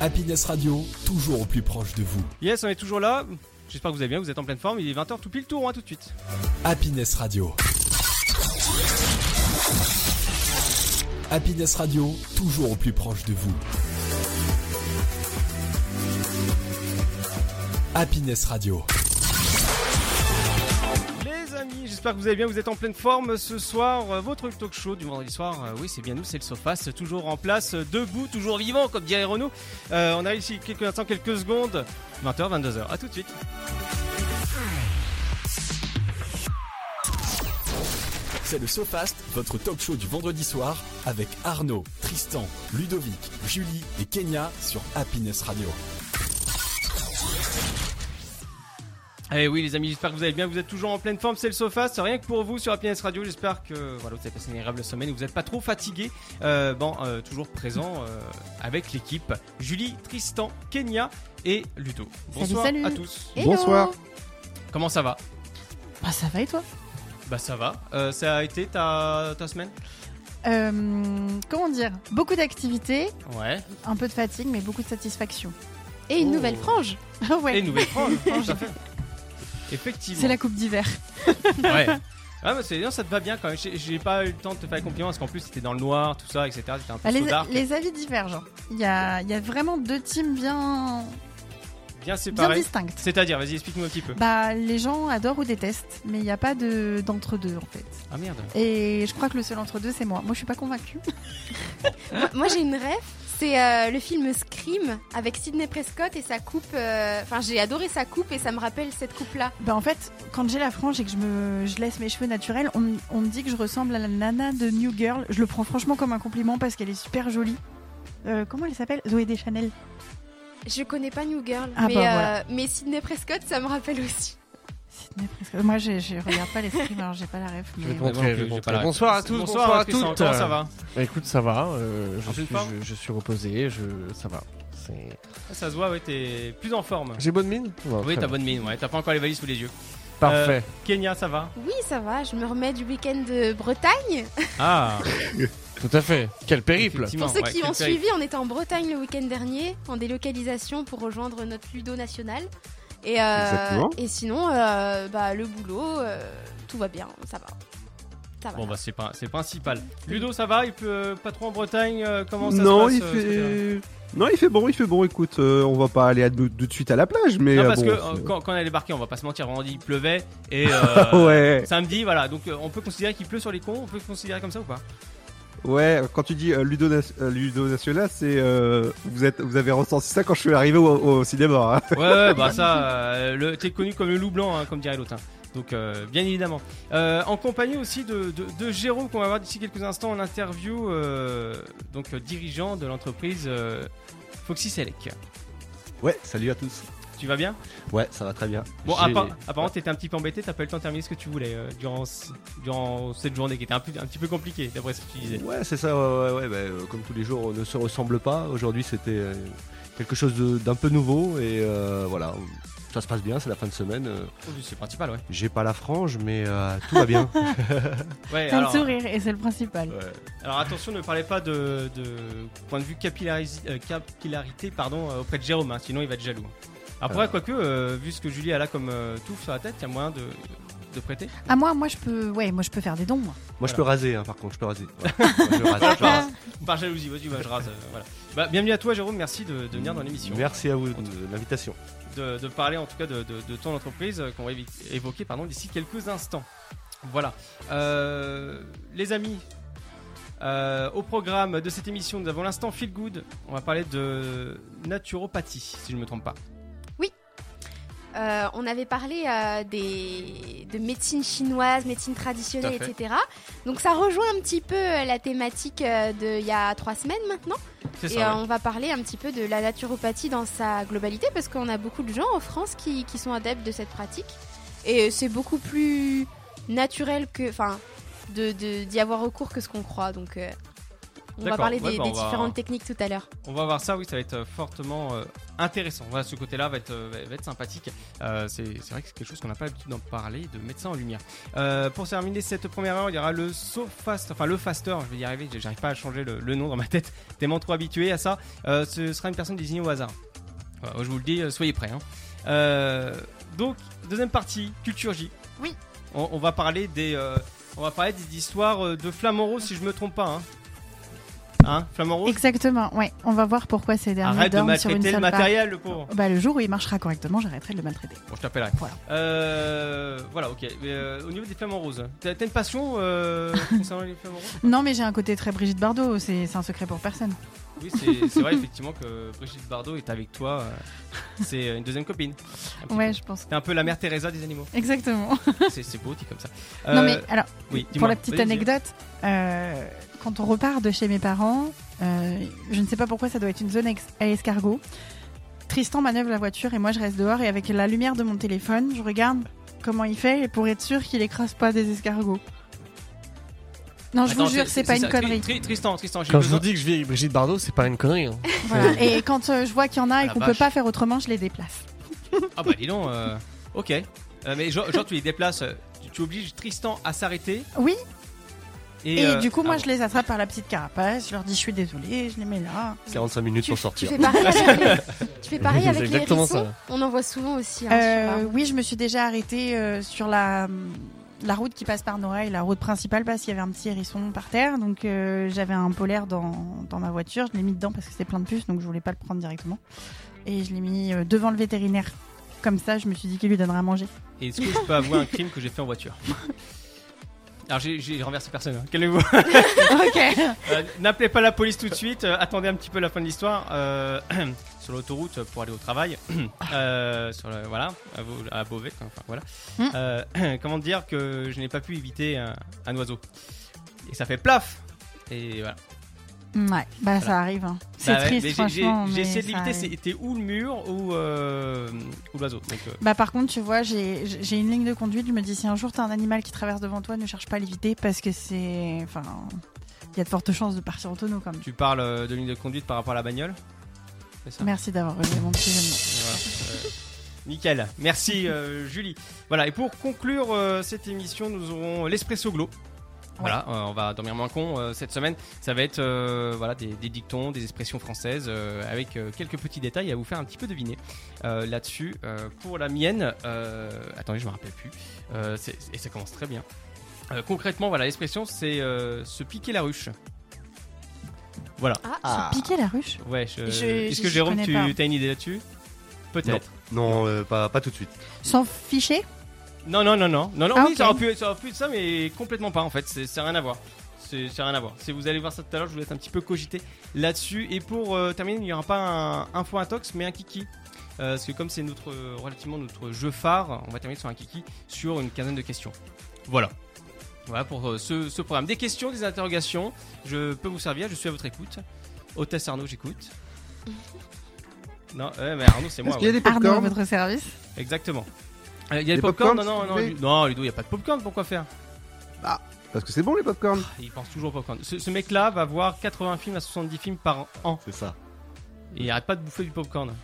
Happiness Radio, toujours au plus proche de vous. Yes, on est toujours là. J'espère que vous allez bien, vous êtes en pleine forme. Il est 20h tout pile tour, hein, tout de suite. Happiness Radio. Happiness Radio, toujours au plus proche de vous. Happiness Radio. Les amis, j'espère que vous allez bien, vous êtes en pleine forme ce soir. Euh, Votre talk show du vendredi soir, euh, oui, c'est bien nous, c'est le Sofas, toujours en place, euh, debout, toujours vivant, comme dirait Renaud. Euh, on arrive ici quelques instants, quelques secondes. 20h, 22h, à tout de suite. C'est le SoFast, votre talk show du vendredi soir avec Arnaud, Tristan, Ludovic, Julie et Kenya sur Happiness Radio. Eh oui les amis, j'espère que vous allez bien, vous êtes toujours en pleine forme, c'est le sofa, c'est rien que pour vous sur Happiness Radio, j'espère que voilà, vous avez passé une agréable semaine et que vous n'êtes pas trop fatigué. Euh, bon, euh, toujours présent euh, avec l'équipe Julie, Tristan, Kenya et Ludo. Bonsoir salut. à tous. Hello. Bonsoir. Comment ça va Bah ça va et toi Bah ça va, Euh, ça a été ta, ta semaine Euh, Comment dire Beaucoup d'activités, Ouais. un peu de fatigue, mais beaucoup de satisfaction. Et une Oh. nouvelle frange Ah ouais. Et une nouvelle frange, tout à fait. Effectivement. C'est la coupe d'hiver. Ouais. Ouais, mais c'est non, ça te va bien quand même. J'ai- J'ai pas eu le temps de te faire les compliments parce qu'en plus c'était dans le noir, tout ça, etc. C'était un peu Bah, les, so dark. les avis divergents. Il y a, il y a vraiment deux teams bien, bien bien séparés. distinctes. C'est-à-dire, vas-y, explique-nous un petit peu. Bah, les gens adorent ou détestent, mais il n'y a pas de d'entre-deux en fait. Ah merde. Et je crois que le seul entre-deux, c'est moi. Moi, je suis pas convaincue. Moi j'ai une rêve, c'est euh, le film Scream avec Sidney Prescott et sa coupe. euh, Enfin, j'ai adoré sa coupe et ça me rappelle cette coupe-là. Bah, en fait, quand j'ai la frange et que je, me, je laisse mes cheveux naturels, on, me- on me dit que je ressemble à la nana de New Girl. Je le prends franchement comme un compliment parce qu'elle est super jolie. Euh, comment elle s'appelle Zoé Deschanel. Je connais pas New Girl, Ah mais, bah, voilà. euh, mais Sidney Prescott, ça me rappelle aussi. Sidney Prescott. Euh, Moi, je, je regarde pas les streams, alors j'ai pas la ref. mais- vais te montrer, Ouais, je vais te j'ai montrer. pas la Bonsoir réponse. à tous, bonsoir à Tristan, toutes. Comment ça va Bah, écoute, ça va. euh, je, En pleine suis, forme je, je suis reposé. Je, ça va. c'est- Ah, Ça se voit, ouais, t'es plus en forme. J'ai bonne mine. Ouais, Oui, très t'as bien. bonne Euh, mine, ouais. T'as pas encore les valises sous les yeux. Parfait. Kenya, ça va Oui, ça va, je me remets du week-end de Bretagne. Ah, Tout à fait. Quel périple. effectivement, Pour ceux ouais, qui ont quel- suivi, on était en Bretagne le week-end dernier, en délocalisation pour rejoindre notre Ludo national. Et, euh, Exactement. et sinon, euh, bah, le boulot, euh, tout va bien, ça va. Ça va. Bon, bah, c'est pas, c'est principal. Ludo, ça va Il peut pas trop en Bretagne euh, Comment ça Non, se il passe euh, ce côté-là fait. Non, il fait bon, il fait bon. Écoute, euh, on va pas aller à tout tout de suite à la plage, mais Non, euh, parce bon, que c'est- euh, quand, quand on est débarqué, on va pas se mentir, vendredi il pleuvait et euh, ouais, samedi, voilà. Donc euh, on peut considérer qu'il pleut sur les cons, on peut considérer comme ça ou pas ouais. Quand tu dis euh, Ludo, Nas- euh, Ludo National, c'est euh, vous êtes, vous avez ressenti ça quand je suis arrivé au, au cinéma. hein. Ouais, ouais, bah ça, euh, le- t'es connu comme le loup blanc, hein, comme dirait l'autre. hein. Donc, euh, bien évidemment. Euh, en compagnie aussi de, de, de Jérôme, qu'on va voir d'ici quelques instants en interview, euh, donc euh, dirigeant de l'entreprise euh, Foxy Select. Ouais, salut à tous. Tu vas bien Ouais, ça va très bien. Bon, J'ai- appa- apparemment, t'étais un petit peu embêté, t'as pas eu le temps de terminer ce que tu voulais euh, durant, ce- durant cette journée qui était un, peu- un petit peu compliquée, d'après ce que tu disais. Ouais, c'est ça, ouais, ouais, ouais, bah, euh, comme tous les jours, on ne se ressemble pas. Aujourd'hui, c'était euh, quelque chose de- d'un peu nouveau et euh, voilà, ça se passe bien, c'est la fin de semaine. euh, Oh, C'est principal, ouais. J'ai pas la frange, mais euh, tout va bien. Ouais, T'as le alors- sourire et c'est le principal. Alors attention, ne parlez pas de, de point de vue capillaris- euh, capillarité pardon, euh, auprès de Jérôme, hein, sinon il va être jaloux. Après, Euh. quoique, euh, vu ce que Julie a là comme euh, touffe sur la tête, il y a moyen de, de prêter. À Ah, moi, moi je peux, ouais, moi je peux faire des dons. Moi. Moi, je peux raser, hein, par contre, je peux raser. Ouais. Moi, je rase, je rase. Par jalousie, vas-y, bah, je rase. euh, voilà. Bah, bienvenue à toi, Jérôme, merci de, de venir dans l'émission. Merci à vous de l'invitation. de, de parler en tout cas de, de- de ton entreprise euh, qu'on va évi- évoquer pardon d'ici quelques instants. Voilà, Euh, les amis. euh, au programme de cette émission, nous avons l'instant Feel Good. On va parler de naturopathie, si je ne me trompe pas. Euh, on avait parlé euh, des, de médecine chinoise, médecine traditionnelle, Tout à fait. etc. Donc ça rejoint un petit peu euh, la thématique euh, de il y a trois semaines maintenant. C'est Et euh, on va parler un petit peu de la naturopathie dans sa globalité parce qu'on a beaucoup de gens en France qui, qui sont adeptes de cette pratique. Et c'est beaucoup plus naturel que, enfin, de- de- d'y avoir recours que ce qu'on croit. Donc euh, On va D'accord, parler ouais, des, bah, des on va- différentes techniques tout à l'heure. On va voir ça, oui, ça va être euh, fortement euh, intéressant. Voilà, ce côté-là va être, euh, va- va être sympathique. Euh, c'est c'est vrai que c'est quelque chose qu'on n'a pas l'habitude d'en parler, de mettre ça en lumière. Euh, pour terminer cette première heure, il y aura le SoFast, enfin le Faster, je vais y arriver, j'arrive pas à changer le, le nom dans ma tête, tellement trop habitué à ça. Euh, ce sera une personne désignée au hasard. Voilà, je vous le dis, euh, soyez prêts. hein. Euh, donc, deuxième partie, Culture J. Oui. On, on va parler des... euh, on va parler des histoires euh, de flamants roses, si je me trompe pas. Hein, hein Flamand rose Exactement, ouais. On va voir pourquoi ces derniers Arrête de dorment sur une maltraiter le seule matériel, le pauvre. part. Bah, le jour où il marchera correctement, j'arrêterai de le maltraiter. Bon, je t'appellerai. Voilà. Euh, voilà, ok. Mais, euh, au niveau des flammes roses, t'as t'as une passion euh, concernant les flammes roses Non, mais j'ai un côté très Brigitte Bardot, c'est c'est un secret pour personne. Oui, c'est c'est vrai, effectivement, que Brigitte Bardot est avec toi. euh, c'est euh, une deuxième copine. Un petit Ouais, peu. je pense. T'es un peu la mère Teresa des animaux. Exactement. C'est c'est beau, t'es comme ça. Non, Euh, mais alors, oui, dis-moi. pour la petite Vas-y, vas-y. anecdote, euh, quand on repart de chez mes parents, euh, je ne sais pas pourquoi ça doit être une zone ex- à escargot. Tristan manœuvre la voiture et moi je reste dehors et avec la lumière de mon téléphone, je regarde comment il fait pour être sûr qu'il écrase pas des escargots. Non, je Attends, vous jure, c'est pas une ça. Tri- connerie. Tri- Tristan, Tristan, j'ai Quand je vous besoin. dis que je vis avec Brigitte Bardot, c'est pas une connerie. hein. Voilà. Et quand euh, je vois qu'il y en a et La qu'on peut vache. pas faire autrement, je les déplace. Ah bah dis donc, euh, ok. Euh, mais genre, genre, tu les déplaces, euh, tu, tu obliges Tristan à s'arrêter. Oui, Et, et, euh, du coup, ah moi bon. je les attrape par la petite carapace, je leur dis je suis désolée, je les mets là. 45 minutes Tu, pour tu sortir. fais pareil avec les, tu fais pareil C'est avec les exactement hérissons. ça. On en voit souvent aussi. hein, Euh, sur- oui, je me suis déjà arrêtée euh, sur la, la route qui passe par Noailles, la route principale, parce qu'il y avait un petit hérisson par terre. Donc euh, j'avais un polaire dans, dans ma voiture, je l'ai mis dedans parce que c'était plein de puces, donc je voulais pas le prendre directement. Et je l'ai mis euh, devant le vétérinaire. Comme ça, je me suis dit qu'il lui donnera à manger. Et Est-ce que je peux avouer un crime que j'ai fait en voiture Alors j'ai- j'ai renversé personne, hein. calmez-vous. ok. Euh, N'appelez pas la police tout de suite, euh, attendez un petit peu la fin de l'histoire. Euh, sur l'autoroute euh, pour aller au travail, euh, sur le- voilà, à, Beau- à Beauvais, quoi, enfin voilà. Mm. Euh, comment dire que je n'ai pas pu éviter un, un oiseau. Et ça fait plaf Et voilà. Ouais, bah ça arrive. hein. C'est Bah ouais, triste, mais j'ai- j'ai- franchement. J'ai mais essayé de ça l'éviter, arrive. c'était ou le mur ou, euh, ou l'oiseau. Donc, euh, Bah par contre, tu vois, j'ai j'ai une ligne de conduite. Je me dis, si un jour t'as un animal qui traverse devant toi, ne cherche pas à l'éviter parce que c'est, enfin, il y a de fortes chances de partir en tonneau quand même. tu parles euh, de ligne de conduite par rapport à la bagnole C'est ça Merci d'avoir relevé mon petit jeu de mots. Voilà, euh, nickel. Merci euh, Julie. Voilà, et pour conclure euh, cette émission, nous aurons l'espresso glow. Voilà, euh, on va dormir moins con euh, cette semaine. Ça va être euh, voilà des, des dictons, des expressions françaises, euh, avec euh, quelques petits détails à vous faire un petit peu deviner euh, là-dessus. Euh, pour la mienne, euh, attendez, je me rappelle plus. Euh, c'est- et ça commence très bien. Euh, concrètement, voilà, l'expression, c'est euh, se piquer la ruche. Ah, Piquer la ruche Ouais. je- Je- Est-ce je- que je Jérôme, connais tu pas. as une idée là-dessus Peut-être. Non, euh, pas, pas tout de suite. Sans ficher Non, non, non, non, non, non, Ah, oui, ok. ça aurait pu, ça aurait pu être ça, mais complètement pas en fait, c'est c'est rien à voir. C'est c'est rien à voir. Si vous allez voir ça tout à l'heure, je vous laisse un petit peu cogiter là-dessus. Et pour euh, terminer, il n'y aura pas un, un faux intox, mais un kiki. Euh, parce que comme c'est notre euh, relativement notre jeu phare, on va terminer sur un kiki sur une quinzaine de questions. Voilà. Voilà pour euh, ce, ce programme. Des questions, des interrogations, je peux vous servir, je suis à votre écoute. Hôtesse Arnaud, j'écoute. Non, ouais, mais Arnaud, c'est moi. Est-ce qu'il y a ouais. des Arnaud à popcorn votre service Exactement. Euh, Il y a Des le popcorn, popcorns, Non, non, non, s'il vous Lu- non, Ludo, il n'y a pas de popcorn, pourquoi faire Ah, Parce que c'est bon les popcorn. Il pense toujours au popcorn. Ce, ce mec-là va voir 80 films à 70 films par an. C'est ça. Et il arrête pas de bouffer du popcorn.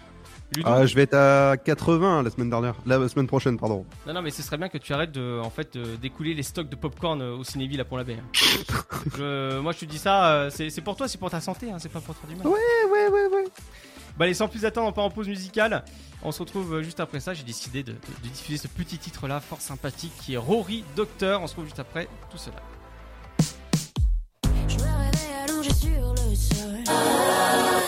Ludo, Ah, je vais être à 80 la semaine dernière, la semaine prochaine, pardon. non, non, mais ce serait bien que tu arrêtes de, en fait, de- d'écouler les stocks de popcorn euh, au Cinéville à Pont-l'Abbé. hein. Je- moi, je te dis ça, euh, c'est c'est pour toi, c'est pour ta santé, hein, c'est pas pour toi du mal. Eh ouais, ouais, ouais. Bah allez, sans plus attendre, on part en pause musicale. On se retrouve euh, juste après ça. J'ai décidé de, de- de diffuser ce petit titre-là, fort sympathique, qui est Rory Docteur. On se retrouve juste après tout cela. Je me réveille allongé sur le sol. Ah,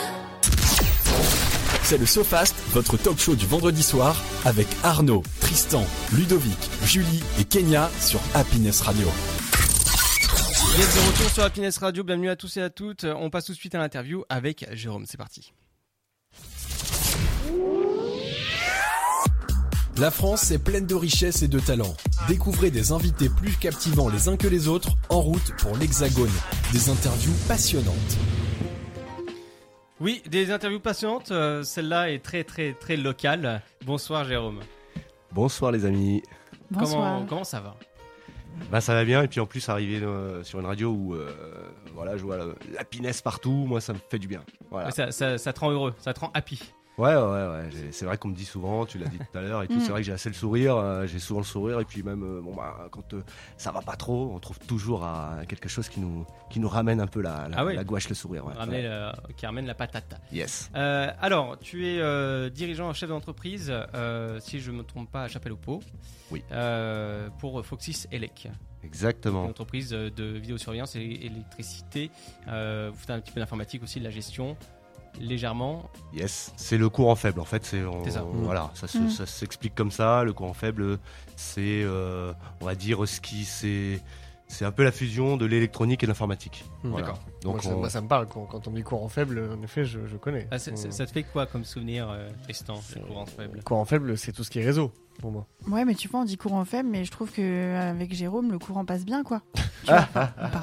C'est le SoFast, votre talk show du vendredi soir avec Arnaud, Tristan, Ludovic, Julie et Kenya sur Happiness Radio. Vous êtes de retour sur Happiness Radio, bienvenue à tous et à toutes. On passe tout de suite à l'interview avec Jérôme, c'est parti. La France est pleine de richesses et de talents. Découvrez des invités plus captivants les uns que les autres en route pour l'Hexagone. Des interviews passionnantes. Oui, des interviews passionnantes, euh, celle-là est très très très locale. Bonsoir Jérôme. Bonsoir les amis. Bonsoir. Comment, comment ça va Bah ça va bien et puis en plus arriver euh, sur une radio où euh, voilà je vois la, la pinesse partout, moi ça me fait du bien. Voilà. Ouais, ça, ça- ça te rend heureux, ça te rend happy. Ah. Ouais ouais ouais, j'ai- c'est vrai qu'on me dit souvent, tu l'as dit tout à l'heure et tout, Mm. c'est vrai que j'ai assez le sourire, euh, j'ai souvent le sourire et puis même euh, bon bah quand euh, ça va pas trop, on trouve toujours à quelque chose qui nous qui nous ramène un peu la la, Ah oui. la gouache le sourire. ouais. Ramener Ouais. le- qui ramène la patate. Yes. Euh, alors, tu es euh, dirigeant chef d'entreprise, euh, si je ne me trompe pas, à Chapelle au Pau. Oui. Euh, pour Foxys Elec, une Exactement. entreprise de vidéosurveillance et électricité. Euh, vous faites un petit peu d'informatique aussi, de la gestion, légèrement. Yes, c'est le courant faible en fait. C'est on- C'est ça. on- Voilà, ça se- Mm. ça s'explique comme ça. Le courant faible, c'est euh, on va dire ce qui c'est c'est un peu la fusion de l'électronique et de l'informatique. Mm. Voilà. D'accord. Donc moi, ça, on- moi, ça me parle quand, quand on me dit courant faible, en effet je, je connais. Ah, c'est- c'est- Mm. Ça te fait quoi comme souvenir, euh, Tristan, le courant faible Courant faible, c'est tout ce qui est réseau pour moi. Ouais, mais tu vois, on dit courant faible, mais je trouve que euh, avec Jérôme, le courant passe bien, quoi.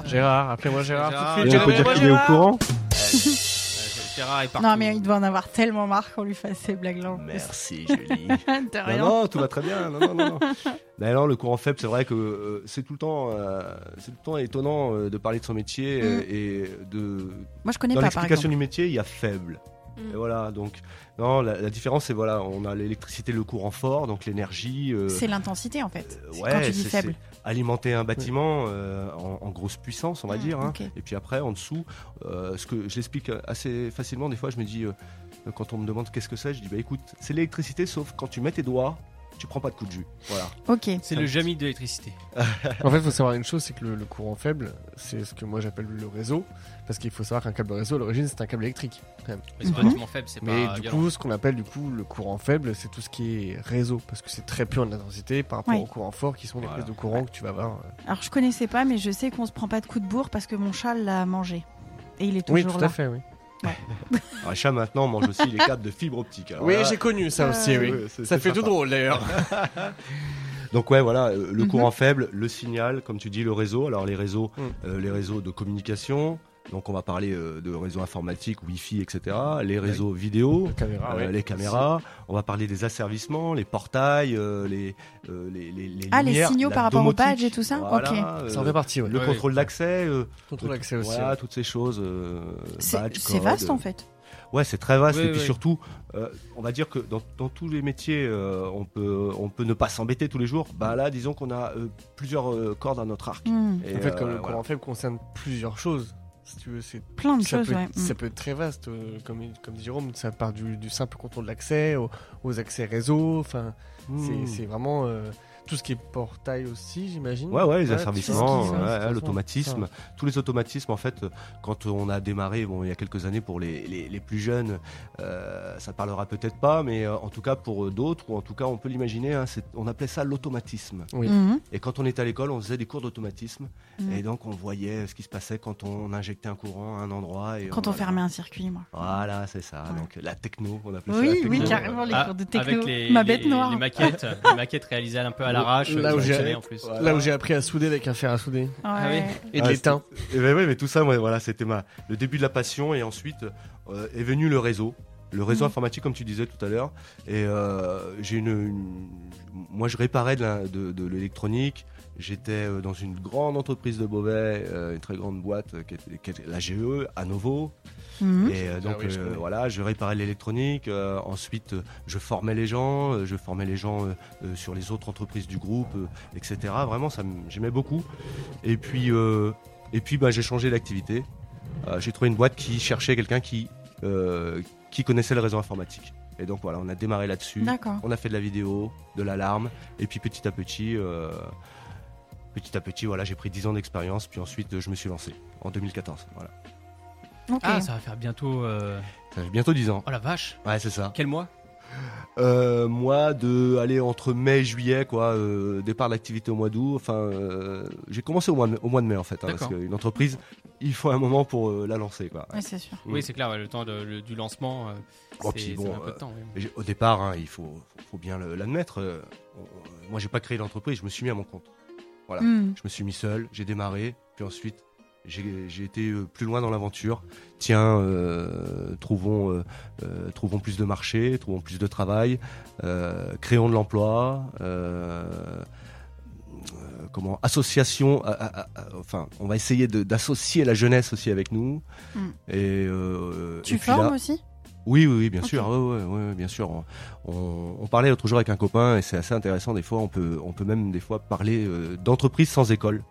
Gérard, appelez-moi Gérard. Gérard, tout Et de on suite. peut dire qu'il est au courant. Euh, Gérard est partout. Non, mais il doit en avoir tellement marre qu'on lui fasse ces blagues-là. Merci Julie. T'as Non, rien. non, tout va très bien. Non, non, non, non. Mais alors, le courant faible, c'est vrai que euh, c'est tout le temps, euh, c'est tout le temps étonnant euh, de parler de son métier euh, Mm. et de Moi, je connais dans pas, par exemple. l'explication du métier, il y a faible. Mm. Et voilà, donc non, la, la différence c'est voilà, on a l'électricité, le courant fort, donc l'énergie. euh, C'est l'intensité, en fait. euh, C'est ouais, quand tu dis c'est- faible. c'est Alimenter un bâtiment euh, en, en grosse puissance, on va Ah, dire. hein. ok. Et puis après, en dessous, euh, ce que je l'explique assez facilement. Des fois, je me dis, euh, quand on me demande qu'est-ce que c'est, je dis, bah écoute, c'est l'électricité, sauf quand tu mets tes doigts, tu prends pas de coup de jus. Voilà. Ok. C'est le Jamie de l'électricité. Mm. En fait, il faut savoir une chose, c'est que le, le courant faible, c'est ce que moi j'appelle le réseau, parce qu'il faut savoir qu'un câble réseau à l'origine c'est un câble électrique. quand même. Mais c'est Mhm. relativement faible, c'est Mais pas du violent. coup, ce qu'on appelle du coup le courant faible, c'est tout ce qui est réseau, parce que c'est très peu en intensité par rapport Oui. au courant fort, qui sont les Voilà. prises de courant que tu vas avoir. euh. Alors, je connaissais pas, mais je sais qu'on se prend pas de coups de bourre parce que mon chat l'a mangé. Et il est Oui, toujours tout là. à fait, oui. Un chat maintenant mange aussi les câbles de fibre optique. Alors oui, là, j'ai connu ça Euh, aussi, oui. oui, Bah c'est- ça c'est fait tout sympa. drôle d'ailleurs. Donc ouais, voilà, euh, le Mhm. courant faible, le signal, comme tu dis, le réseau. Alors les réseaux, Mm. euh, les réseaux de communication. Donc on va parler euh, de réseaux informatiques, Wi-Fi, etc. Les réseaux vidéo. caméra, euh, Les caméras, on va parler des asservissements, les portails, euh, les, euh, les, les, les Ah, les lumières, signaux la par rapport aux domotique. badges et tout ça Voilà, Ok. euh, Ça en fait partie, Ah oui. le Ouais, contrôle d'accès, euh, Contrôle d'accès aussi. voilà, ouais. toutes ces choses. euh, C'est badge, c'est code, vaste, euh, en fait. Ouais, c'est très vaste. Oui, et puis oui. surtout, euh, on va dire que dans, dans tous les métiers, euh, on, peut, on peut ne pas s'embêter tous les jours. Bah là, disons qu'on a euh, plusieurs euh, cordes à notre arc. Hmm. Et, En fait, comme euh, le voilà. courant faible concerne plusieurs choses, si tu veux, c'est Plein de ça choses, peut, ouais. ça Hmm. peut être très vaste, euh, comme, comme dit Jérôme, ça part du, du simple contrôle d'accès aux, aux accès réseau, enfin, c'est- Mmh. c'est vraiment euh, tout ce qui est portail aussi, j'imagine. Ouais, ouais, les tout ce asservissements, qui- ouais, ouais, de toute façon, l'automatisme. ça. Tous les automatismes, en fait, euh, quand on a démarré, bon, il y a quelques années pour les, les- les plus jeunes, euh, ça ne parlera peut-être pas, mais euh, en tout cas pour euh, d'autres, ou en tout cas on peut l'imaginer, hein, c'est- on appelait ça l'automatisme. Oui. Mhm. Et quand on était à l'école, on faisait des cours d'automatisme, Mhm. et donc on voyait ce qui se passait quand on injectait un courant à un endroit. Et Quand on voilà. fermait un circuit, moi. Voilà, c'est ça. Ouais. Donc la techno, on appelait ça. la Oui, techno. oui, carrément, les Ah, cours de techno. Avec les, Ma les- bête noire. Les maquettes, les maquettes réalisées un peu à l'arrache. euh, Là qui où j'ai- fonctionnaient en plus. Là où j'ai appris à souder avec un fer à souder Ah Ouais. oui. et Ah, de l'étain. Eh ben ouais, mais tout ça, ouais, voilà, c'était ma le début de la passion et ensuite euh, est venu le réseau, le réseau Mhm. informatique comme tu disais tout à l'heure. Et euh, j'ai une, une- moi je réparais de la- de- de l'électronique. J'étais euh, dans une grande entreprise de Beauvais, euh, une très grande boîte euh, qui était, qui était la E GE à Novo. Mhm. Et euh, donc Ah oui, je euh, connais. voilà, je réparais l'électronique. euh, ensuite, euh, je formais les gens, euh, je formais les gens euh, euh, sur les autres entreprises du groupe, euh, etc. Vraiment, ça m- j'aimais beaucoup. Et puis, euh, et puis, bah, j'ai changé d'activité. Euh, j'ai trouvé une boîte qui cherchait quelqu'un qui euh, qui connaissait le réseau informatique. Et donc voilà, on a démarré là-dessus. D'accord. On a fait de la vidéo, de l'alarme, et puis petit à petit. euh, Petit à petit, voilà, j'ai pris 10 ans d'expérience, puis ensuite euh, je me suis lancé en 2014. Voilà. Ok. Ah, ça va faire bientôt. euh, Ça fait bientôt 10 ans. Oh la vache Ouais, c'est ça. Quel mois Euh, moi, de aller entre mai et juillet, quoi, euh, départ de l'activité au mois d'août. Enfin, euh, j'ai commencé au mois, de mai- au mois de mai en fait, hein, parce D'accord. qu'une entreprise, il faut un moment pour euh, la lancer, quoi. Ouais, c'est sûr. Mm. Oui, c'est clair, ouais, le temps de- le- du lancement, euh, c'est Oh, puis ça met bon, un peu euh, de temps. oui. Et j'ai- au départ, hein, il faut, faut- faut bien le- l'admettre. euh, on- on- moi, j'ai pas créé l'entreprise, je me suis mis à mon compte. Voilà. Hmm. Je me suis mis seul, j'ai démarré, puis ensuite. J'ai j'ai été euh, plus loin dans l'aventure. Tiens, euh, trouvons, euh, euh, trouvons plus de marché, trouvons plus de travail, euh, créons de l'emploi. euh, euh, comment association. à- à- à- à- enfin, on va essayer de- d'associer la jeunesse aussi avec nous. Mm. Et euh, Tu et puis là- formes aussi oui, oui, oui, bien Ok. sûr. Ah, ouais, ouais, ouais, ouais, bien sûr. On, on- on parlait l'autre jour avec un copain et c'est assez intéressant. Des fois, on peut, on peut même des fois parler euh, d'entreprise sans école.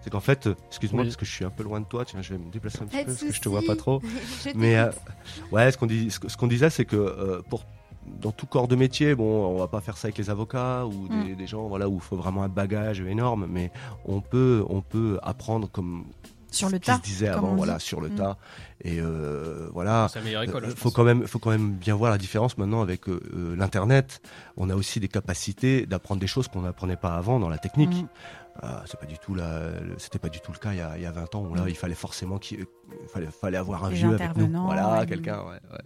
C'est qu'en fait, euh, excuse-moi Oui. parce que je suis un peu loin de toi. Tiens, je vais me déplacer Pas un petit de peu parce que je te soucis. vois pas trop. Je Mais t'écoute. euh, ouais, ce qu'on dit, ce que- ce qu'on disait, c'est que euh, pour dans tout corps de métier, bon, on va pas faire ça avec les avocats ou Mm. des, des gens, voilà, où il faut vraiment un bagage énorme, mais on peut, on peut apprendre comme Sur ce le qui tas, se disait comme avant, on voilà, dit. sur le Mm. tas, et euh, ah, voilà. C'est la meilleure école. Euh, je faut pense. quand même, faut quand même bien voir la différence maintenant avec euh, euh, l'internet. On a aussi des capacités d'apprendre des choses qu'on n'apprenait pas avant dans la technique. Mm. Ah, c'est pas du tout la- le- c'était pas du tout le cas il y a, il y a 20 ans où là il fallait forcément qu'il euh, fallait, fallait avoir un Mm. Des vieux avec nous. intervenants, Voilà, ouais. mm. quelqu'un. ouais, ouais.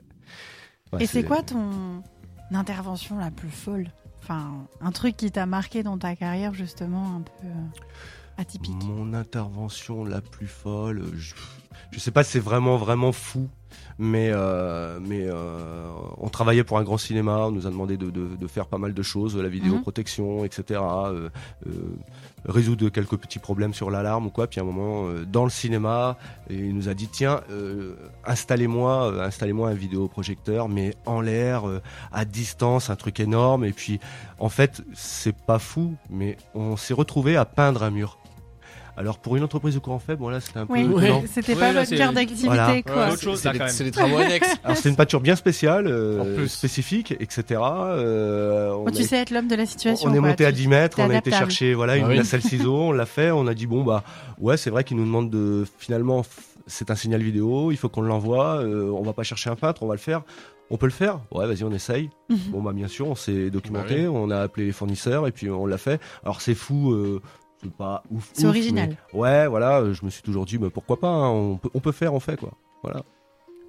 Ouais, Et c'est quoi ton intervention la plus folle Enfin, un truc qui t'a marqué dans ta carrière, justement, un peu euh, atypique. Mon intervention la plus folle, euh, je, je sais pas si c'est vraiment vraiment fou, mais euh, mais euh, on travaillait pour un grand cinéma, on nous a demandé de, de- de faire pas mal de choses, la vidéoprotection, etc. euh, euh, résoudre quelques petits problèmes sur l'alarme ou quoi. Puis à un moment euh, dans le cinéma, et il nous a dit tiens euh, installez-moi euh, installez-moi un vidéoprojecteur, mais en l'air, euh, à distance, un truc énorme. Et puis en fait c'est pas fou, mais on s'est retrouvé à peindre un mur. Alors pour une entreprise de courant faible, voilà, c'était un Oui, peu Ouais. étonnant. c'était Oui, pas là, votre c'est- cœur d'activité, Voilà. Ouais, quoi. autre chose, c'est là, des- quand même. c'est des travaux annexes. Alors c'était une peinture bien spéciale, euh, En plus. spécifique, etc. Euh, on Bon, tu a- sais être l'homme de la situation. on est quoi. monté à Tu- 10 mètres, t'es on a été adaptable. chercher voilà, une Ah oui. nacelle ciseau, on l'a fait, on a dit bon bah ouais c'est vrai qu'ils nous demandent de finalement f- c'est un signal vidéo, il faut qu'on l'envoie, euh, on va pas chercher un peintre, on va le faire. On peut le faire Ouais vas-y on essaye. Mhm. Bon bah bien sûr on s'est documenté, Bah on a appelé les fournisseurs et puis on l'a fait. Alors c'est fou, euh, c'est pas ouf. C'est ouf, original. mais ouais voilà, euh, je me suis toujours dit bah, pourquoi pas, hein, on, peut, on peut faire, on fait quoi. Voilà.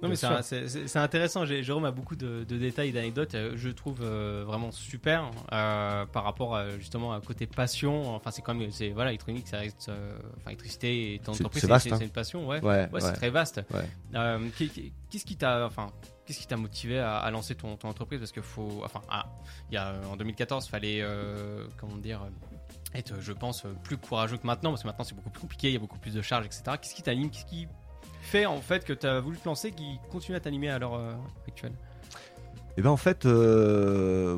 Non mais Bien c'est sûr. un- c'est c'est- c'est intéressant. J'ai- Jérôme a beaucoup de, de détails, d'anecdotes. euh, Je trouve euh, vraiment super euh, par rapport à, justement à côté passion. Enfin c'est quand même c'est voilà électronique, ça reste euh, enfin électricité et C'est- entreprise, c'est vaste, c'est hein. c'est une passion, ouais. Ouais, Bah, Ouais, c'est ouais. très vaste. Ouais. Euh, qui- qui- qu'est-ce qui t'a, enfin, qu'est-ce qui t'a motivé à, à lancer ton, ton entreprise Parce que faut, enfin, ah, il y a, euh, en 2014, fallait, euh, comment dire, euh, être, je pense, euh, plus courageux que maintenant, parce que maintenant c'est beaucoup plus compliqué, il y a beaucoup plus de charges, etc. Qu'est-ce qui t'anime Qu'est-ce qui fait en fait que t'as voulu te lancer, qui continue à t'animer à l'heure euh, actuelle Eh ben en fait, euh,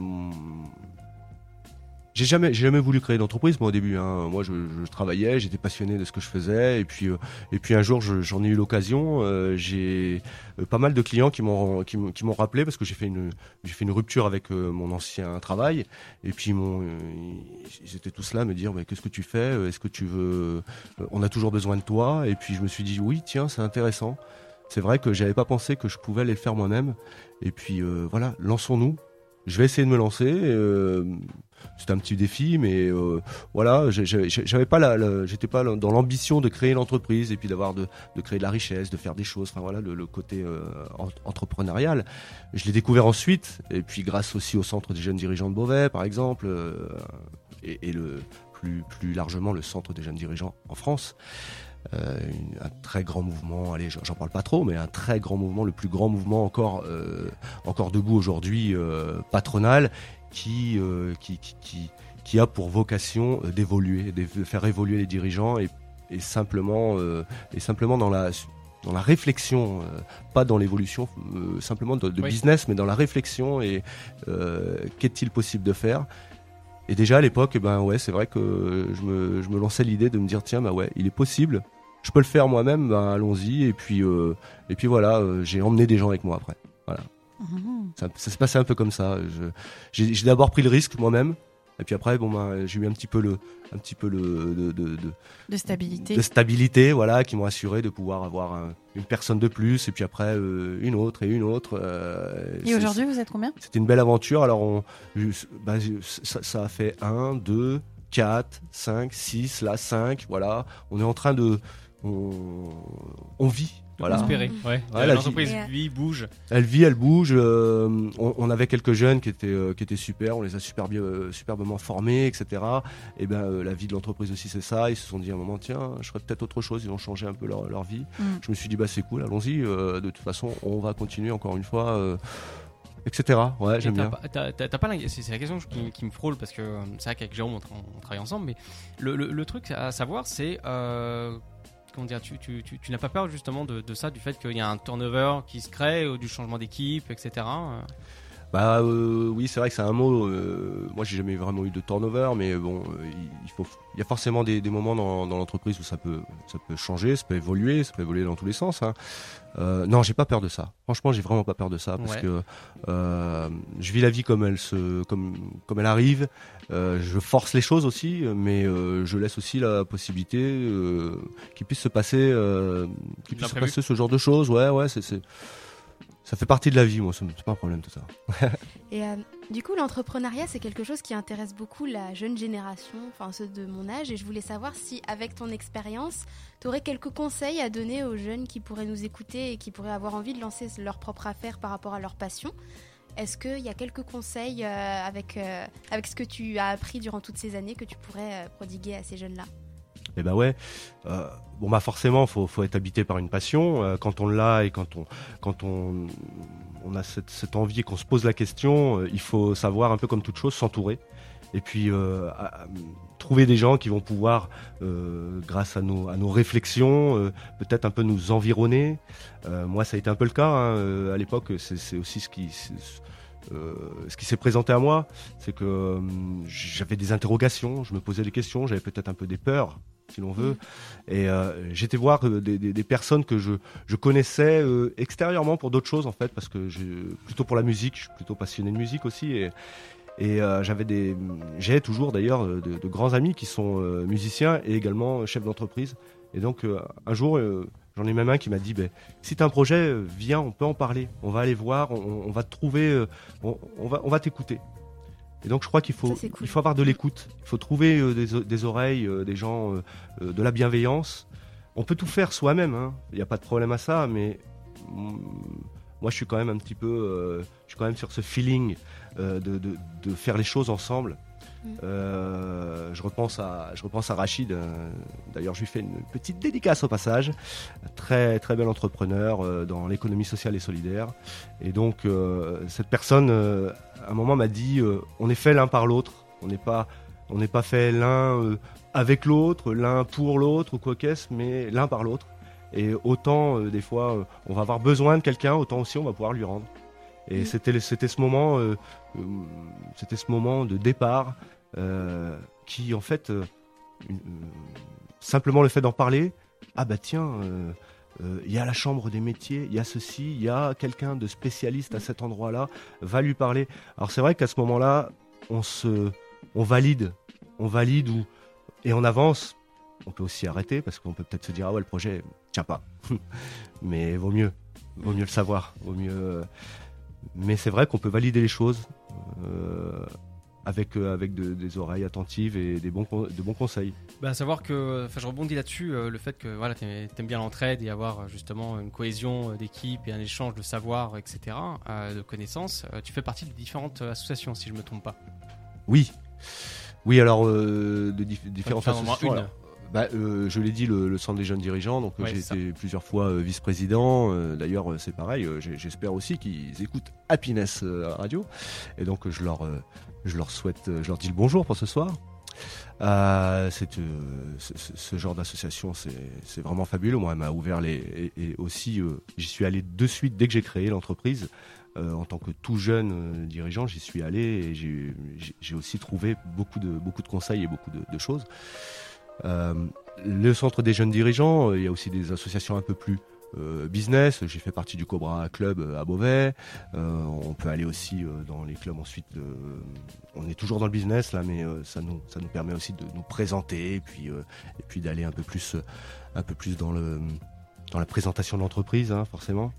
j'ai jamais, j'ai jamais voulu créer d'entreprise moi au début. hein. Moi, je, je travaillais, j'étais passionné de ce que je faisais, et puis euh, et puis un jour, je- j'en ai eu l'occasion. euh, j'ai euh, pas mal de clients qui m'ont qui, m'ont- qui m'ont rappelé parce que j'ai fait une j'ai fait une rupture avec euh, mon ancien travail, et puis mon ils étaient tous là à me dire mais qu'est-ce que tu fais Est-ce que tu veux euh, On a toujours besoin de toi. Et puis je me suis dit oui, tiens, c'est intéressant. C'est vrai que j'avais pas pensé que je pouvais aller le faire moi-même. Et puis euh, voilà, lançons-nous. Je vais essayer de me lancer. euh, c'est un petit défi, mais euh, voilà, j'ai- j'ai- j'avais pas la, la- j'étais pas dans l'ambition de créer l'entreprise et puis d'avoir de, de créer de la richesse, de faire des choses. Enfin voilà, le, le côté euh, en- entrepreneurial. Je l'ai découvert ensuite, et puis grâce aussi au centre des jeunes dirigeants de Beauvais, par exemple, euh, et, et le plus plus largement le centre des jeunes dirigeants en France. Euh, une- un très grand mouvement, allez, j'en- j'en parle pas trop, mais un très grand mouvement, le plus grand mouvement encore euh, encore debout aujourd'hui euh, patronal qui, euh, qui, qui, qui, qui a pour vocation euh, d'évoluer, de faire évoluer les dirigeants et, et simplement, euh, et simplement dans, la, dans la réflexion, euh, pas dans l'évolution euh, simplement de, de Oui. business, mais dans la réflexion et euh, qu'est-il possible de faire et déjà à l'époque, eh ben ouais, c'est vrai que je me, je me lançais l'idée de me dire tiens, bah ouais, il est possible, je peux le faire moi-même, ben allons-y. Et puis euh, et puis voilà, euh, j'ai emmené des gens avec moi après. Mhm. Ça, ça s'est passé un peu comme ça. Je- J'ai j'ai d'abord pris le risque moi-même. Et puis après, bon, ben, j'ai eu un petit peu le, un petit peu le, de, de- de- De stabilité. de stabilité, voilà, qui m'ont assuré de pouvoir avoir un- une personne de plus, et puis après euh, une autre et une autre. euh, Et c'est- aujourd'hui, vous êtes combien C'était une belle aventure. Alors, on, je- bah, je- ça, ça a fait 1, 2, 4, 5, 6, là 5. Voilà, on est en train de. On, on vit. Voilà. Espérer. Ouais. Ouais, la L'entreprise vie. vit, bouge. Elle vit, elle bouge. euh, on, on avait quelques jeunes qui étaient, euh, qui étaient super, on les a super bien, euh, superbement formés, etc. Et ben euh, la vie de l'entreprise aussi, c'est ça. Ils se sont dit à un moment, tiens, je ferais peut-être autre chose. Ils ont changé un peu leur, leur vie. Mm. Je me suis dit, bah c'est cool, allons-y. euh, de toute façon, on va continuer encore une fois. euh, etc. Ouais, Et j'aime t'as bien. pas- t'as- t'as- t'as pas la- C'est c'est la question qui, qui me frôle parce que euh, c'est vrai qu'avec Jérôme on, tra- on travaille ensemble, mais le, le- le truc à savoir c'est. euh, comment dire Tu, tu- tu- tu n'as pas peur justement de, de ça, du fait qu'il y a un turnover qui se crée, ou du changement d'équipe, etc. euh, Bah euh, oui, c'est vrai que c'est un mot. euh, moi, j'ai jamais vraiment eu de turnover, mais bon, euh, il, il faut, il y a forcément des, des moments dans, dans l'entreprise où ça peut, ça peut changer, ça peut évoluer, ça peut évoluer dans tous les sens. hein. Euh, non, j'ai pas peur de ça. Franchement, j'ai vraiment pas peur de ça parce Ouais. que euh, je vis la vie comme elle se, comme, comme elle arrive. Euh, je force les choses aussi, mais euh, je laisse aussi la possibilité euh, qu'il puisse se passer, euh, qu'il puisse se L'imprévu. passer ce genre de choses. Ouais, ouais, c'est, c'est- ça fait partie de la vie, moi. ça me- C'est pas un problème tout ça. Et euh, du coup, l'entrepreneuriat, c'est quelque chose qui intéresse beaucoup la jeune génération, enfin ceux de mon âge. Et je voulais savoir si, avec ton expérience, tu aurais quelques conseils à donner aux jeunes qui pourraient nous écouter et qui pourraient avoir envie de lancer leur propre affaire par rapport à leur passion. Est-ce qu'il y a quelques conseils euh, avec, euh, avec ce que tu as appris durant toutes ces années que tu pourrais euh, prodiguer à ces jeunes-là Eh ben ouais. Euh, bon bah forcément, faut faut être habité par une passion. Euh, quand on l'a et quand on quand on on a cette, cette envie et qu'on se pose la question, euh, il faut savoir un peu comme toute chose s'entourer. Et puis euh, à- à- trouver des gens qui vont pouvoir, euh, grâce à nos, à nos réflexions, euh, peut-être un peu nous environner. Euh, moi, ça a été un peu le cas hein, euh, à l'époque. C'est c'est aussi ce qui c'est- euh, ce qui s'est présenté à moi, c'est que euh, j'avais des interrogations, je me posais des questions, j'avais peut-être un peu des peurs, si l'on veut. Et euh, j'étais voir euh, des, des- des personnes que je, je connaissais euh, extérieurement pour d'autres choses, en fait, parce que je, plutôt pour la musique, je suis plutôt passionné de musique aussi. Et, et euh, j'avais des, j'ai toujours d'ailleurs euh, de, de grands amis qui sont euh, musiciens et également euh, chefs d'entreprise. Et donc euh, un jour, euh, j'en ai même un qui m'a dit, ben si t'as un projet, euh, viens, on peut en parler. On va aller voir, on, on va te trouver, euh, on, on va, on va t'écouter. Et donc je crois qu'il faut, Ça, c'est cool. il faut avoir de l'écoute. Il faut trouver euh, des, o- des oreilles, euh, des gens, euh, euh, de la bienveillance. On peut tout faire soi-même, hein. il n'y a pas de problème à ça, mais mm, moi je suis quand même un petit peu, euh, je suis quand même sur ce feeling euh, de, de- de faire les choses ensemble. Mm. Euh, je, repense à, je repense à Rachid, euh, d'ailleurs je lui fais une petite dédicace au passage très très bel entrepreneur euh, dans l'économie sociale et solidaire. Et donc euh, cette personne, euh, à un moment, m'a dit euh, on est fait l'un par l'autre, on n'est pas on n'est pas fait l'un euh, avec l'autre, l'un pour l'autre ou quoi qu'est-ce, mais l'un par l'autre. Et autant euh, des fois euh, on va avoir besoin de quelqu'un, autant aussi on va pouvoir lui rendre. Et Mhm. c'était c'était ce moment euh, euh, c'était ce moment de départ euh, qui en fait euh, une- euh, simplement le fait d'en parler ah bah tiens, euh, euh, il y a la chambre des métiers, il y a ceci, il y a quelqu'un de spécialiste à cet endroit-là, va lui parler. Alors c'est vrai qu'à ce moment-là, on se, on valide, on valide ou et on avance. On peut aussi arrêter parce qu'on peut peut-être se dire ah ouais le projet tient pas, mais vaut mieux, vaut mieux le savoir, vaut mieux. euh, Mais c'est vrai qu'on peut valider les choses. euh, avec, euh, avec de- des oreilles attentives et des bons, con- de bons conseils. Bah, à savoir que, enfin, je rebondis là-dessus, euh, le fait que voilà, t'aimes t'aimes bien l'entraide et avoir euh, justement une cohésion euh, d'équipe et un échange de savoir, etc., euh, de connaissances. Euh, tu fais partie de différentes euh, associations, si je me trompe pas. Oui. Oui, alors, euh, de diff- différentes Enfin, au moins associations. une. alors. Bah, euh, je l'ai dit, le, le Centre des jeunes dirigeants, donc euh, Ouais, j'ai c'est été plusieurs fois euh, vice-président. Euh, D'ailleurs, euh, c'est pareil, euh, j'ai- j'espère aussi qu'ils écoutent Happiness euh, Radio. Et donc, euh, je leur, euh, je leur souhaite, euh, je leur dis le bonjour pour ce soir. Euh, c'est, euh, ce- ce- ce genre d'association, c'est c'est vraiment fabuleux. Moi, elle m'a ouvert les. Et, et aussi, euh, j'y suis allé de suite dès que j'ai créé l'entreprise. Euh, en tant que tout jeune euh, dirigeant, j'y suis allé et j'ai- j'ai j'ai aussi trouvé beaucoup de, beaucoup de conseils et beaucoup de- de choses. Euh, le centre des jeunes dirigeants, euh, il y a aussi des associations un peu plus euh, business. J'ai fait partie du Cobra Club euh, à Beauvais. Euh, on peut aller aussi euh, dans les clubs ensuite. euh, on est toujours dans le business là, mais euh, ça, nous, ça nous permet aussi de nous présenter et puis, euh, et puis d'aller un peu plus, euh, un peu plus dans, le, dans la présentation de l'entreprise, hein, forcément.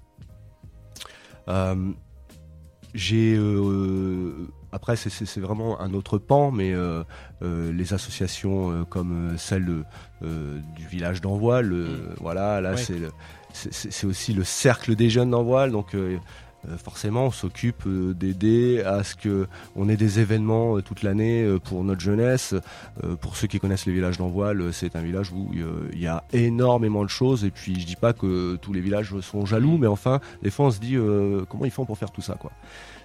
Euh, j'ai euh, après c'est- c'est c'est vraiment un autre pan, mais euh, euh, les associations euh, comme euh, celle de, euh, du village d'Envoile. euh, Voilà, là Ouais. c'est le- c'est- c'est c'est aussi le cercle des jeunes d'Envoile. Donc euh, euh, forcément, on s'occupe euh, d'aider à ce que on ait des événements euh, toute l'année euh, pour notre jeunesse. Euh, pour ceux qui connaissent les villages d'Envoile, euh, c'est un village où euh, il y a énormément de choses. Et puis, je dis pas que tous les villages sont jaloux, mais enfin, des fois, on se dit euh, comment ils font pour faire tout ça, quoi.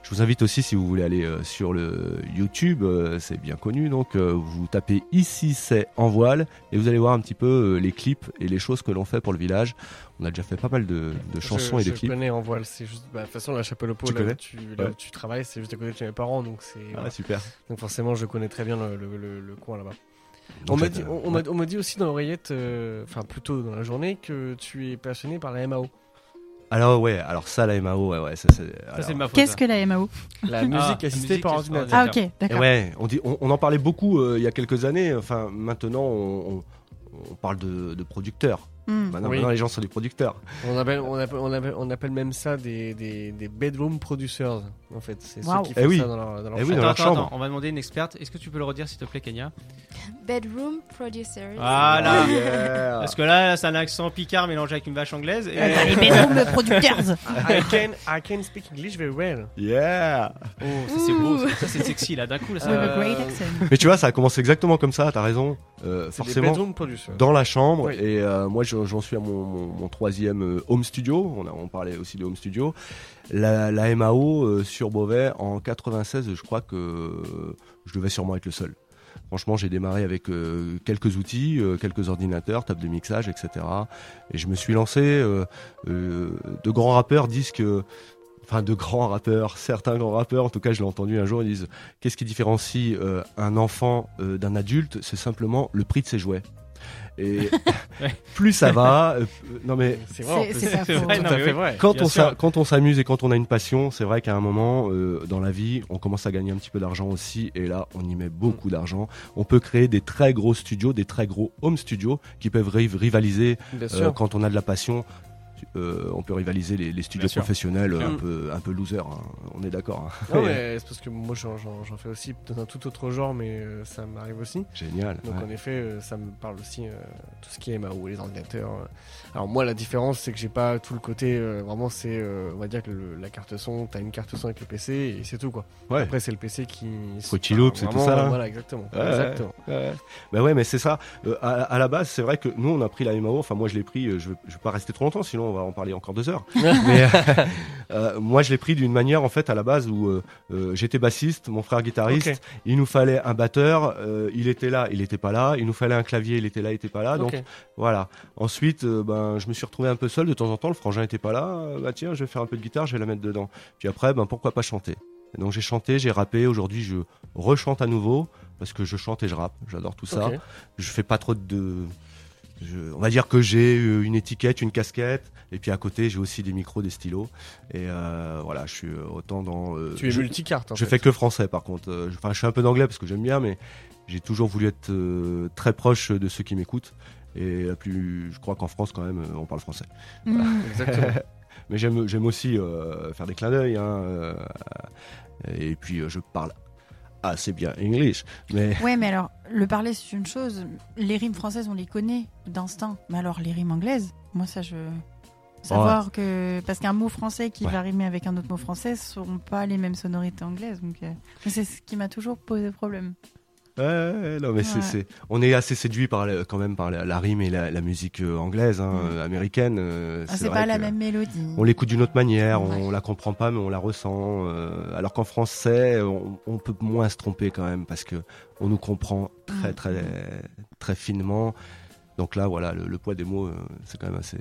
Je vous invite aussi, si vous voulez aller euh, sur le YouTube, euh, c'est bien connu, donc euh, vous tapez ici c'est en voile et vous allez voir un petit peu euh, les clips et les choses que l'on fait pour le village. On a déjà fait pas mal de, de chansons je, et de je clips. connais en voile, c'est juste. bah, de toute façon, la chapelle au pot, Tu là, où connais tu, là Ouais. où tu travailles, c'est juste à côté de chez mes parents, donc c'est. voilà. Ah, super. Donc forcément, je connais très bien le, le- le- le coin là-bas. On Donc, m'a j'ai- dit, on, on m'a- on m'a dit aussi dans l'oreillette, euh, enfin plutôt dans la journée, que tu es passionné par la MAO. Alors ouais, alors ça la MAO, ouais ouais, ça c'est. Ça, alors- c'est de ma faute. hein. Qu'est-ce ça. que la MAO La musique Ah, assistée musique par assistée par ordinateur. Ah ok, Eh d'accord. ouais, on dit, on, on en parlait beaucoup euh, il y a quelques années. Enfin maintenant on, on- on parle de, de producteurs. Hmm. Maintenant, Oui. maintenant, les gens sont des producteurs. On appelle, on, appelle, on, appelle, on appelle même ça des, des, des bedroom producers, en fait. C'est Waouh. ceux qui Eh font oui. ça dans leur, dans leur Eh chambre. oui, dans Attends, la attends, chambre. attends, on va demander à une experte. Est-ce que tu peux le redire, s'il te plaît, Kenya Bedroom producer. Ah, Voilà. Yeah. Parce que là, c'est un accent picard mélangé avec une vache anglaise. Et... Attends, les bedroom producteurs. I can, I can speak English very Bah, well. Yeah. Oh, ça c'est beau, ça, ça, c'est sexy là. D'un coup, là, ça. With a Euh, great accent. Mais tu vois, ça a commencé exactement comme ça. T'as raison. Euh, C'est des forcément. bedroom producers. dans la chambre Oui. et euh, moi j'en j'en suis à mon, mon- mon troisième euh, home studio on, a, on parlait aussi de home studio la, la MAO euh, sur Beauvais en 96 je crois que euh, je devais sûrement être le seul franchement j'ai démarré avec euh, quelques outils euh, quelques ordinateurs table de mixage etc et je me suis lancé euh, euh, de grands rappeurs disent que Enfin, de grands rappeurs, certains grands rappeurs, en tout cas, je l'ai entendu un jour, ils disent Qu'est-ce qui différencie euh, un enfant euh, d'un adulte C'est simplement le prix de ses jouets. Et Ouais. plus ça va, euh, euh, non mais C'est vrai, en C'est plus. c'est pas C'est faux. vrai, tout non, à mais fait oui. vrai. quand Bien on, s'a- sûr. quand on s'amuse et quand on a une passion, c'est vrai qu'à un moment euh, dans la vie, on commence à gagner un petit peu d'argent aussi, et là, on y met Mm. beaucoup d'argent. On peut créer des très gros studios, des très gros home studios qui peuvent riv- rivaliser Bien euh, sûr. quand on a de la passion. tu- euh, on peut rivaliser les, les studios Bien sûr. professionnels euh, un Mm. peu un peu loser, hein. on est d'accord. hein. Non, mais c'est parce que moi j'en- j'en j'en fais aussi dans un tout autre genre, mais euh, ça m'arrive aussi. Génial. Donc ouais. en effet, euh, ça me parle aussi euh, tout ce qui est MAO, les ordinateurs. euh. Alors moi, la différence, c'est que j'ai pas tout le côté. euh, vraiment, c'est euh, on va dire que le- la carte son, t'as une carte son avec le PC et c'est tout quoi. Ouais. Après, c'est le PC qui. Fruity Loops et tout vraiment, ça, là. euh, Voilà, exactement. Ouais, ouais. exactement. Ben ouais, mais c'est ça. Euh, à, à la base, c'est vrai que nous, on a pris la MAO. Enfin, moi, je l'ai pris. euh, Je ne vais pas rester trop longtemps, sinon on va en parler encore deux heures. mais euh, euh, moi, je l'ai pris d'une manière, en fait, à la base où euh, euh, j'étais bassiste, mon frère guitariste. Ok. Il nous fallait un batteur. euh, il était là, il n'était pas là. Il nous fallait un clavier. Il était là, il n'était pas là. Ah, Donc Ok. voilà. Ensuite, euh, ben, je me suis retrouvé un peu seul. De temps en temps, le frangin était pas là. Euh, bah tiens, je vais faire un peu de guitare, je vais la mettre dedans. Puis après, ben pourquoi pas chanter Et Donc j'ai chanté, j'ai rappé. Aujourd'hui, je rechante à nouveau parce que je chante et je rappe. J'adore tout ça. Ok. Je fais pas trop de. je- On va dire que j'ai euh, une étiquette, une casquette, et puis à côté j'ai aussi des micros, des stylos, et euh, voilà, je suis euh, autant dans. euh, Tu es je- multicarte. en je fait. fais que français par contre. Euh, je- Enfin, je suis un peu d'anglais parce que j'aime bien, mais j'ai toujours voulu être euh, très proche de ceux qui m'écoutent. Et la plus, je crois qu'en France quand même, euh, on parle français. Hmm. Exactement. Mais j'aime, j'aime aussi euh, faire des clins d'œil. hein, euh, et puis euh, je parle assez bien English. Mais Ouais, mais alors, le parler, c'est une chose. Les rimes françaises, on les connaît d'instinct. Mais alors, les rimes anglaises, moi, ça, je. Savoir que. Parce qu'un mot français qui Ouais. va rimer avec un autre mot français ne seront pas les mêmes sonorités anglaises. Donc, euh, mais c'est ce qui m'a toujours posé problème. Ouais, ouais, non, mais c'est, Ouais. c'est- on est assez séduit par la- quand même par la, la rime et la, la musique euh, anglaise, hein, Mm. euh, américaine. euh, Ah, C'est vrai pas la que même mélodie. On l'écoute d'une autre manière, on, Ouais. on la comprend pas, mais on la ressent. euh, alors qu'en français, on, on peut moins se tromper quand même parce que on nous comprend très Mm. très très finement. Donc là, voilà, le, le poids des mots, euh, c'est quand même assez.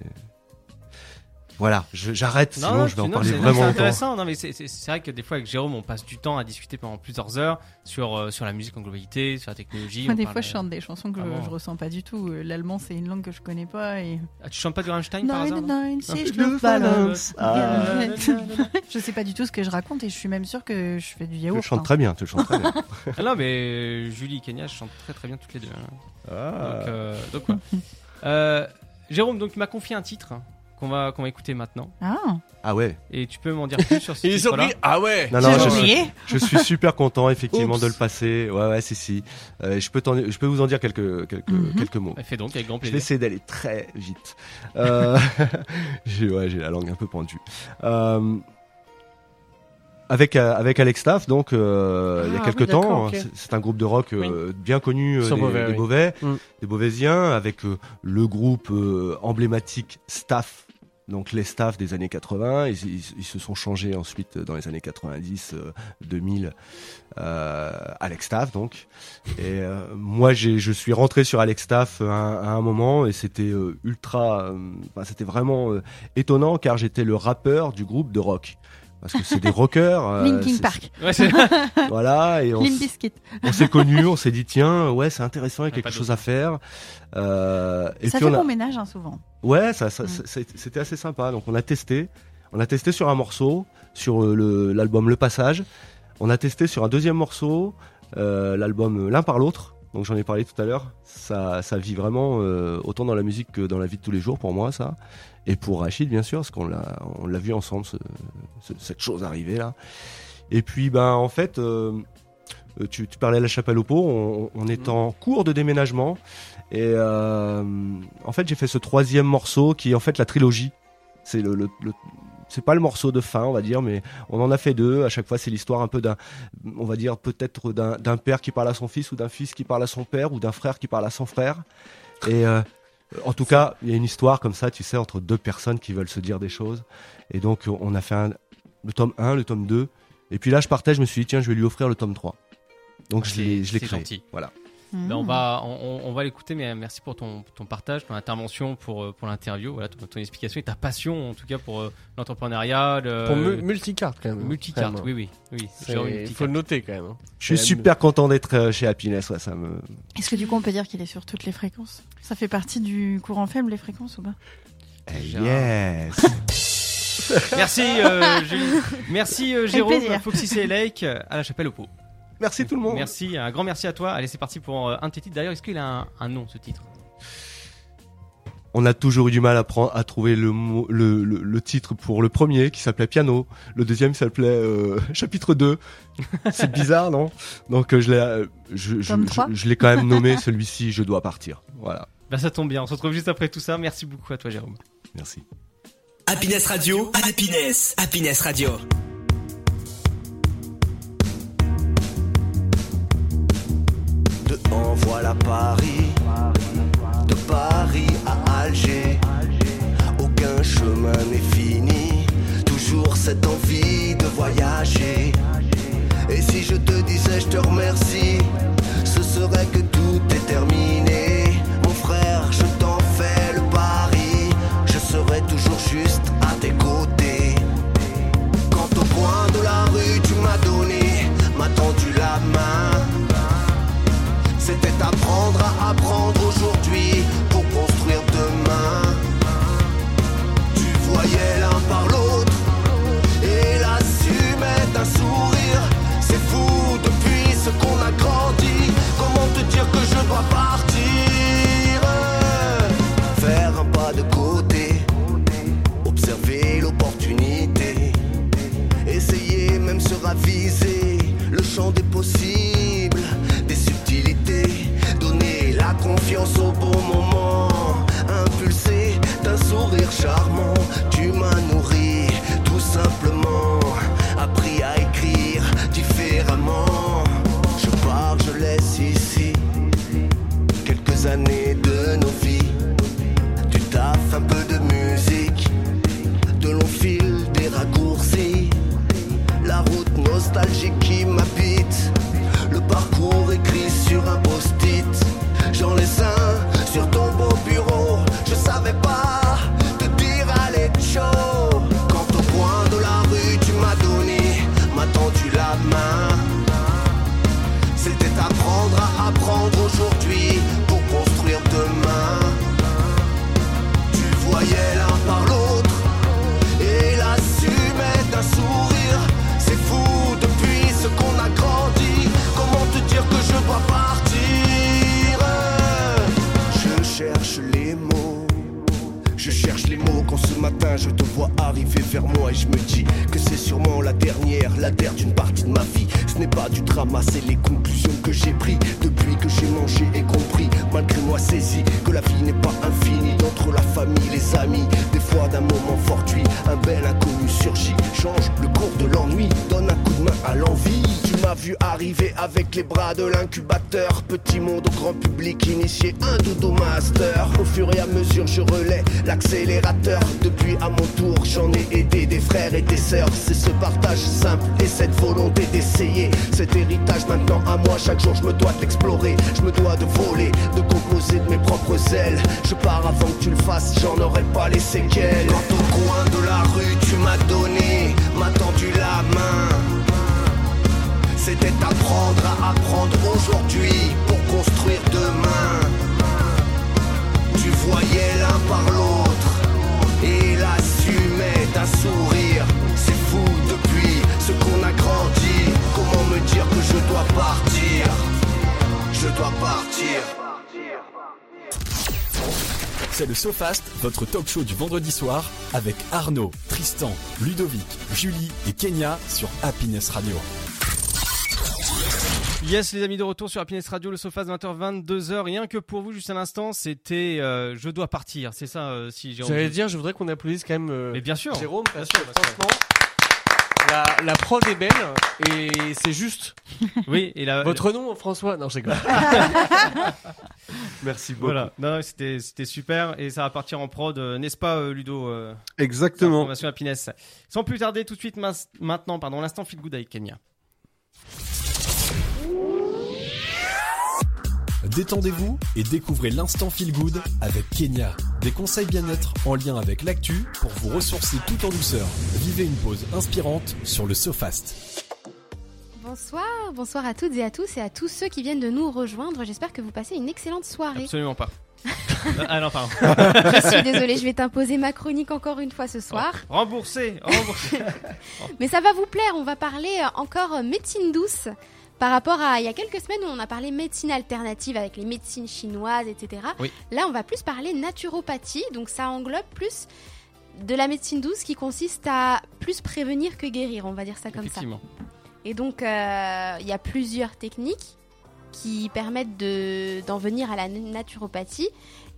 Voilà, je- j'arrête, Non, sinon non, je vais en sinon, parler c'est- non, vraiment C'est longtemps. intéressant. Non, mais c'est- c'est c'est vrai que des fois avec Jérôme, on passe du temps à discuter pendant plusieurs heures sur euh, sur la musique en globalité, sur la technologie. Moi, on des parle- fois, je chante des chansons que Ah bon je ressens pas du tout. Euh, L'allemand, c'est une langue que je connais pas. Et... Ah, tu chantes pas du Rammstein par hasard Nein, non nein, si je Le le balance. Ah. Euh, Je sais pas du tout ce que je raconte et je suis même sûre que je fais du Tu yaourt. le chantes hein. très bien, tu le chantes très bien. Ah non, mais euh, Julie et Kenya chantent très très bien toutes les deux. hein. Ah. ah, Donc, euh, donc voilà. Euh, Jérôme, donc tu m'as confié un titre hein, qu'on va qu'on va écouter maintenant. Ah, Ah ouais. Et tu peux m'en dire plus sur ce Il est titre-là surpris. Ah ouais. Non, j'ai je suis- oublié. Je suis super content effectivement Oups. de le passer. Ouais ouais, si si. Euh, je peux t'en- je peux vous en dire quelques quelques Mhm. quelques mots. Fais donc avec grand Je vais plaisir. essayer d'aller très vite. Euh, j'ai ouais, j'ai la langue un peu pendue. Euh, avec, euh, avec Alex Staff, donc euh, il y a Ah, quelques oui, temps. d'accord, ok. C'est- C'est un groupe de rock euh, bien connu euh, Sur des, Beauvais, des oui. Beauvais, Mm. des Beauvaisiens, avec euh, le groupe euh, emblématique Staff. Donc les staffs des années 80, ils, ils- ils se sont changés ensuite euh, dans les années 90, euh, 2000, euh, Alex Staff donc. Et euh, moi, j'ai- je suis rentré sur Alex Staff à, un- à un moment et c'était euh, ultra, euh, enfin, c'était vraiment euh, étonnant car j'étais le rappeur du groupe de rock. Parce que c'est des rockers. euh, Linkin c'est- Park, Ouais, c'est- c'est- Voilà, et on, Limp s- Bizkit. on s'est connus, on s'est dit, tiens, ouais, c'est intéressant, il y a Pas quelque d'autre. chose à faire. Euh, et Ça puis fait on a- bon ménage hein, souvent. Ouais, ça, ça- Mm. ça- ça- c'était assez sympa. Donc on a testé, on a testé sur un morceau, sur euh, le- l'album Le Passage. On a testé sur un deuxième morceau, euh, l'album L'un par l'autre. Donc j'en ai parlé tout à l'heure. Ça, ça vit vraiment euh, autant dans la musique que dans la vie de tous les jours pour moi, ça. Et pour Rachid, bien sûr, parce qu'on l'a, on l'a vu ensemble ce- ce- cette chose arriver là. Et puis ben en fait. euh, euh, tu, tu parlais à la chapelle au pot, on, on est en cours de déménagement et euh, en fait, j'ai fait ce troisième morceau qui est en fait la trilogie. C'est le, le- le- c'est pas le morceau de fin, on va dire, mais on en a fait deux. À chaque fois, c'est l'histoire un peu d'un, on va dire peut-être d'un, d'un père qui parle à son fils ou d'un fils qui parle à son père ou d'un frère qui parle à son frère. Et euh, en tout cas, il y a une histoire comme ça, tu sais, entre deux personnes qui veulent se dire des choses. Et donc, on a fait un- le tome 1, le tome 2. Et puis là, je partais, je me suis dit, tiens, je vais lui offrir le tome 3. Donc, je l'ai, je l'ai Ah, C'est créé. gentil. Voilà. Ah. Ben, on Mmh. va, on, on- on va l'écouter, mais euh, merci pour ton, ton partage, ton intervention, pour, euh, pour l'interview, voilà, ton, ton explication et ta passion en tout cas pour euh, l'entrepreneuriat, le Pour mu- multicarte quand même. euh, multicarte. Vraiment. Oui, oui, oui. C'est- genre Il faut multicarte. le noter quand même. hein. Je suis C'est la- super content d'être euh, chez Happiness, ouais, ça me, Est-ce que du coup on peut dire qu'il est sur toutes les fréquences Ça fait partie du courant faible, les fréquences ou pas Eh Gérard. yes Merci, euh, Julie. merci euh, Jérôme, plaisir. Foxy et Lake euh, à la chapelle au pot. Merci tout le Oh. monde Merci, un grand merci à toi. Allez, c'est parti pour euh, un de tes titres. D'ailleurs, est-ce qu'il a un, un nom ce titre On a toujours eu du mal à, prendre, à trouver le, mot- le, le, le titre pour le premier qui s'appelait Piano, le deuxième s'appelait euh, Chapitre 2. C'est bizarre, non Donc euh, je l'ai euh, je, je, Tome je- trois. je l'ai quand même nommé celui-ci, Je dois partir. Voilà, Ben, ça tombe bien. On se retrouve juste après tout ça. Merci beaucoup à toi, Jérôme. merci. Happiness Radio, Happiness, Happiness Radio. De Envoie à Paris, de Paris à Alger. Aucun chemin n'est fini, toujours cette envie de voyager. Et si je te disais je te remercie, ce serait que tout est terminé. Mon frère, je t'en fais le pari, je serai toujours juste à tes côtés. Quand au coin de la rue tu m'as donné, m'as tendu la main. C'était apprendre à apprendre aujourd'hui pour construire demain. Tu voyais l'un par l'autre et l'assumais d'un sourire. C'est fou depuis ce qu'on a grandi. Comment te dire que je dois partir Faire un pas de côté, observer l'opportunité. Essayer, même se raviser, le champ des possibles, des subtilités. Donner la confiance au bon moment, impulser d'un sourire charmant. Tu m'as nourri, tout simplement. Appris à écrire différemment. Je pars, je laisse ici quelques années de nos vies. Du taf, un peu de musique de longs fils, des raccourcis. La route nostalgique qui m'habite, le parcours écrit sur un post-it. J'en laisse un sur ton beau bureau, je savais pas te dire allez chaud. Quand au coin de la rue tu m'as donné, m'as tendu la main. C'était apprendre à apprendre aujourd'hui pour construire demain. Tu voyais l'un par l'autre et l'assumais d'un sourire. C'est fou depuis ce qu'on a grandi. Comment te dire que je dois partir Je cherche les mots. Je cherche les mots quand ce matin je te vois arriver vers moi et je me dis que c'est sûrement la dernière, la terre d'une partie de ma vie. Ce ce n'est pas du drama, c'est les conclusions que j'ai prises depuis que j'ai mangé et compris, malgré moi saisi que la vie n'est pas infinie. D'entre la famille, les amis, des fois d'un moment fortuit, un bel inconnu surgit, change le cours de l'ennui, donne un coup de main à l'envie. Tu m'as vu arriver avec les bras de l'incubateur, petit monde au grand public, initié un doudou master. Au fur et à mesure, je relais l'accélérateur. Depuis à mon tour, j'en ai aidé des frères et des sœurs. C'est ce partage simple et cette volonté d'essayer. Cet héritage maintenant à moi, chaque jour je me dois de l'explorer. Je me dois de voler, de composer de mes propres ailes. Je pars avant que tu le fasses, j'en aurai pas les séquelles. Quand au coin de la rue, tu m'as donné, m'as tendu la main. C'était apprendre à apprendre aujourd'hui pour construire demain. Tu voyais l'un par l'autre et l'assumais d'un sourire. C'est fou depuis ce qu'on a grandi. Comment me dire que je dois partir Je dois partir. C'est le SoFast, votre talk show du vendredi soir avec Arnaud, Tristan, Ludovic, Julie et Kenya sur Happiness Radio. Yes, les amis de retour sur Happiness Radio, le Sofas 20h, 22h. Rien que pour vous, juste à l'instant, c'était euh, Je dois partir. C'est ça, euh, si j'ai J'allais dire, je voudrais qu'on applaudisse quand même. euh, Mais bien sûr. Jérôme, Bien parce sûr, que parce que- franchement, la, la prod est belle et c'est juste. Oui, et la, Votre nom, François Non, je rigole. Merci beaucoup. euh, Voilà, non, non, c'était c'était super et ça va partir en prod, euh, n'est-ce pas, euh, Ludo euh, Exactement. Formation Happiness. Sans plus tarder, tout de suite mas- maintenant, pardon, l'instant feel good avec Kenya. Détendez-vous et découvrez l'instant feel good avec Kenya. Des conseils bien-être en lien avec l'actu pour vous ressourcer tout en douceur. Vivez une pause inspirante sur le SoFast. Bonsoir, bonsoir à toutes et à tous et à tous ceux qui viennent de nous rejoindre. J'espère que vous passez une excellente soirée. Absolument pas. ah non, pardon. Je suis désolée, je vais t'imposer ma chronique encore une fois ce soir. Remboursé, remboursé. Oh. Mais ça va vous plaire, on va parler euh, encore euh, médecine douce par rapport à il y a quelques semaines où on a parlé médecine alternative avec les médecines chinoises, etc. Oui. Là, on va plus parler naturopathie, donc ça englobe plus de la médecine douce qui consiste à plus prévenir que guérir, on va dire ça comme ça. Effectivement. Et donc, euh, il y a plusieurs techniques qui permettent de- d'en venir à la naturopathie.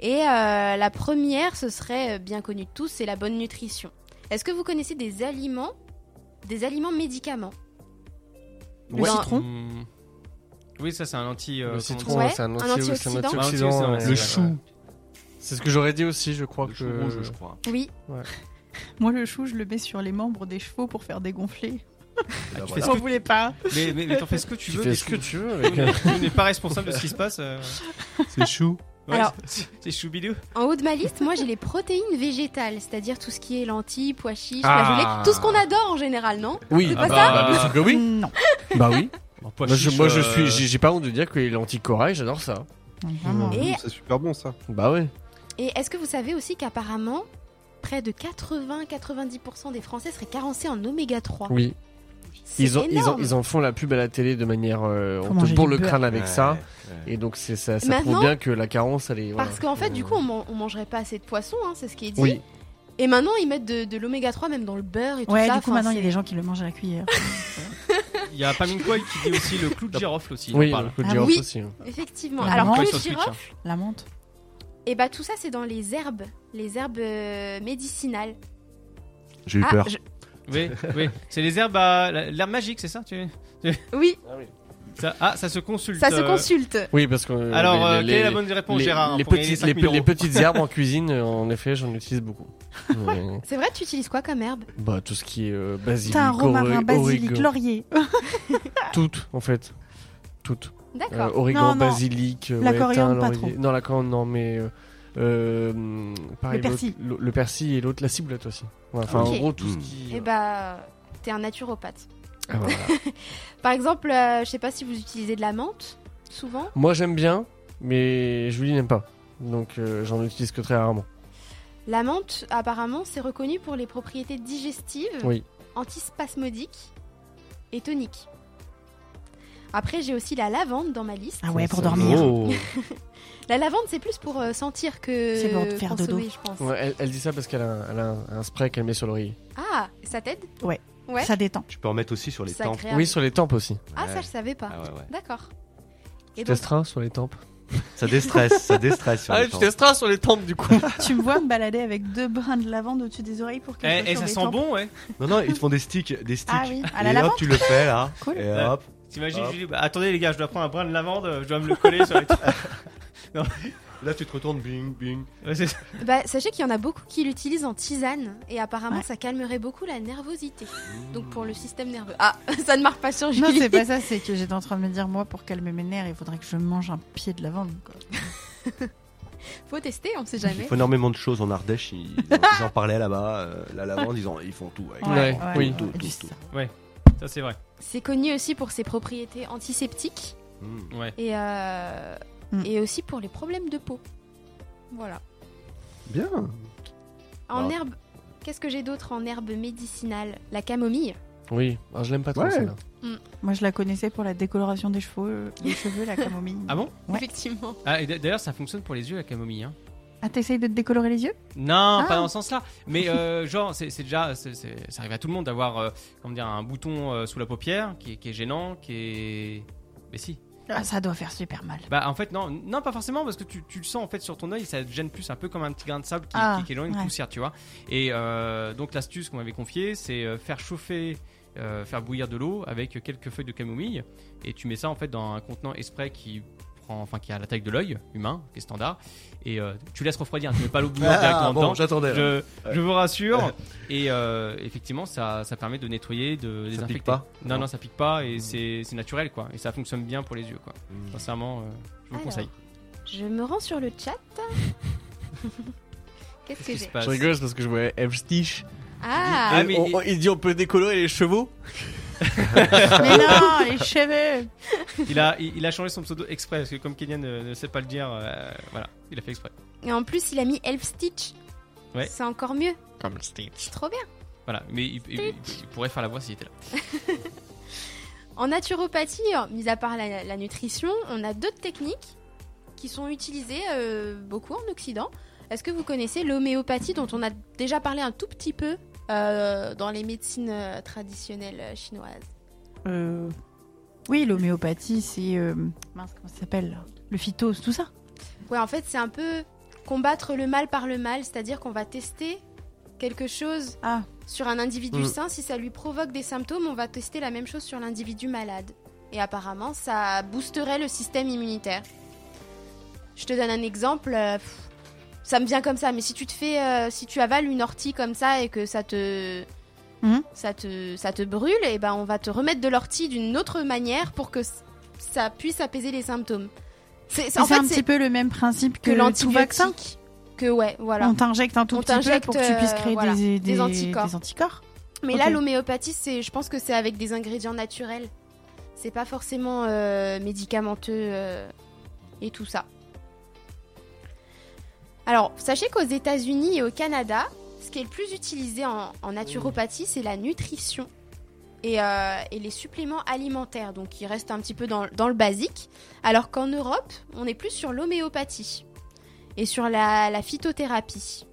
Et euh, la première, ce serait euh, bien connue de tous, c'est la bonne nutrition. Est-ce que vous connaissez des aliments, des aliments médicaments Le Dans- citron Hum. Oui, ça c'est un anti. euh, Le comment citron, on dit Ouais, c'est un, un anti- c'est un Un antioxydant. antioxydant, antioxydant, ouais. c'est Le ça, chou. C'est ce que j'aurais dit aussi, je crois Le que. chou rouge, je crois. Oui, Moi, le chou, je le mets sur les membres des chevaux pour faire dégonfler. Ah, tu fais ce Vous en voulez pas que- Mais, mais, mais t'en fais ce que tu Tu veux. fais mais ce que tu veux tu avec veux. On n'est pas responsable de ce qui se passe. euh. C'est chou. Ouais, Alors- c'est- c'est choubidou. en haut de ma liste, moi j'ai les protéines végétales, c'est-à-dire tout ce qui est lentilles, pois chiches, Ah. flageolets, tout ce qu'on adore en général, non Oui, pas ça bien sûr que oui. Non. Bah oui. Bon, pois Moi je, chiche, moi, je euh, suis, j'ai- j'ai pas honte de dire que les lentilles corail, j'adore ça. Non, vraiment. Et- C'est super bon ça. Bah ouais. Et est-ce que vous savez aussi qu'apparemment, près de 80-90% des Français seraient carencés en oméga 3 Oui. C'est Ils, ont, ils, ont- énorme. ils en font la pub à la télé de manière. euh, on manger te bourre du le beurre. crâne avec ça. Ouais. Et donc c'est ça, ça Maintenant- prouve bien que la carence, elle est. voilà. Parce qu'en fait, du coup, on, man- on mangerait pas assez de poissons, hein, c'est ce qui est dit. Oui. Et maintenant, ils mettent de, de l'oméga 3 même dans le beurre et tout Ouais, ça. du coup, Enfin, maintenant, il y a c'est- des gens qui le mangent à la cuillère. Il y a Pamine Koi qui dit aussi le clou de girofle aussi. il en Oui, parle. le coup de Ah girofle oui. aussi. hein. Effectivement. Ah, Alors, vraiment que Sur le Twitch, hein. girofle, La menthe. et bah tout ça, c'est dans les herbes, les herbes euh, médicinales. J'ai eu Ah, peur. je- Oui, oui. C'est les herbes à. la- L'herbe magique, c'est ça, tu... Oui, ça Ah, ça se consulte. ça se euh, consulte. Oui, parce que. euh, Alors, les- euh, les- quelle est la les- bonne réponse, les- Gérard les, pour gagner petites, 5 les, 000 euros les petites herbes en cuisine, euh, en effet, j'en utilise beaucoup. Euh, C'est vrai, tu utilises quoi comme herbe bah, tout ce qui est euh, basilic, T'as un romarin, ori- basilic, origan. laurier. Toutes, en fait. Toutes. Euh, D'accord. origan, Non, non. basilic, euh, La ouais, coriandre, thym, pas laurier. trop. Non, la coriandre, non, mais. euh, euh, hum, pareil, Le l'autre- persil. Le, le persil et l'autre, la ciboulette aussi. Ouais, Enfin, Ok. en gros, tout ce Mm. qui. Eh ben. Et bah, t'es un naturopathe. Ah, voilà. Par exemple, euh, je sais pas si vous utilisez de la menthe, souvent. Moi, j'aime bien, mais Julie n'aime pas. Donc, euh, j'en utilise que très rarement. La menthe, apparemment, c'est reconnu pour les propriétés Euh. digestives, Oui. antispasmodiques et toniques. Après, j'ai aussi la lavande dans ma liste. Ah ouais, pour Ça- dormir. Oh. La lavande, c'est plus pour euh, sentir que C'est pour faire consommer, dodo. je pense. Ouais, elle, elle dit ça parce qu'elle a, un- elle a un, un spray qu'elle met sur l'oreille. Ah, ça t'aide Ouais. Ouais. Ça détend. Tu peux en mettre aussi sur les Ça tempes. crée un- Oui, sur les tempes aussi. Ah, ça, je savais pas. Ah ouais, ouais. D'accord. Et Tu donc, testeras sur les tempes Ça déstresse, ça déstresse sur Ah les oui, tu tempes. testeras sur les tempes du coup. tu me vois me balader avec deux brins de lavande au-dessus des oreilles pour que Eh, je eh, sois ça sur sent les tempes. bon, ouais. Non, non, ils te font des sticks. Des sticks. Ah oui, à la et hop, lavande. tu le fais là. Cool. Et hop. T'imagines, Hop. je dis, bah, attendez les gars, je dois prendre un brin de lavande, euh, je dois me le coller sur les tempes. Non, Là, tu te retournes, bing, bing. ouais, c'est ça. bah, sachez qu'il y en a beaucoup qui l'utilisent en tisane et apparemment Ouais. ça calmerait beaucoup la nervosité. Mmh. Donc pour le système nerveux. Ah, ça ne marche pas sur Julie. Non, c'est pas ça, c'est que j'étais en train de me dire, moi, pour calmer mes nerfs, il faudrait que je mange un pied de lavande. quoi. Faut tester, on sait Ils jamais. font énormément de choses en Ardèche. Ils, ils en, ils en parlaient là-bas. euh, la lavande, ils, en- ils font tout. avec. Ouais, Ils font oui. Tout, tout, Du tout, sang. Ça, c'est vrai. C'est connu aussi pour ses propriétés antiseptiques Mm. Ouais. et, euh, Mm. et aussi pour les problèmes de peau. Voilà. Bien. En Alors- herbe, qu'est-ce que j'ai d'autre en herbe médicinale La camomille. Oui, Ah, je l'aime pas trop Ouais. celle-là. Moi, je la connaissais pour la décoloration des cheveux, euh, des cheveux, la camomille. Ah bon Ouais. Effectivement. Ah, et d- D'ailleurs, ça fonctionne pour les yeux, la camomille. Hein. Ah, t'essayes de te décolorer les yeux Non, Ah. pas dans ce sens-là. Mais euh, genre, c'est c'est déjà, c'est- c'est- ça arrive à tout le monde d'avoir, euh, comment dire, un bouton euh, sous la paupière qui est, qui est gênant, qui est. Mais si. Ah, ça doit faire super mal. Bah en fait non, non pas forcément parce que tu, tu le sens en fait sur ton œil, ça te gêne plus un peu comme un petit grain de sable qui, Ah, qui, qui est loin une ouais. poussière, tu vois. Et euh, donc l'astuce qu'on m'avait confiée, c'est euh, faire chauffer, euh, faire bouillir de l'eau avec quelques feuilles de camomille, et tu mets ça en fait dans un contenant exprès qui prend, enfin qui a la taille de l'œil humain, qui est standard, et euh, tu laisses refroidir, tu mets pas l'eau bouillante Ah, directement bon, dedans. j'attendais. là. Je, je vous rassure. Et euh, effectivement, ça, ça permet de nettoyer, de Ça désinfecter. pique pas Non, non, ça pique pas et c'est c'est naturel quoi. Et ça fonctionne bien pour les yeux quoi. Mmh. Mm. Sincèrement, euh, je vous Alors, conseille. Je me rends sur le chat. qu'est-ce que Qu'est-ce qui j'ai se passe Je rigole c'est parce que je voyais Evstich. Ah, Ah, mais- on- on- il dit on peut décolorer les chevaux. Mais non, les cheveux il, a, il, il a changé son pseudo exprès parce que comme Kenyan ne, ne sait pas le dire, euh, voilà, il a fait exprès. et en plus il a mis Elf Stitch. Ouais. C'est encore mieux. Comme Stitch. C'est trop bien. Voilà, mais il, il- il- il pourrait faire la voix s'il était là. En naturopathie, euh, mis à part la, la nutrition, on a d'autres techniques qui sont utilisées euh, beaucoup en Occident. Est-ce que vous connaissez l'homéopathie dont on a déjà parlé un tout petit peu euh, dans les médecines euh, traditionnelles euh, chinoises Euh, Oui, l'homéopathie, c'est. euh, Mince, comment ça s'appelle là Le phytose, tout ça. Ouais, en fait, c'est un peu combattre le mal par le mal, c'est-à-dire qu'on va tester quelque chose Ah. sur un individu Mm. sain. Si ça lui provoque des symptômes, on va tester la même chose sur l'individu malade. Et apparemment, ça boosterait le système immunitaire. Je te donne un exemple. euh, pff, ça me vient comme ça, mais si tu te fais, euh, si tu avales une ortie comme ça et que ça te, Mhm. ça te, ça te brûle, et ben on va te remettre de l'ortie d'une autre manière pour que s- ça puisse apaiser les symptômes. C'est c'est- Mais en C'est fait un c'est petit peu le même principe que, le tout vaccin. l'antibiotique. Que ouais, voilà. On t'injecte un tout On petit peu t'injecte, pour que tu puisses créer euh, voilà, des, des anticorps. des anticorps. Mais Ok. là, l'homéopathie, c'est, je pense que c'est avec des ingrédients naturels. C'est pas forcément euh, médicamenteux euh, et tout ça. Alors, sachez qu'aux États-Unis et au Canada, ce qui est le plus utilisé en, en naturopathie, c'est la nutrition et, euh, et les suppléments alimentaires. Donc, ils restent un petit peu dans, dans le basique. Alors qu'en Europe, on est plus sur l'homéopathie et sur la, la phytothérapie.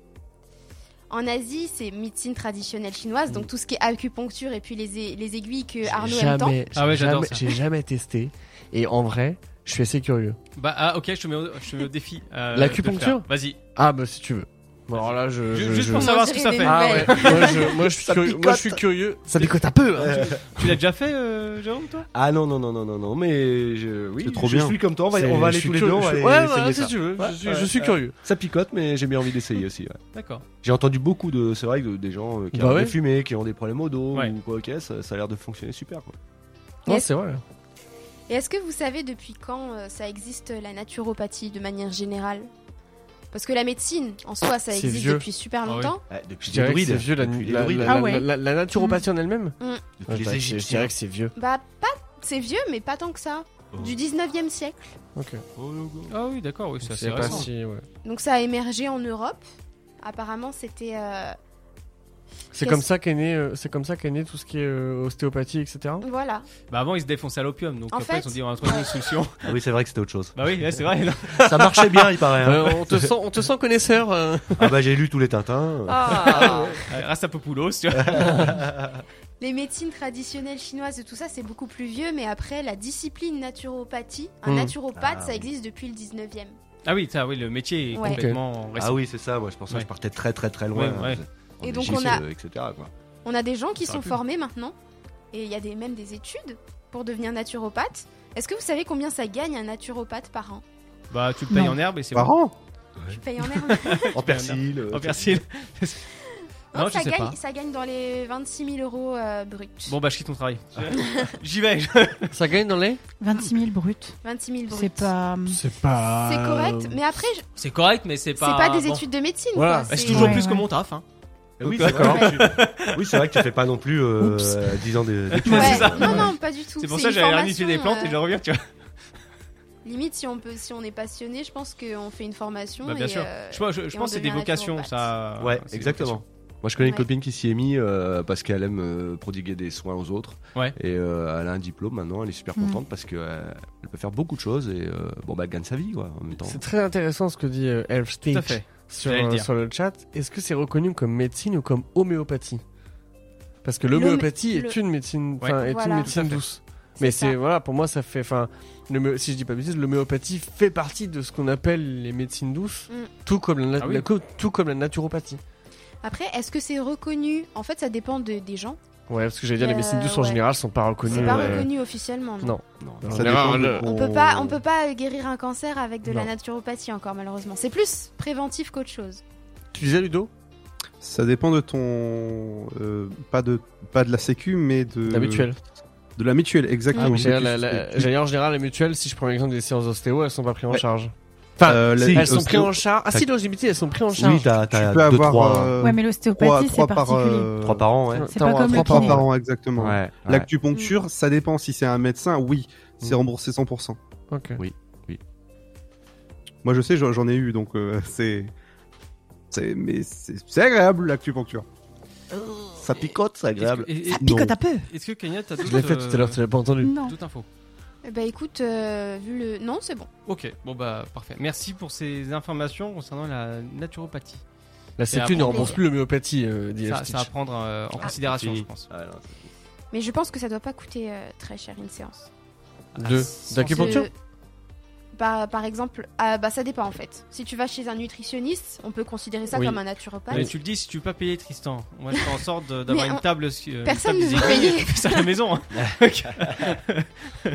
En Asie, c'est médecine traditionnelle chinoise, donc tout ce qui est acupuncture et puis les, a- les aiguilles que Arnaud J'ai aime tant. jamais, Ah ouais, j'ai j'adore jamais- ça. j'ai jamais testé. Et en vrai, je suis assez curieux. Bah ah, ok, je te mets au, je te mets au défi. euh, L'acupuncture de faire. Vas-y. Ah bah si tu veux. Bon, Alors là, je. Ju- je- Juste je- pour On savoir ce que ça dirait fait. des- Ah ouais. moi, je, moi, je suis Ça curieux. picote. moi, je suis curieux. Ça décote un peu. hein. Tu l'as déjà fait, euh, Jérôme, toi Ah non, non, non, non, non, non, mais je, oui, C'est trop je bien. suis comme toi, on va, C'est- on va aller je suis tous les deux, on curieux, va je suis- aller Ouais, essayer voilà, ça. si tu veux. Ouais, je suis, ouais, je suis ouais. curieux. Ça picote, mais j'ai bien envie d'essayer aussi. ouais. D'accord. J'ai entendu beaucoup de, c'est vrai, que de- des gens euh, qui Bah ont ouais. des fumées, qui ont des problèmes au dos Ouais. ou quoi, ok, ça, ça a l'air de fonctionner super. Quoi. Non, Yes. c'est vrai. Et est-ce que vous savez depuis quand euh, ça existe la naturopathie de manière générale Parce que la médecine, en soi, ça C'est existe vieux. depuis super Ah oui. longtemps. Ah, depuis Je les dirais que druides, c'est vieux la, depuis les la, druides, la- Ah ouais. la- la- la naturopathie en elle-même. depuis Ouais, les bah, je- je Égyptiens. dirais que c'est vieux. Bah, pas... c'est vieux, mais pas tant que ça. Oh. Du 19e siècle. Ok. Ah oui, d'accord, oui, c'est Je assez sais pas récent. si. ouais. Donc ça a émergé en Europe. Apparemment, c'était... euh, C'est Qu'est-ce- comme ça qu'est né. euh, C'est comme ça qu'est né tout ce qui est euh, ostéopathie, etc. Voilà. Bah avant, ils se défonçaient à l'opium, donc En après, fait- ils se sont dit on va trouver une solution. Ah oui, c'est vrai que c'était autre chose. bah oui, ouais, c'est vrai. non. ça marchait bien, il paraît. hein. Euh, on te sent, on te sent connaisseur. euh. Ah. Ah bah j'ai lu tous les Tintins. Euh, Rastapopoulos, tu vois. les médecines traditionnelles chinoises et tout ça, c'est beaucoup plus vieux, mais après, la discipline naturopathie, un Hmm. naturopathe, Ah, ça oui. existe depuis le 19e. Ah oui, ça, oui, le métier est Ouais. complètement récent. Ah oui, c'est ça, moi, je pensais que Ouais. je partais très très très loin. Ouais, ouais. En Et donc, Égypte, on a- euh, etc. quoi. On a des gens qui Ça sont aurait pu. formés maintenant, et il y a des, même des études pour devenir naturopathe. Est-ce que vous savez combien ça gagne un naturopathe par an Bah, tu le payes Non. en herbe et c'est Par bon. an Tu payes en herbe En persil. euh, En persil. Non, non, je ça, sais gagne, pas. ça gagne dans les 26 000 euros euh, bruts. Bon, bah, je quitte ton travail. J'y vais. Ça gagne dans les 26 000 bruts. 26 000 bruts. C'est pas. C'est pas. C'est correct, mais après, je- C'est correct, mais c'est c'est pas. pas des bon. études de médecine. Voilà. quoi, Bah, c'est c'est- toujours Ouais, plus que ouais. mon taf. Hein. Oui, Donc, c'est vrai. euh, oui, c'est vrai que tu fais pas non plus euh, Oups. euh, 10 ans de- d'études. Ouais, Ouais, c'est ça. Non, non, pas du tout. C'est pour C'est ça que une j'avais ramifié des formation, plantes euh, et je reviens, tu vois. Limite, si on, peut, si on est passionné, je pense qu'on fait une formation. Bah, bien et, sûr. euh, Je, je- je et on pense que c'est des devient vocations, ça. Ouais, C'est des exactement. Moi, je connais une Ouais. copine qui s'y est mise euh, parce qu'elle aime euh, prodiguer des soins aux autres. Ouais. Et euh, elle a un diplôme maintenant, elle est super Mm. contente parce qu'elle peut faire beaucoup de choses et euh, bon, bah, elle gagne sa vie quoi, en même temps. C'est très intéressant ce que dit euh, Elf vocations. Tout Stitch à fait. sur, j'allais le euh, dire. sur le chat. Est-ce que c'est reconnu comme médecine ou comme homéopathie Parce que l'homéopathie L'homé- est une médecine, enfin, Ouais. est Voilà. une Tout médecine à fait. douce. Mais ça. c'est voilà, pour moi ça fait, enfin, l'homé- si je dis pas bêtise, l'homéopathie fait partie de ce qu'on appelle les médecines douces, Mm. tout comme la, nat- Ah oui. la co- tout comme la naturopathie. Après, est-ce que c'est reconnu En fait, ça dépend de- des gens. Ouais, parce que j'allais dire Euh, les médecines douces en ouais. général sont pas reconnues. C'est pas euh, reconnu officiellement. non. non. Non, Non, ça mais dépend hein, là, de là- ton- On peut pas, Oh. on peut pas euh, guérir un cancer avec de la Non. naturopathie encore malheureusement. C'est plus préventif qu'autre chose. Tu disais Ludo Ça dépend de ton. euh, pas, de, pas de la sécu, mais de. La mutuelle. De la mutuelle, Ah, exactement. mais Tu- j'allais dire, la- la- tu- j'allais dire, en général les mutuelles, si je prends l'exemple des séances d'ostéo, elles sont pas prises en Ouais. charge. Enfin, Euh, la- si, elles l'ostéo- sont prises en charge. Ah T'as- si, dans les elles sont prises en Oui, charge. t'as tu t'as peux deux, avoir. trois, euh, Ouais, mais trois- l'ostéopathie, c'est trois par, particulier. euh, trois par an, ouais. C'est pas comme le trois par kiné. par an, exactement. Ouais, ouais. L'acupuncture, ça dépend si c'est un médecin, oui, c'est Mm. remboursé 100%. Ok. Moi je sais, j'en- j'en ai eu, donc euh, c'est. c'est- Mais c'est c'est agréable l'acupuncture. Ça picote, c'est Est-ce agréable. que- et- et- Ça picote Non. un peu. Est-ce que Kenya, t'as euh, Je l'ai fait tout à l'heure, tu l'as pas entendu. Non. Toute info. Eh ben écoute, euh, vu le non, c'est bon. Ok, bon bah parfait. Merci pour ces informations concernant la naturopathie. La après, Sécu ne rembourse on- plus l'homéopathie, euh, dit Ça, Stitch. ça à prendre euh, en considération, je pense. Ah, non, Mais je pense que ça doit pas coûter euh, très cher une séance. De- d'acupuncture Euh, bah, par exemple, ah, bah ça dépend en fait. Si tu vas chez un nutritionniste, on peut considérer ça Oui. comme un naturopathe. Mais tu le dis si tu veux pas payer Tristan. Moi je fais en sorte de- d'avoir Mais une on- table. euh, une Personne table ne veut désignée. payer. Je fais ça à la maison. hein.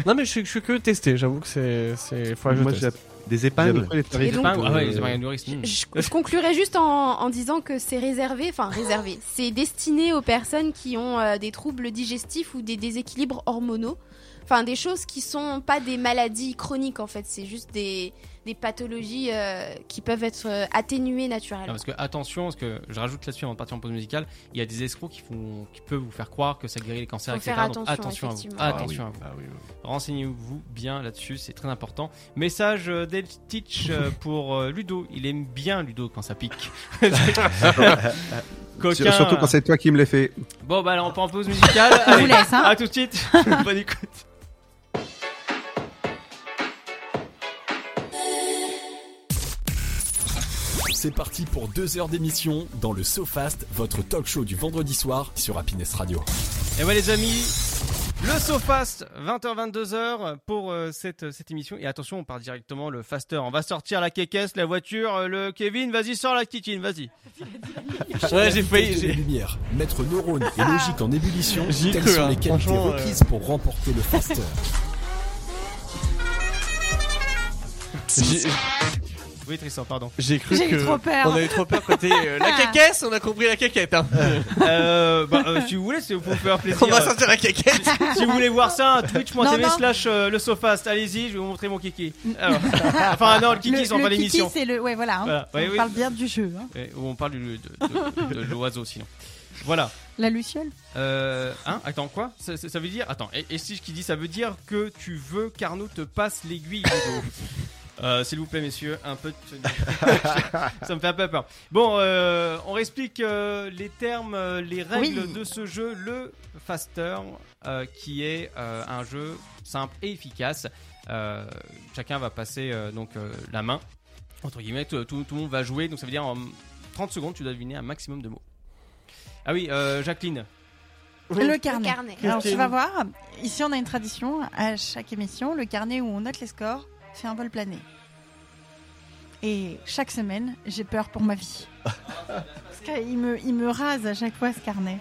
Non, mais je suis, je suis que testé, j'avoue que c'est. c'est... Faut que je Moi j'ai teste. à- Des j'ai à peu épingles près les tarifs. Et Des donc, pingues, ah ouais, euh, les mariages nourrissent, hmm. Je, je conclurai juste en, en disant que c'est réservé, enfin réservé, c'est destiné aux personnes qui ont euh, des troubles digestifs ou des déséquilibres hormonaux. Enfin, des choses qui sont pas des maladies chroniques en fait, c'est juste des, des pathologies euh, qui peuvent être euh, atténuées Non, naturellement. Ah, parce que attention, parce que je rajoute là-dessus avant de partir en pause musicale, il y a des escrocs qui, font, qui peuvent vous faire croire que ça guérit les cancers, Faut etc. faire donc attention attention, à vous. effectivement. Ah, Attention à oui. vous. Ah, oui, oui. Renseignez-vous bien là-dessus, c'est très important. Message euh, d'El Teach euh, pour euh, Ludo. Il aime bien Ludo quand ça pique. Coquin. Surtout quand c'est toi qui me l'ai fait. Bon, bah alors on part en pause musicale. On vous Allez, laisse, hein. À tout de suite. Bonne écoute. C'est parti pour deux heures d'émission dans le SoFast, votre talk show du vendredi soir sur Happiness Radio. Et ouais, les amis. Le SoFast, 20h-22h pour euh, cette, cette émission. Et attention, on part directement le faster. On va sortir la kékesse, la voiture, euh, le Kevin. Vas-y, sors la kitchen, vas-y. ouais, j'ai failli. Tester les j'ai- lumières, mettre neurones et logique en ébullition, Ah. J'y ai telles cru, sont hein. les qualités Franchement, euh. requises pour remporter le Faster. J'ai, Oui, Tristan, pardon. j'ai cru J'ai eu que. euh, trop peur. On a eu trop peur côté. euh, la caquesse, on a compris la caquette. Hein. euh, bah, euh, si vous voulez, c'est pour vous faire plaisir. on va sortir la caquette. si vous voulez voir ça, hein, Non, twitch.tv non. slash euh, le sofast. Allez-y, je vais vous montrer mon kiki. Alors, enfin, non, le kiki, Le- c'est le pas kiki, l'émission. c'est le. Ouais, voilà. hein. Voilà. Ouais, on oui. parle bien du jeu. hein. Ouais, Où on parle du- de, de- de l'oiseau, sinon. Voilà. La luciole. Euh, hein Attends, quoi ça, ça- ça veut dire. Attends, et, et si je qui dit ça veut dire que tu veux qu'Arnaud te passe l'aiguille au dos. Euh, S'il vous plaît, messieurs, un peu de... Ça me fait un peu peur. Bon, euh, on réexplique euh, les termes, euh, les règles Oui. de ce jeu, le Faster, euh, qui est euh, un jeu simple et efficace. Euh, chacun va passer euh, donc euh, la main, entre guillemets, tout, tout- tout le monde va jouer, donc ça veut dire en 30 secondes, tu dois deviner un maximum de mots. Ah oui, euh, Jacqueline, Le carnet. Le carnet. Alors tu Christine. vas voir, ici on a une tradition, à chaque émission, le carnet où on note les scores fait un vol plané. Et chaque semaine, j'ai peur pour ma vie. Parce qu'il me, il me rase à chaque fois ce carnet.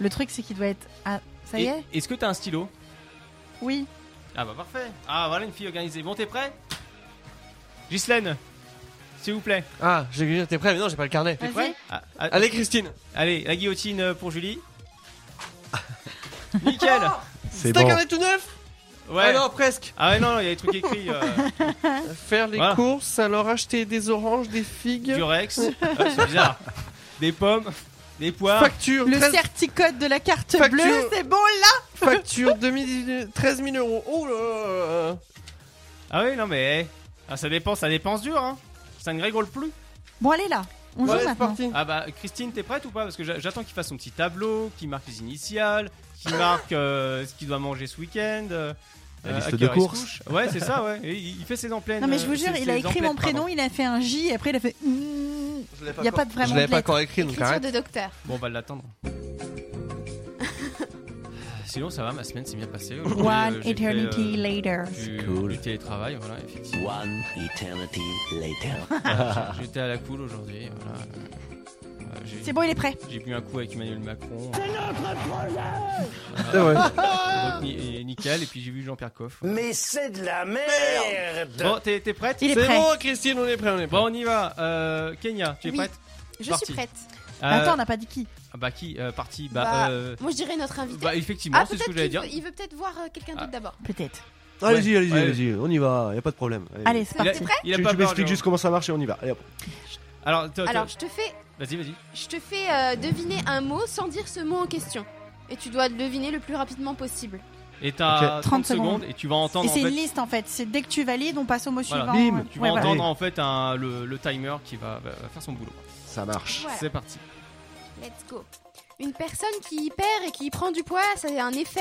Le truc c'est qu'il doit être... Ah, ça y Et- est Est-ce que t'as un stylo Oui. Ah bah parfait. Ah voilà une fille organisée. Bon, t'es prêt Ghislaine, s'il vous plaît. Ah, j'ai dire t'es prêt, mais non, j'ai pas le carnet. T'es prêt Ah, ah, Allez, Christine. Allez, la guillotine euh, pour Julie. Nickel C'est C'est un bon. carnet tout neuf Ouais. Ah non, presque. Ah ouais, non, non, il y a des trucs écrits. euh, Faire les Voilà. courses, alors acheter des oranges, des figues, du Rex. Ah, c'est bizarre. Des pommes, des poires. facture, Le 13 certicode de la carte Facture. bleue, c'est bon là facture 2018, 13 000 euros. Oh là là Ah oui, non mais. eh. Ah, ça dépense, ça dépense dur, hein. Ça ne rigole plus. Bon allez là, on Bon, joue allez, c'est maintenant. parti. Ah bah, Christine, t'es prête ou pas Parce que j'a- j'attends qu'il fasse son petit tableau, qu'il marque les initiales, qu'il marque euh, ce qu'il doit manger ce week-end. euh, La à liste quelle de heure il se courses. couche. Ouais, c'est ça, ouais. Et il il fait ses emplettes. Non mais je vous jure, il a écrit mon prénom, il a fait un J et après il a fait... hmm. Il n'y a pas de Je vraiment de l'avais pas lettre. encore écrit, donc Écriture arrête. de docteur. Bon, on va l'attendre. Sinon, ça va, ma semaine s'est bien passée. Aujourd'hui, One euh, j'ai fait, euh, eternity later. du, Cool. du télétravail, voilà, effectivement. One eternity later. J'étais à la cool aujourd'hui, voilà. Euh, j'ai- C'est bon, il est prêt. J'ai bu un coup avec Emmanuel Macron. C'est vrai. Donc, ni- et nickel, et puis j'ai vu Jean-Pierre Coff. Mais c'est de la merde Bon, t'es t'es prête Il est C'est prêt. bon, Christine, on est prêt, on est prêt. Bon, on y va. Euh, Kenya, tu es Oui. prête Je Parti. suis prête. Euh, Attends, on n'a pas dit qui. ah Bah, qui euh, Parti Bah, Bah, euh, Moi, je dirais notre invité. bah, effectivement, ah, c'est peut-être ce que j'allais qu'il dire. veut- il veut peut-être voir euh, quelqu'un d'autre d'abord. Peut-être. Allez-y, allez-y, Ouais. allez-y, on y va, y a pas de problème. Allez, c'est Il a- parti. T'es prêt Il a tu, pas tu peur, m'expliques Jean. juste comment ça marche et on y va. Allez, hop. Alors, toi, toi- Alors, je te fais vas-y, vas-y. Je te fais euh, deviner un mot sans dire ce mot en question. Et tu dois le deviner le plus rapidement possible. Et t'as 30 30 secondes, secondes. et tu vas entendre Et en c'est fait. une liste en fait. C'est dès que tu valides, on passe au mot Voilà, suivant. bim, Ouais, Tu vas ouais, voilà. entendre en fait un- le, le timer qui va, va- va faire son boulot. Ça marche. Voilà, C'est parti. let's go. Une personne qui y perd et qui y prend du poids, ça a un effet.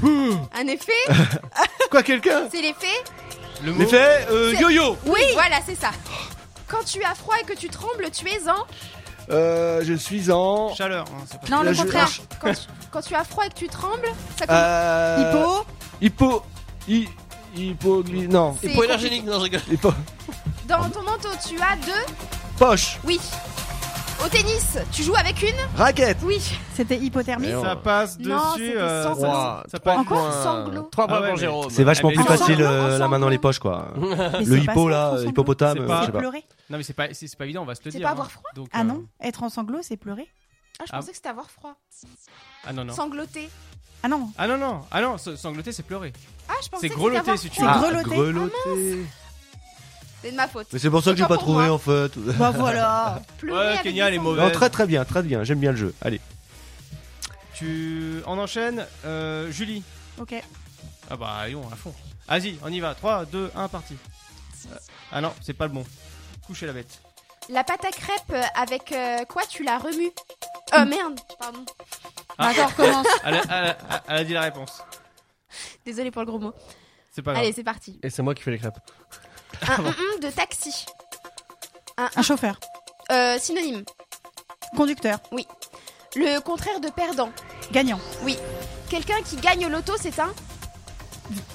Hmm. un effet Ah. Quoi, quelqu'un C'est l'effet Le mot. L'effet euh, C'est- yo-yo Oui Voilà, c'est ça. Quand tu as froid et que tu trembles, tu es en. euh, Je suis en. Chaleur. hein, c'est pas- Non, le Là, je- contraire. Quand tu, quand tu as froid et que tu trembles, ça compte. Euh, Hippo, Hippo. Hippo. Hippo. gli- Non. C'est Hippo énergénique, non, je rigole. Hippo. Dans ton manteau, tu as deux. Poche. Oui. Au tennis, tu joues avec une. Raquette. Oui. c'était hypothermie. Ça passe dessus. Non, c'était euh, sans- ça- Ouah, ça trois passe. Encore points. sanglot. Trois points Ah ouais, pour mais- Jérôme. C'est vachement Eh plus ben, facile ensemble, euh, la main dans les ensemble. poches quoi. Mais Euh, Le c'est pas hippo ça, là, être en hippopotame, C'est euh, pas- sanglots. je sais C'est pas. pleurer. Non, mais c'est pas, c'est c'est pas évident, on va se le C'est dire. pas hein. avoir froid Donc, Ah euh, non, être en sanglot, c'est pleurer. Ah, je Ah. pensais que c'était avoir froid. Ah non, non. Sangloter. Ah non, Ah non, non. Ah non, se- sangloter, c'est pleurer. Ah, je pensais C'est que grelotter, c'était avoir si tu c'est Ah, froid. grelotter. C'est de ma faute. Mais c'est pour ça que C'est j'ai pas pas pour trouvé moi. en fait. Bah voilà. Pleurer Ouais, avec Kenya, des elle est sanglons. mauvaise. Non, très très bien, très bien, j'aime bien le jeu. Allez. Tu. On enchaîne. euh, Julie. Ok. Ah bah, allons, à fond. Vas-y, on y va. 3, 2, 1, parti. Euh, Ah non, c'est pas le bon. Coucher la bête. La pâte à crêpes, euh, avec euh, quoi tu la remues Oh merde, pardon. Hmm. Bah, Ah. D'accord, recommence. Elle a, elle a- elle a dit la réponse. Désolée pour le gros mot. C'est pas grave. Allez, c'est parti. Et c'est moi qui fais les crêpes. Un hum, hum de taxi. Un chauffeur, Euh, synonyme. conducteur, Le contraire de perdant. gagnant, Quelqu'un qui gagne au loto, c'est un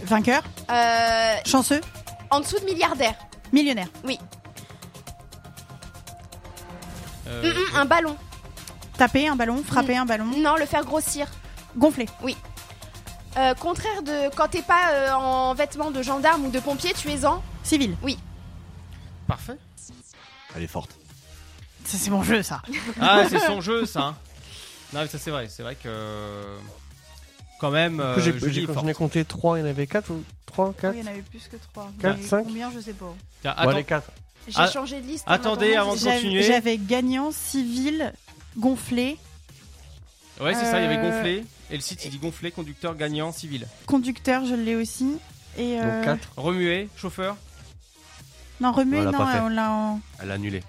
vainqueur, euh, chanceux, en dessous de milliardaire. millionnaire, Euh, Hum, hum, un ballon. taper un ballon, frapper un ballon, Non, le faire grossir. gonfler, Euh, contraire de quand t'es pas euh, en vêtements de gendarme ou de pompier, tu es en. civil. Parfait. Elle est forte. Ça, C'est mon jeu ça. Ah, c'est son jeu, ça. hein. Non, mais ça, c'est vrai. C'est vrai que. Quand même, euh, J'ai- Julie j'ai- est J'en forte. ai compté 3, il y en avait 4 ou 3, 4 Oui, Il y en avait plus que 3. Quatre, cinq. Combien, je sais pas. Tiens, Bon, attends, allez, 4. J'ai Ah, changé de liste. en attendez attendant, avant de j'ai- continuer. J'avais j'avais gagnant, civil, gonflé, Ouais, c'est ça, il y avait Euh, gonflé. Et le site, il dit gonflé, conducteur, gagnant, civil. conducteur, je l'ai aussi. Et euh, Donc 4. Remué, chauffeur. Non, remuer, On l'a non, pas fait. on l'a en. Elle a annulé.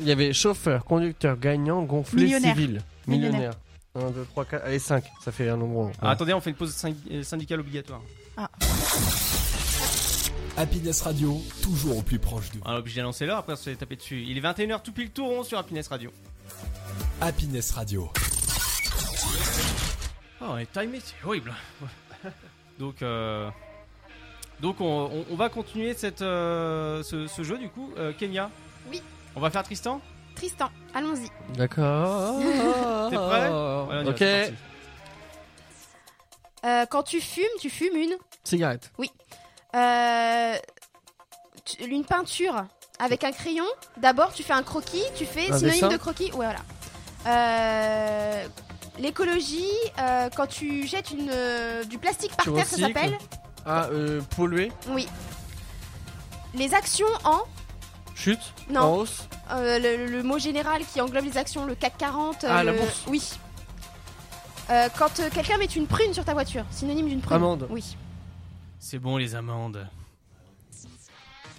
Il y avait chauffeur, conducteur, gagnant, gonflé, Millionnaire. civil. Millionnaire. Millionnaire. 1, 2, 3, 4. Allez, 5. Ça Ah, fait un nombre. rond. Ah, attendez, on fait une pause synd- euh, syndicale obligatoire. Ah. Happiness Radio, toujours au plus proche de vous. On est Ah, obligé d'annoncer l'heure, après on se fait taper dessus. Il est 21h tout pile tout rond sur Happiness Radio. Happiness Radio. Oh, on est timé, c'est horrible. Donc, euh, donc on, on- on va continuer cette, euh, ce, ce jeu du coup. Euh, Kenya Oui. On va faire Tristan Tristan, allons-y. D'accord. T'es prêt Voilà, on y va, Ok. c'est parti. Euh, quand tu fumes, tu fumes une. Cigarette. Euh, tu- une peinture avec un crayon. D'abord, tu fais un croquis, tu fais Un synonyme dessin de croquis. Ouais, voilà. Euh, L'écologie, euh, quand tu jettes une, euh, du plastique par Tu terre, ça recycles. s'appelle Ah, euh, polluer. Oui. Les actions en. Chute. Non. En hausse. euh, le, le mot général qui englobe les actions, le CAC 40. euh, Ah, la le- bourse. Oui. Euh, quand euh, quelqu'un met une prune sur ta voiture, synonyme d'une prune. Amende. Oui. C'est bon les amendes.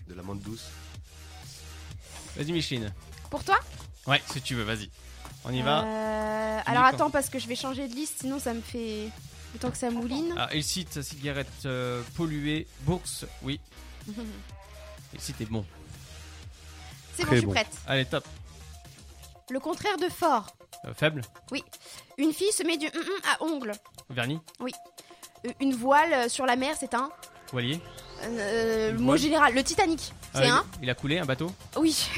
De l'amande douce. Vas-y Micheline. Pour toi Ouais, si tu veux, vas-y. On y va. Euh, Tu alors dis quand attends parce que je vais changer de liste, sinon ça me fait le temps que ça mouline. Ah, et le site cigarette euh, polluée, bourse, oui. Et Le site est bon. C'est bon, Très je suis bon. prête. Allez, top. Le contraire de fort. Euh, faible, Oui. Une fille se met du hum, hum à ongles. vernis, Euh, Une voile euh, sur la mer, c'est un. voilier. euh, Une le mot voile. général, le Titanic, Euh, c'est il- un. il a coulé un bateau. Oui.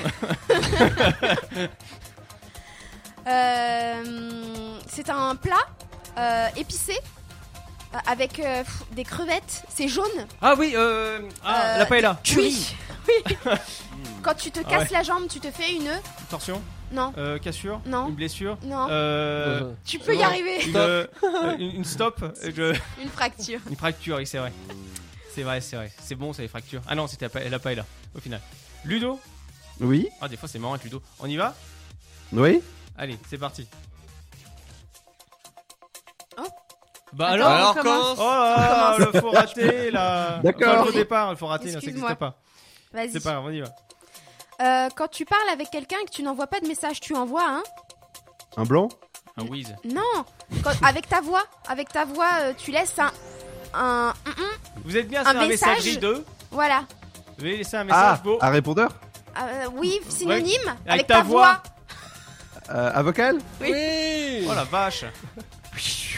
Euh, c'est un plat euh, épicé euh, avec euh, pff, des crevettes. C'est jaune. Ah oui, euh, ah, Euh, la paella. Oui. oui. Quand tu te Ah casses la jambe, tu te fais une. Torsion, Non. euh, cassure, Non. une blessure. Non. Euh, Tu peux y non. arriver. Une, euh, euh, une- une stop, euh, je- Une fracture. une fracture, oui, c'est vrai. C'est vrai, c'est vrai. C'est bon, ça, les fractures. Ah non, c'était la pa- la paella, au final. Ludo Oui Ah, des fois, c'est marrant avec Ludo. On y va Oui Allez, c'est parti. Oh. Bah Attends, alors on Alors, commence. Oh là là, le faut raté là D'accord. Enfin, Au départ, le faut raté, là, ça Excuse-moi. n'existe pas. Vas-y. C'est pas grave, on y va. Euh, quand tu parles avec quelqu'un et que tu n'envoies pas de message, tu envoies un. Un blanc Un whiz. Non. Quand- avec ta voix, avec ta voix, euh, tu laisses un. Un. un- un. Vous êtes bien, Un c'est un message messagerie de. Voilà. Vous avez laissé un message Ah beau. Un répondeur Euh, oui, synonyme. Avec, ta ta, voix. voix. Euh, Un vocal Oui. Oh la vache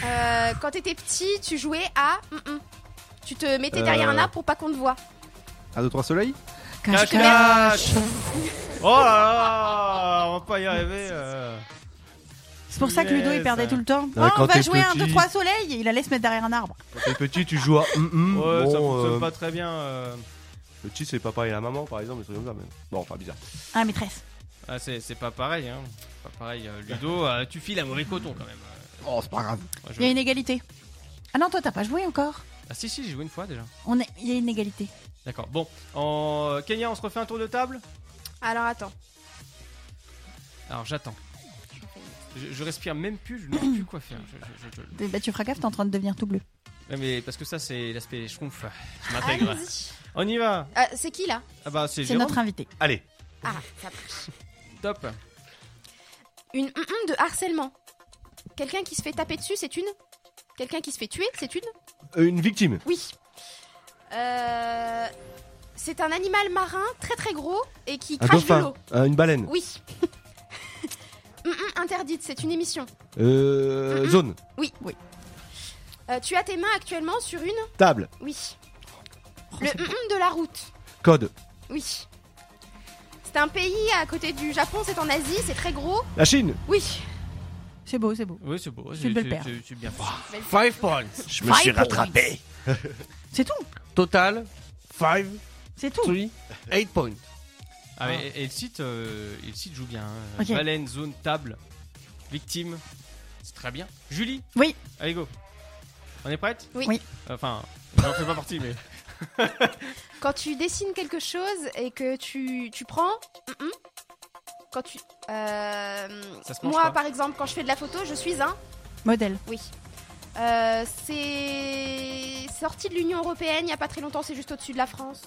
Ah, Euh, quand t'étais petit, tu jouais à. hum, hum. Tu te mettais derrière Euh. un arbre pour pas qu'on te voie. Un, deux, trois soleils Cache, cache Oh là là On va pas y arriver euh. C'est pour ça que Ludo il Yes. perdait tout le temps. Oh, Ah, on quand va t'es jouer un, petit. deux, trois soleils. Et Il allait se mettre derrière un arbre. Quand t'es petit, tu joues à. hum, hum. Ouais, ça Bon, fonctionne euh, pas très bien. euh. Le petit, c'est papa et la maman, par exemple, des trucs comme ça. Mais... Bon, enfin, bizarre. Ah, maîtresse. Ah, c'est c'est pas pareil, hein. Pas pareil. euh, Ludo, euh, tu files un mauvais coton quand même. euh. Oh, c'est pas grave. Moi, je- Il y a une égalité. Ah non, toi t'as pas joué encore. Ah si, si, j'ai joué une fois déjà. On est... Il y a une égalité. D'accord. Bon, en euh, Kenya, on se refait un tour de table Alors attends. Alors j'attends. Je, je respire même plus, je ne sais plus quoi faire. Je- je- je- je- Eh ben, tu feras gaffe, t'es en train de devenir tout bleu. Ouais, mais parce que ça, c'est l'aspect schtroumpf. Ah, Je m'intègre. Allons-y. On y va Euh, c'est qui là Ah bah, c'est C'est Jérôme. notre invité. Allez, Ah, ça marche. Top Une hum, hum de harcèlement. Quelqu'un qui se fait taper dessus, c'est une. Quelqu'un qui se fait tuer, c'est une. Euh, une victime. Oui. Euh, c'est un animal marin très très gros et qui Un crache de dauphin. l'eau. Euh, une baleine. Oui. Hum, hum, Interdite, c'est une émission. Euh, Mhm. zone. Euh, tu as tes mains actuellement sur une. Table. Oui. Oh, Le c'est- hum, hum de la route. Code. Oui. C'est un pays à côté du Japon, c'est en Asie, c'est très gros. La Chine. Oui. C'est beau, c'est beau. Oui, c'est beau. Je suis une belle paire. c'est- c'est bien. Five points. Je me suis rattrapé. C'est tout. Total. Five. C'est tout. Three. Eight points. Ah, mais- et, et le site, euh, et le site joue bien. hein. Ok. Baleine, zone, table, victime. C'est très bien. Julie Oui. Allez, go. On est prête Oui. Oui. Enfin, j'en fais pas partie, mais. Quand tu dessines quelque chose et que tu, tu prends. hum, hum, Quand tu. euh, Ça se mange moi, pas. par exemple, quand je fais de la photo, je suis un. Modèle. Oui. Euh, c'est sorti de l'Union européenne il n'y a pas très longtemps, c'est juste au-dessus de la France.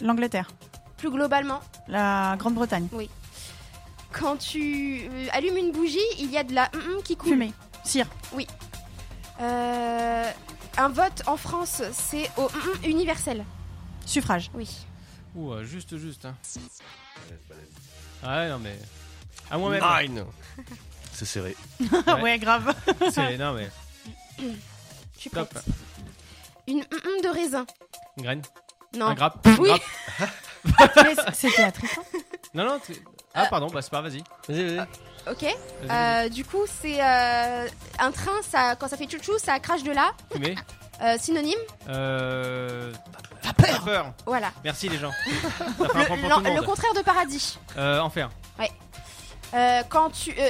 L'Angleterre. Plus globalement, La Grande-Bretagne. quand tu euh, allumes une bougie, il y a de la hum hum qui coule. Fumée. Cire. Euh, un vote en France, c'est au hum hum universel. Suffrage. Oui. Ouh, euh, juste, juste. Hein. Ah ouais, non mais. À moi-même. Ah Nine. C'est serré. ouais. grave. C'est non mais. Je suis Top. prête. Une mm-mm de raisin. Une graine. Non. Un grappe. Oui. Grappe. Mais C'était à Tristan. Non, non. t'es- Ah, pardon, bah c'est pas, vas-y. Vas-y, vas-y. Ok. Vas-y, Euh, du coup, c'est euh, un train. Ça, quand ça fait chouchou, ça crache de là. vas-y. Mais. Euh, synonyme. Euh. T'as peur. T'as peur. Voilà. Merci les gens. Ça fait un point Le, pour tout le l'en- le monde. contraire de paradis. Euh, enfer. Euh, quand tu euh,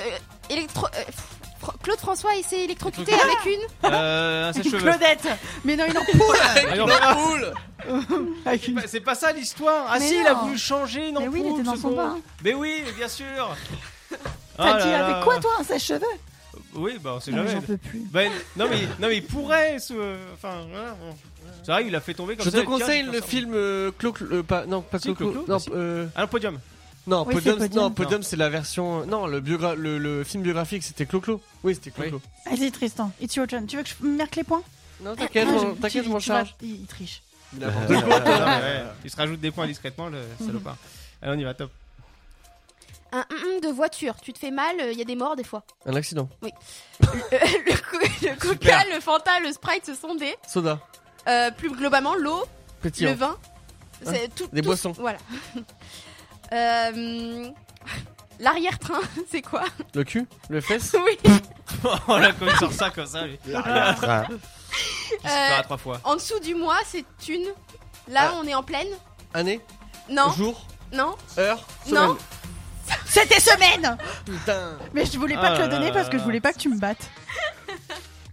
électro. euh, pff, Fr- Claude François, il s'est électrocuté avec une. Euh, un sèche-cheveux. Claudette. Mais non, il en poule. Ah, non, bah, Avec c'est une- pas- C'est pas ça l'histoire. Ah Mais si, il a non. voulu changer. Non, Mais oui, il poule, était dans ce son con. bain. Mais oui, mais bien sûr. T'as Ah dit là là. avec quoi toi un sèche-cheveux Oui, bah on sait Non, mais jamais. J'en peux plus. Ben, non, mais, non mais il pourrait. se- Enfin, voilà. bon. C'est vrai, il l'a fait tomber comme Je ça. te tiens, conseille comme le ça. film euh, Clo, Clo- euh, pas, non, pas Si, Clo, Clo- Clo- Clo, non, bah, si. euh, Ah, le podium. non, Oui, c'est Podium, Podium. non, Podium, c'est la version, non, le, biogra- le, le film biographique, c'était Clo Clo. Oui, c'était Clo Clo. Vas-y Tristan, Ah, it's your turn. Tu veux que je marque les points Non, t'inquiète, Ah, mon- je- t'inquiète, tu- je m'en tu vas- charge. Il, il triche. N'importe quoi. Ah, Non, mais ouais, Il se rajoute des points discrètement, le Mhm. salopard. Allez, on y va, top. Un mm-mm de voiture. Tu te fais mal, euh, il y a des morts des fois. Un accident. Euh, le, co- le coca, le fanta, le sprite, ce sont des. Soda. Euh, plus globalement, l'eau, Petit. le vin. C'est tout, Des tout- boissons. Voilà. Euh, L'arrière-train, c'est quoi Le cul. Le fesse. Oui. oh là, quand il sort ça comme ça, mais il Ah, Ah, se Euh. fera trois fois. Euh, En dessous du mois, c'est une. Là, on est en pleine. Année. Non, Jour. non, Heure. non. C'était semaine semaine. Putain. Mais je voulais pas Ah te là le donner là parce que là je voulais pas que tu me battes.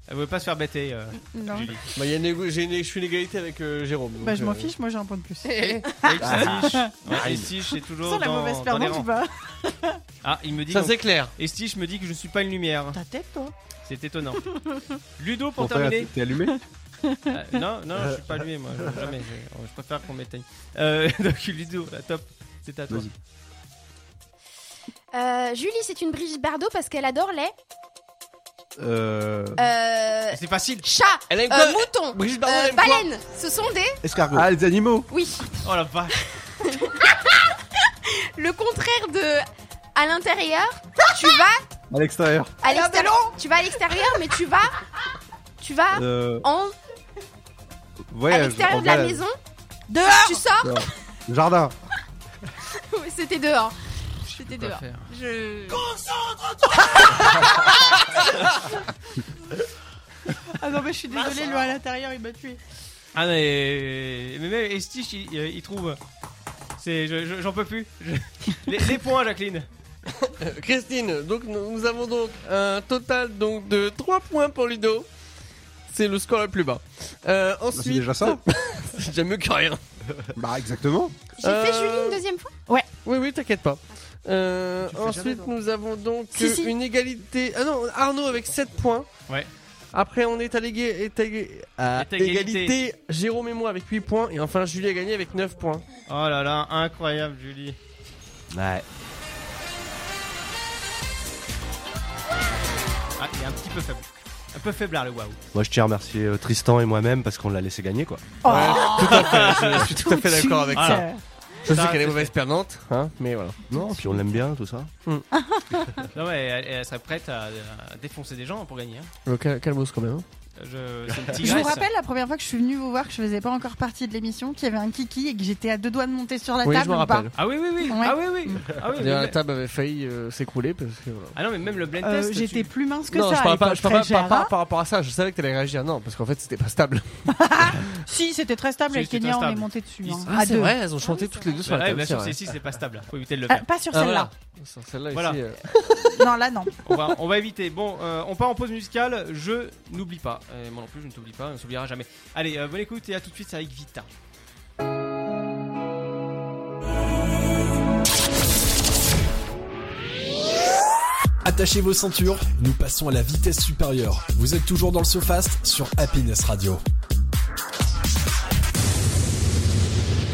Elle veut pas se faire bêter, euh, Non. Julie. Bah, y a une égo- j'ai une- je suis une égalité avec euh, Jérôme. donc, Bah je m'en euh, fiche, moi j'ai un point de plus. Ah. Estiche. Ouais, Estiche, c'est toujours Sans la dans- mauvaise dans les perdante, tu rangs. vas. Ah, il me dit. Ça donc- c'est clair. Estiche me dit que je ne suis pas une lumière. Ta tête toi C'est étonnant. Ludo, pour Mon frère, terminer. T'es allumé Euh, non, non, je suis pas allumé, moi. je- Jamais. Je, je préfère qu'on m'éteigne. Euh, donc, Ludo, la top. C'est à toi. Vas-y. Euh, Julie, c'est une Brigitte Bardot parce qu'elle adore les. Euh, Euh, C'est facile. chat, Elle aime euh, quoi mouton, Brigitte Bardot, elle euh, aime quoi baleine. Ce sont des. Escargot. Ah, les animaux Oui. Oh la vache. Le contraire de. À l'intérieur, tu vas. À l'extérieur. À l'extérieur. Tu vas à l'extérieur, mais tu vas. Tu vas. Euh, En, à voyage. l'extérieur en de la balade. maison, Dehors tu sors. Jardin. Oui, C'était dehors. C'était Quoi dehors. faire Je. Ah non mais je suis désolée, lui à l'intérieur il m'a tué. Ah, mais. Mais même Estiche, il, euh, il trouve. C'est, je- je- j'en peux plus. Je- Les, les points, Jacqueline. Euh, Christine, donc nous, nous avons donc un total donc de 3 points pour Ludo. C'est le score le plus bas. Euh, C'est ensuite, déjà ça c'est déjà mieux que rien. Bah, exactement. J'ai fait Euh, Julie une deuxième fois. Oui, oui, t'inquiète pas. Euh, Tu fais jamais, ensuite, toi. nous avons donc Si, euh, si. une égalité. Ah non, Arnaud avec 7 points. Ouais. Après, on est à, l'éga- est à l'ég- à Est à égalité. égalité. Jérôme et moi avec 8 points. Et enfin, Julie a gagné avec 9 points. Oh là là, incroyable, Julie. Ouais. Ah, il est un petit peu faible. Un peu faiblard, le waouh. Moi, je tiens à remercier euh, Tristan et moi-même parce qu'on l'a laissé gagner, quoi. Oh, je suis tout à fait d'accord Ah, avec ça. Voilà. Je sais Ça, qu'elle est c'est mauvaise perdante, hein, mais voilà. Non, puis on l'aime bien, tout ça. Non, mais elle, elle serait prête à, à défoncer des gens pour gagner. hein. Euh, cal- Calmos quand même. hein. Je, c'est une tigresse. Je vous rappelle la première fois que je suis venue vous voir que je faisais pas encore partie de l'émission, qu'il y avait un kiki et que j'étais à deux doigts de monter sur la Oui, table je me ou pas rappelle. Ah oui, oui, oui. Ouais. Ah oui, oui. Ah, oui, D'ailleurs, mais- la table avait failli euh, s'écrouler parce que. voilà. Ah non, mais même le blind Euh, test. J'étais plus mince que non, ça. je à parle pas, l'époque, je parle pas très hein. par, par- Gérard. par rapport à ça, je savais que t'allais réagir. Non, parce qu'en fait, c'était pas stable. Si, c'était très stable. Si, Avec c'était Kenya, on très est stable. monté dessus. Ils- hein, Ah, à c'est deux. vrai, elles ont chanté oui, c'est toutes les deux vrai. sur la Ouais, table. bien c'est sûr, vrai. c'est si, c'est pas stable. Faut éviter de le Ah, faire. pas sur Ah, celle-là. voilà. Sur Celle-là Voilà. ici, euh, Non, là, non. On va, on va éviter. Bon, euh, on part en pause musicale. Je n'oublie pas. Euh, moi non plus, je ne t'oublie pas. On s'oubliera jamais. Allez, euh, bonne écoute et à tout de suite c'est avec Vita. Attachez vos ceintures, nous passons à la vitesse supérieure. Vous êtes toujours dans le SoFast sur Happiness Radio.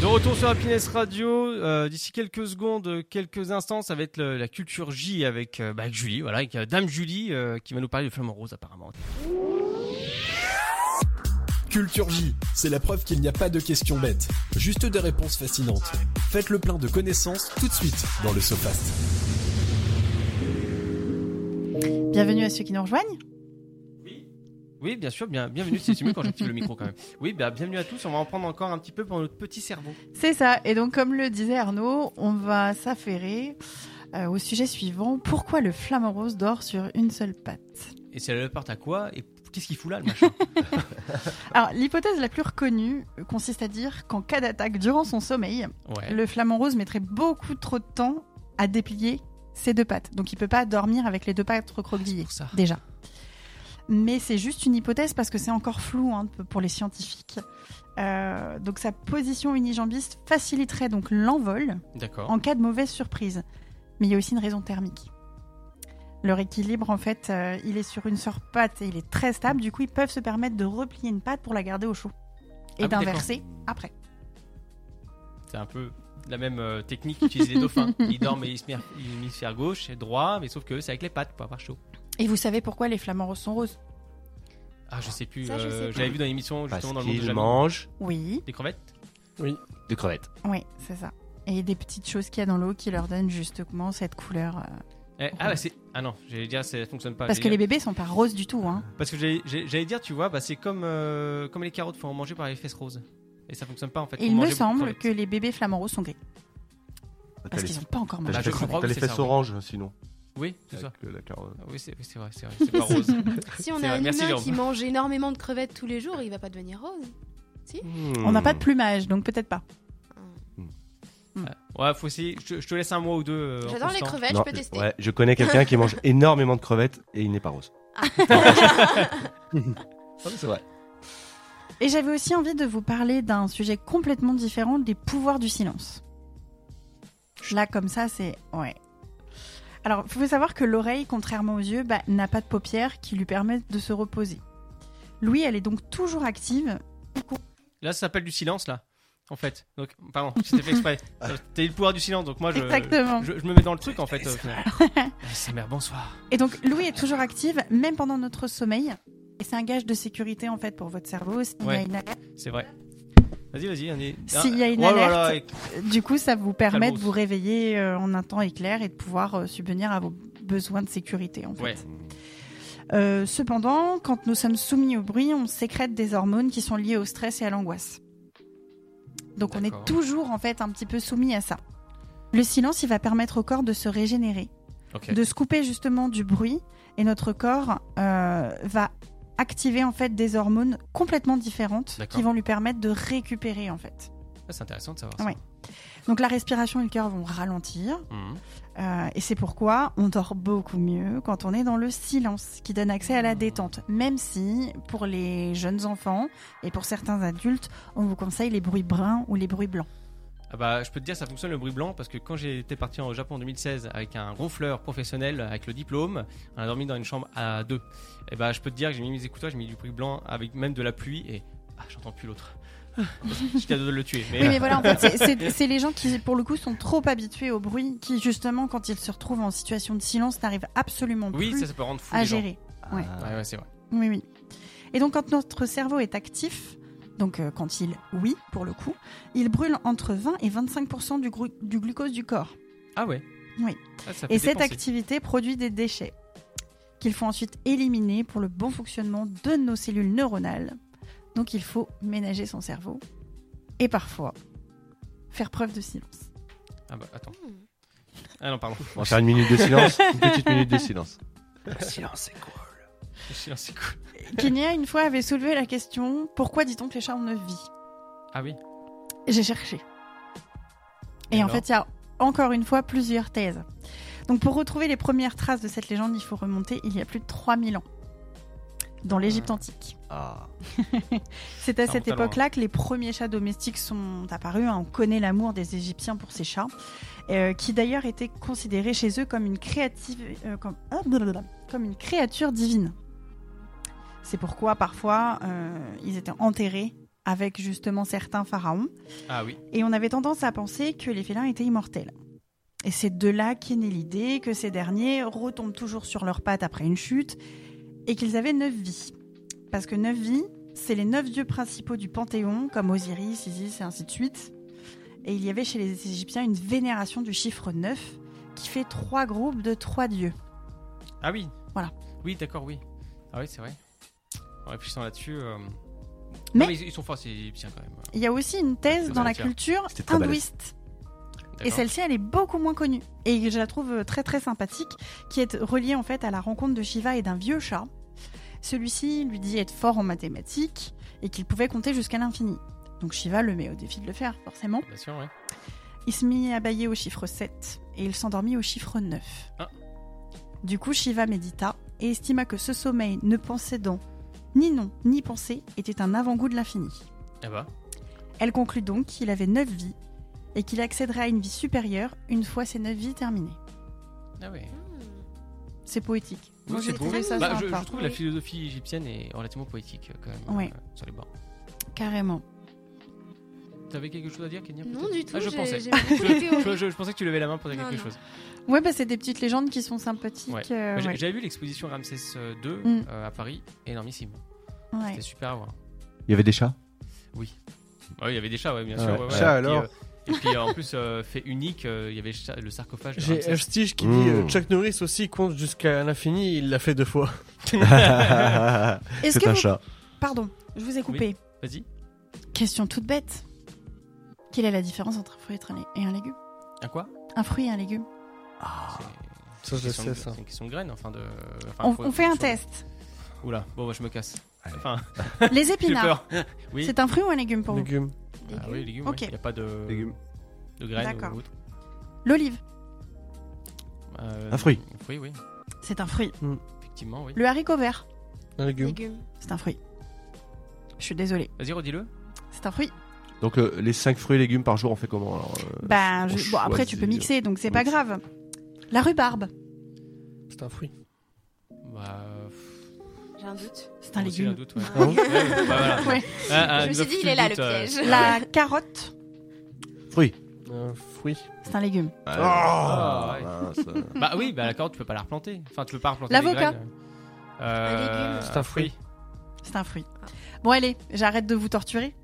De retour sur Happiness Radio. euh, D'ici quelques secondes, quelques instants, ça va être le- la culture J avec, euh, bah, avec Julie. Voilà, avec euh, Dame Julie euh, qui va nous parler de flamant rose apparemment. Culture J, c'est la preuve qu'il n'y a pas de questions bêtes, juste des réponses fascinantes. Faites le plein de connaissances tout de suite dans le SoFast. Bienvenue à ceux qui nous rejoignent. Oui, bien sûr, bien, bienvenue. C'est c'est mieux quand j'active le micro quand même. Oui, bah, bienvenue à tous. On va en prendre encore un petit peu pour notre petit cerveau. C'est ça. Et donc, comme le disait Arnaud, on va s'affairer euh, au sujet suivant. Pourquoi le flamant rose dort sur une seule patte Et c'est le part à quoi Et qu'est-ce qu'il fout là, le machin Alors, l'hypothèse la plus reconnue euh, consiste à dire qu'en cas d'attaque durant son sommeil, Ouais. le flamant rose mettrait beaucoup trop de temps à déplier ses deux pattes. Donc, il peut pas dormir avec les deux pattes recroquevillées, ça. déjà. Mais c'est juste une hypothèse parce que c'est encore flou hein, pour les scientifiques. Euh, donc, sa position unijambiste faciliterait donc l'envol D'accord. en cas de mauvaise surprise. Mais il y a aussi une raison thermique. Leur équilibre, en fait, euh, il est sur une seule patte et il est très stable. Du coup, ils peuvent se permettre de replier une patte pour la garder au chaud Ah et oui, d'inverser après. C'est un peu la même euh, technique qu'utilisent les dauphins. Ils dorment l'hémisphère l'hémisphère gauche et droit, mais sauf que c'est avec les pattes pour avoir chaud. Et vous savez pourquoi les flamants roses sont roses Ah, je sais plus. Ça, je sais euh, pas. J'avais vu dans l'émission, Parce justement, dans le monde de qu'il Jamie. mange Oui, Des crevettes des crevettes. oui, c'est ça. Et des petites choses qu'il y a dans l'eau qui leur donnent justement cette couleur. euh, Eh, Ah, bah, c'est. Ah non, j'allais dire, ça fonctionne pas. Parce que J'allais les dire- bébés sont pas roses du tout. Hein. Parce que j'allais- j'allais j'allais dire, tu vois, bah, c'est comme, euh, comme les carottes, faut en manger par les fesses roses. Et ça fonctionne pas en fait. Et faut il me manger beaucoup de semble que crevettes. les bébés flamants roses sont gris. Parce qu'ils n'ont pas encore T'as mangé. Bah, les je fesses- comprends t'as que les c'est fesses ça, ouais. oranges, sinon. Oui, c'est ça. Avec, euh, la carotte. Oui, c'est oui, c'est vrai, c'est vrai. C'est pas rose. Si on C'est a vrai, un merci, humain Jérôme. qui mange énormément de crevettes tous les jours, il va pas devenir rose. On Hmm. n'a pas Hmm. de plumage, donc peut-être pas. Ouais, faut essayer. Je, je te laisse un mois ou deux. euh, en J'adore les constant. crevettes, Non, je peux tester. ouais, je connais quelqu'un qui mange énormément de crevettes et il n'est pas rose. c'est vrai. Et j'avais aussi envie de vous parler d'un sujet complètement différent, des pouvoirs du silence. Là, comme ça, c'est... Ouais. Alors, il faut savoir que l'oreille, contrairement aux yeux, bah, n'a pas de paupières qui lui permettent de se reposer. Louis, elle est donc toujours active. Là, ça s'appelle du silence, là. En fait. Donc, pardon, c'était fait exprès. Euh, T'as eu le pouvoir du silence, donc moi, je, Exactement. je, je me mets dans le truc, en fait. euh, au final. ASMR, bonsoir. Et donc, Louis est toujours active, même pendant notre sommeil. Et c'est un gage de sécurité, en fait, pour votre cerveau. S'il y a Ouais. une alerte- C'est vrai. Vas-y, vas-y. on est- S'il y a une Oh là là, alerte. Du coup, ça vous permet de Calmos. vous réveiller euh, en un temps éclair et de pouvoir euh, subvenir à vos besoins de sécurité, en fait. Ouais. Euh, cependant, quand nous sommes soumis au bruit, on sécrète des hormones qui sont liées au stress et à l'angoisse. Donc on D'accord. est toujours en fait un petit peu soumis à ça. Le silence, il va permettre au corps de se régénérer, Ok. de se couper justement du bruit, et notre corps euh, va activer en fait des hormones complètement différentes D'accord. qui vont lui permettre de récupérer en fait. Ah, c'est intéressant de savoir ça. Ouais. Donc la respiration et le cœur vont ralentir, Mhm. euh, et c'est pourquoi on dort beaucoup mieux quand on est dans le silence, qui donne accès à la détente. Même si, pour les jeunes enfants et pour certains adultes, on vous conseille les bruits bruns ou les bruits blancs. Ah bah, je peux te dire, ça fonctionne le bruit blanc parce que quand j'étais parti au Japon en 2016 avec un ronfleur professionnel avec le diplôme, on a dormi dans une chambre à deux. Et bah, je peux te dire que j'ai mis mes écouteurs, j'ai mis du bruit blanc avec même de la pluie et ah, j'entends plus l'autre. J'étais à deux de le tuer. Mais, Oui, mais voilà, en fait, c'est- c'est c'est les gens qui, pour le coup, sont trop habitués au bruit, qui, justement, quand ils se retrouvent en situation de silence, n'arrivent absolument euh, oui, plus ça, ça peut rendre fou. à les gens. gérer. Ouais. Ah. Ouais, ouais, c'est vrai. Oui, oui. Et donc, quand notre cerveau est actif, donc euh, quand il, oui, pour le coup, il brûle entre 20 et 25 du, gru- du glucose du corps. Ah ouais. Oui. Ah, ça fait Et cette dépenser. activité produit des déchets qu'il faut ensuite éliminer pour le bon fonctionnement de nos cellules neuronales. Donc il faut ménager son cerveau et parfois faire preuve de silence. Ah bah attends. Hmm. Ah non, pardon. On va faire une minute de silence, une petite minute de silence. Le silence, c'est cool. Kenya, une fois, avait soulevé la question pourquoi dit-on que les chats ont neuf vies Ah oui. J'ai cherché. Et Et en alors fait, il y a encore une fois plusieurs thèses. Donc pour retrouver les premières traces de cette légende, il faut remonter il y a plus de 3000 ans, dans l'Égypte antique. Ah. C'est à Ça cette remonte à loin, époque-là que les premiers chats domestiques sont apparus. hein. On connaît l'amour des Égyptiens pour ces chats, euh, qui d'ailleurs étaient considérés chez eux comme une, créative, euh, comme, ah, blablabla, comme une créature divine. C'est pourquoi parfois euh, ils étaient enterrés avec justement certains pharaons, Ah oui. et on avait tendance à penser que les félins étaient immortels. Et c'est de là qu'est née l'idée que ces derniers retombent toujours sur leurs pattes après une chute, et qu'ils avaient neuf vies. Parce que neuf vies, c'est les neuf dieux principaux du Panthéon, comme Osiris, Isis et ainsi de suite. Et il y avait chez les Égyptiens une vénération du chiffre 9 qui fait trois groupes de trois dieux. Ah oui. Voilà. Oui, d'accord, oui. Ah oui, c'est vrai. En réfléchissant là-dessus. euh, non, Mais- mais ils, ils sont forts, ces Égyptiens quand même. Il y a aussi une thèse C'est dans la matière. culture C'était très balèze. hindouiste. Et D'accord. celle-ci, elle est beaucoup moins connue. Et je la trouve euh, très très sympathique, qui est reliée en fait à la rencontre de Shiva et d'un vieux chat. Celui-ci lui dit être fort en mathématiques et qu'il pouvait compter jusqu'à l'infini. Donc Shiva le met au défi de le faire, forcément. Bien sûr, ouais. Il se mit à bailler au chiffre 7 et il s'endormit au chiffre 9. Ah. Du coup, Shiva médita et estima que ce sommeil ne possédant ni nom ni pensée était un avant-goût de l'infini. Ah bah. Elle conclut donc qu'il avait neuf vies et qu'il accéderait à une vie supérieure une fois ces neuf vies terminées. Ah ouais. C'est poétique. Oui, Moi, c'est j'ai beau. trouvé ça Bah, je, sympa. je trouve la philosophie égyptienne est relativement poétique euh, quand même. Ouais. euh, sur les bords. Carrément. T'avais quelque chose à dire, Kenya Non, peut-être du tout, Ah, je j'ai- pensais. Je, j'ai beaucoup de je- théories. je- je pensais que tu levais la main pour dire Non, quelque non. chose. Ouais, bah, c'est des petites légendes qui sont sympathiques. Ouais. euh, Moi, j'ai- ouais. J'avais vu l'exposition Ramsès euh, II Mm. euh, à Paris, énormissime. Ouais. C'était super à voir. Il y avait des chats Oui. Ah oui, il y avait des chats, ouais, bien Ah sûr. ouais. ouais, ouais. Chats, Et puis, alors euh, Et puis euh, en plus, euh, fait unique, euh, il y avait le cha- le sarcophage. de J'ai Ramsès. Hastich qui Mmh. dit euh, Chuck Norris aussi compte jusqu'à l'infini, il l'a fait deux fois. Est-ce C'est que un vous- chat. Pardon, je vous ai coupé. Vas-y. Question toute bête. Quelle est la différence entre un fruit et un lé- et un légume Un quoi Un fruit et un légume. C'est Ça, je une question sais, de- ça. C'est une question de graines, enfin de. enfin, On, faut- on fait un faut- test. Oula, bon, moi je me casse. Enfin, Les j'ai épinards, peur. Oui. c'est un fruit ou un légume pour vous Légumes. Ah oui, légumes. Il Ok. n'y a pas de. Légumes. De graines D'accord. ou autre. L'olive, Euh, Un fruit. Un fruit, oui. c'est un fruit. Effectivement, oui. Le haricot vert, Un légume. Légumes. c'est un fruit. Je suis désolée, Vas-y, redis-le. c'est un fruit. Donc euh, les 5 fruits et légumes par jour, on fait comment alors euh, Ben, on je- bon, après tu peux choisit- mixer, donc c'est on pas mixe. grave. La rhubarbe, C'est un fruit. Bah. pff, J'ai un doute. c'est un moi aussi, j'ai légume. doute, ouais. Ah bon Ouais, ouais, bah, voilà. Ouais. Ah, ah, Je me suis Xov, dit, tu il est là, doutes, le euh, piège. La carotte, Fruits. Un fruit. c'est un légume. Ah, mince. Bah oui, bah la carotte, tu peux pas la replanter. Enfin, tu peux pas replanter. L'avocat. des graines. Euh, Un légume. C'est un fruit. C'est un fruit. Bon, allez, j'arrête de vous torturer.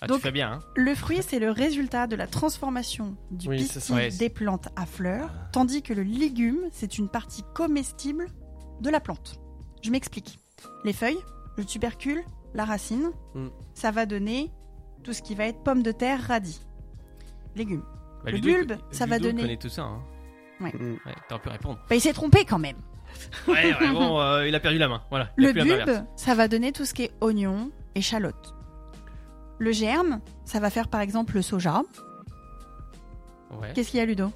Ah, Donc- tu fais bien, hein. Le fruit, c'est le résultat de la transformation du Oui, c'est pistil ça. Ouais, Ah. c'est- des plantes à fleurs, tandis que le légume, c'est une partie comestible de la plante. Je m'explique. Les feuilles, le tubercule, la racine, Hmm. Mm. ça va donner tout ce qui va être pomme de terre, radis. Légumes. Bah, Le Ludo, il- bulbe, ça va Ludo donner. connaît tout ça, hein. Ouais. ouais T'aurais pu répondre. Bah, il s'est trompé quand même. Ouais, ouais, bon, euh, il a perdu la main. Voilà. Il a Le plus la main verte. bulbe, ça va donner tout ce qui est oignon, échalote. Le germe, ça va faire par exemple le soja. Ouais. Qu'est-ce qu'il y a, Ludo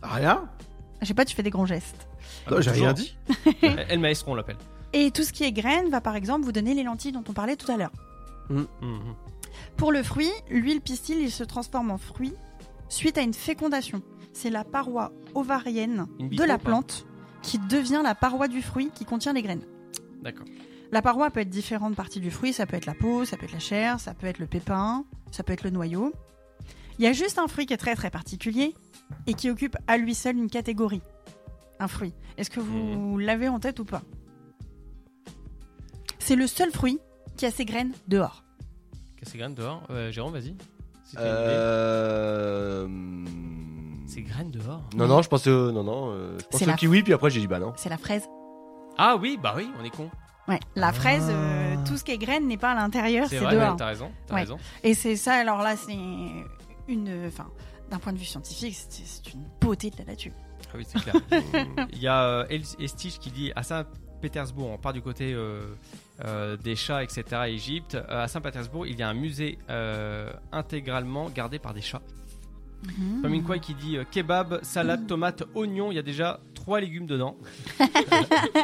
Ah, Ah, Rien Je sais pas, tu fais des grands gestes. Non, J'ai toujours. rien dit. El El Maestro, on l'appelle. Et tout ce qui est graines va par exemple vous donner les lentilles dont on parlait tout à l'heure. Mhm. Pour le fruit, l'huile pistil, il se transforme en fruit suite à une fécondation. C'est la paroi ovarienne In vitro, de la quoi. plante qui devient la paroi du fruit qui contient les graines. D'accord. La paroi peut être différentes parties du fruit, ça peut être la peau, ça peut être la chair, ça peut être le pépin, ça peut être le noyau. Il y a juste un fruit qui est très très particulier et qui occupe à lui seul une catégorie. Un fruit. Est-ce que Hmm. vous l'avez en tête ou pas C'est le seul fruit qui a ses graines dehors. Qu'est-ce que graines dehors Euh, Jérôme, vas-y. Si t'as une idée. Euh, C'est graines dehors. Non, non, je pensais, euh, non, non, euh, je C'est pensais au la- kiwi, puis après j'ai dit bah non. C'est la fraise. Ah oui, bah oui, on est con. Ouais, la fraise, Ah. euh, tout ce qui est graine n'est pas à l'intérieur, C'est c'est vrai, dehors. t'as raison. T'as Ouais. raison. Et c'est ça, alors là, c'est une. Enfin, d'un point de vue scientifique, c'est- c'est une beauté de la nature. Ah oui, c'est clair. Il y a euh, El- Estich qui dit à Saint-Pétersbourg, on part du côté euh, euh, des chats, etc. Égypte. Euh, à Saint-Pétersbourg, il y a un musée euh, intégralement gardé par des chats. Comme une quoi qui dit euh, kebab, salade, tomate, oignon. Il y a déjà trois légumes dedans.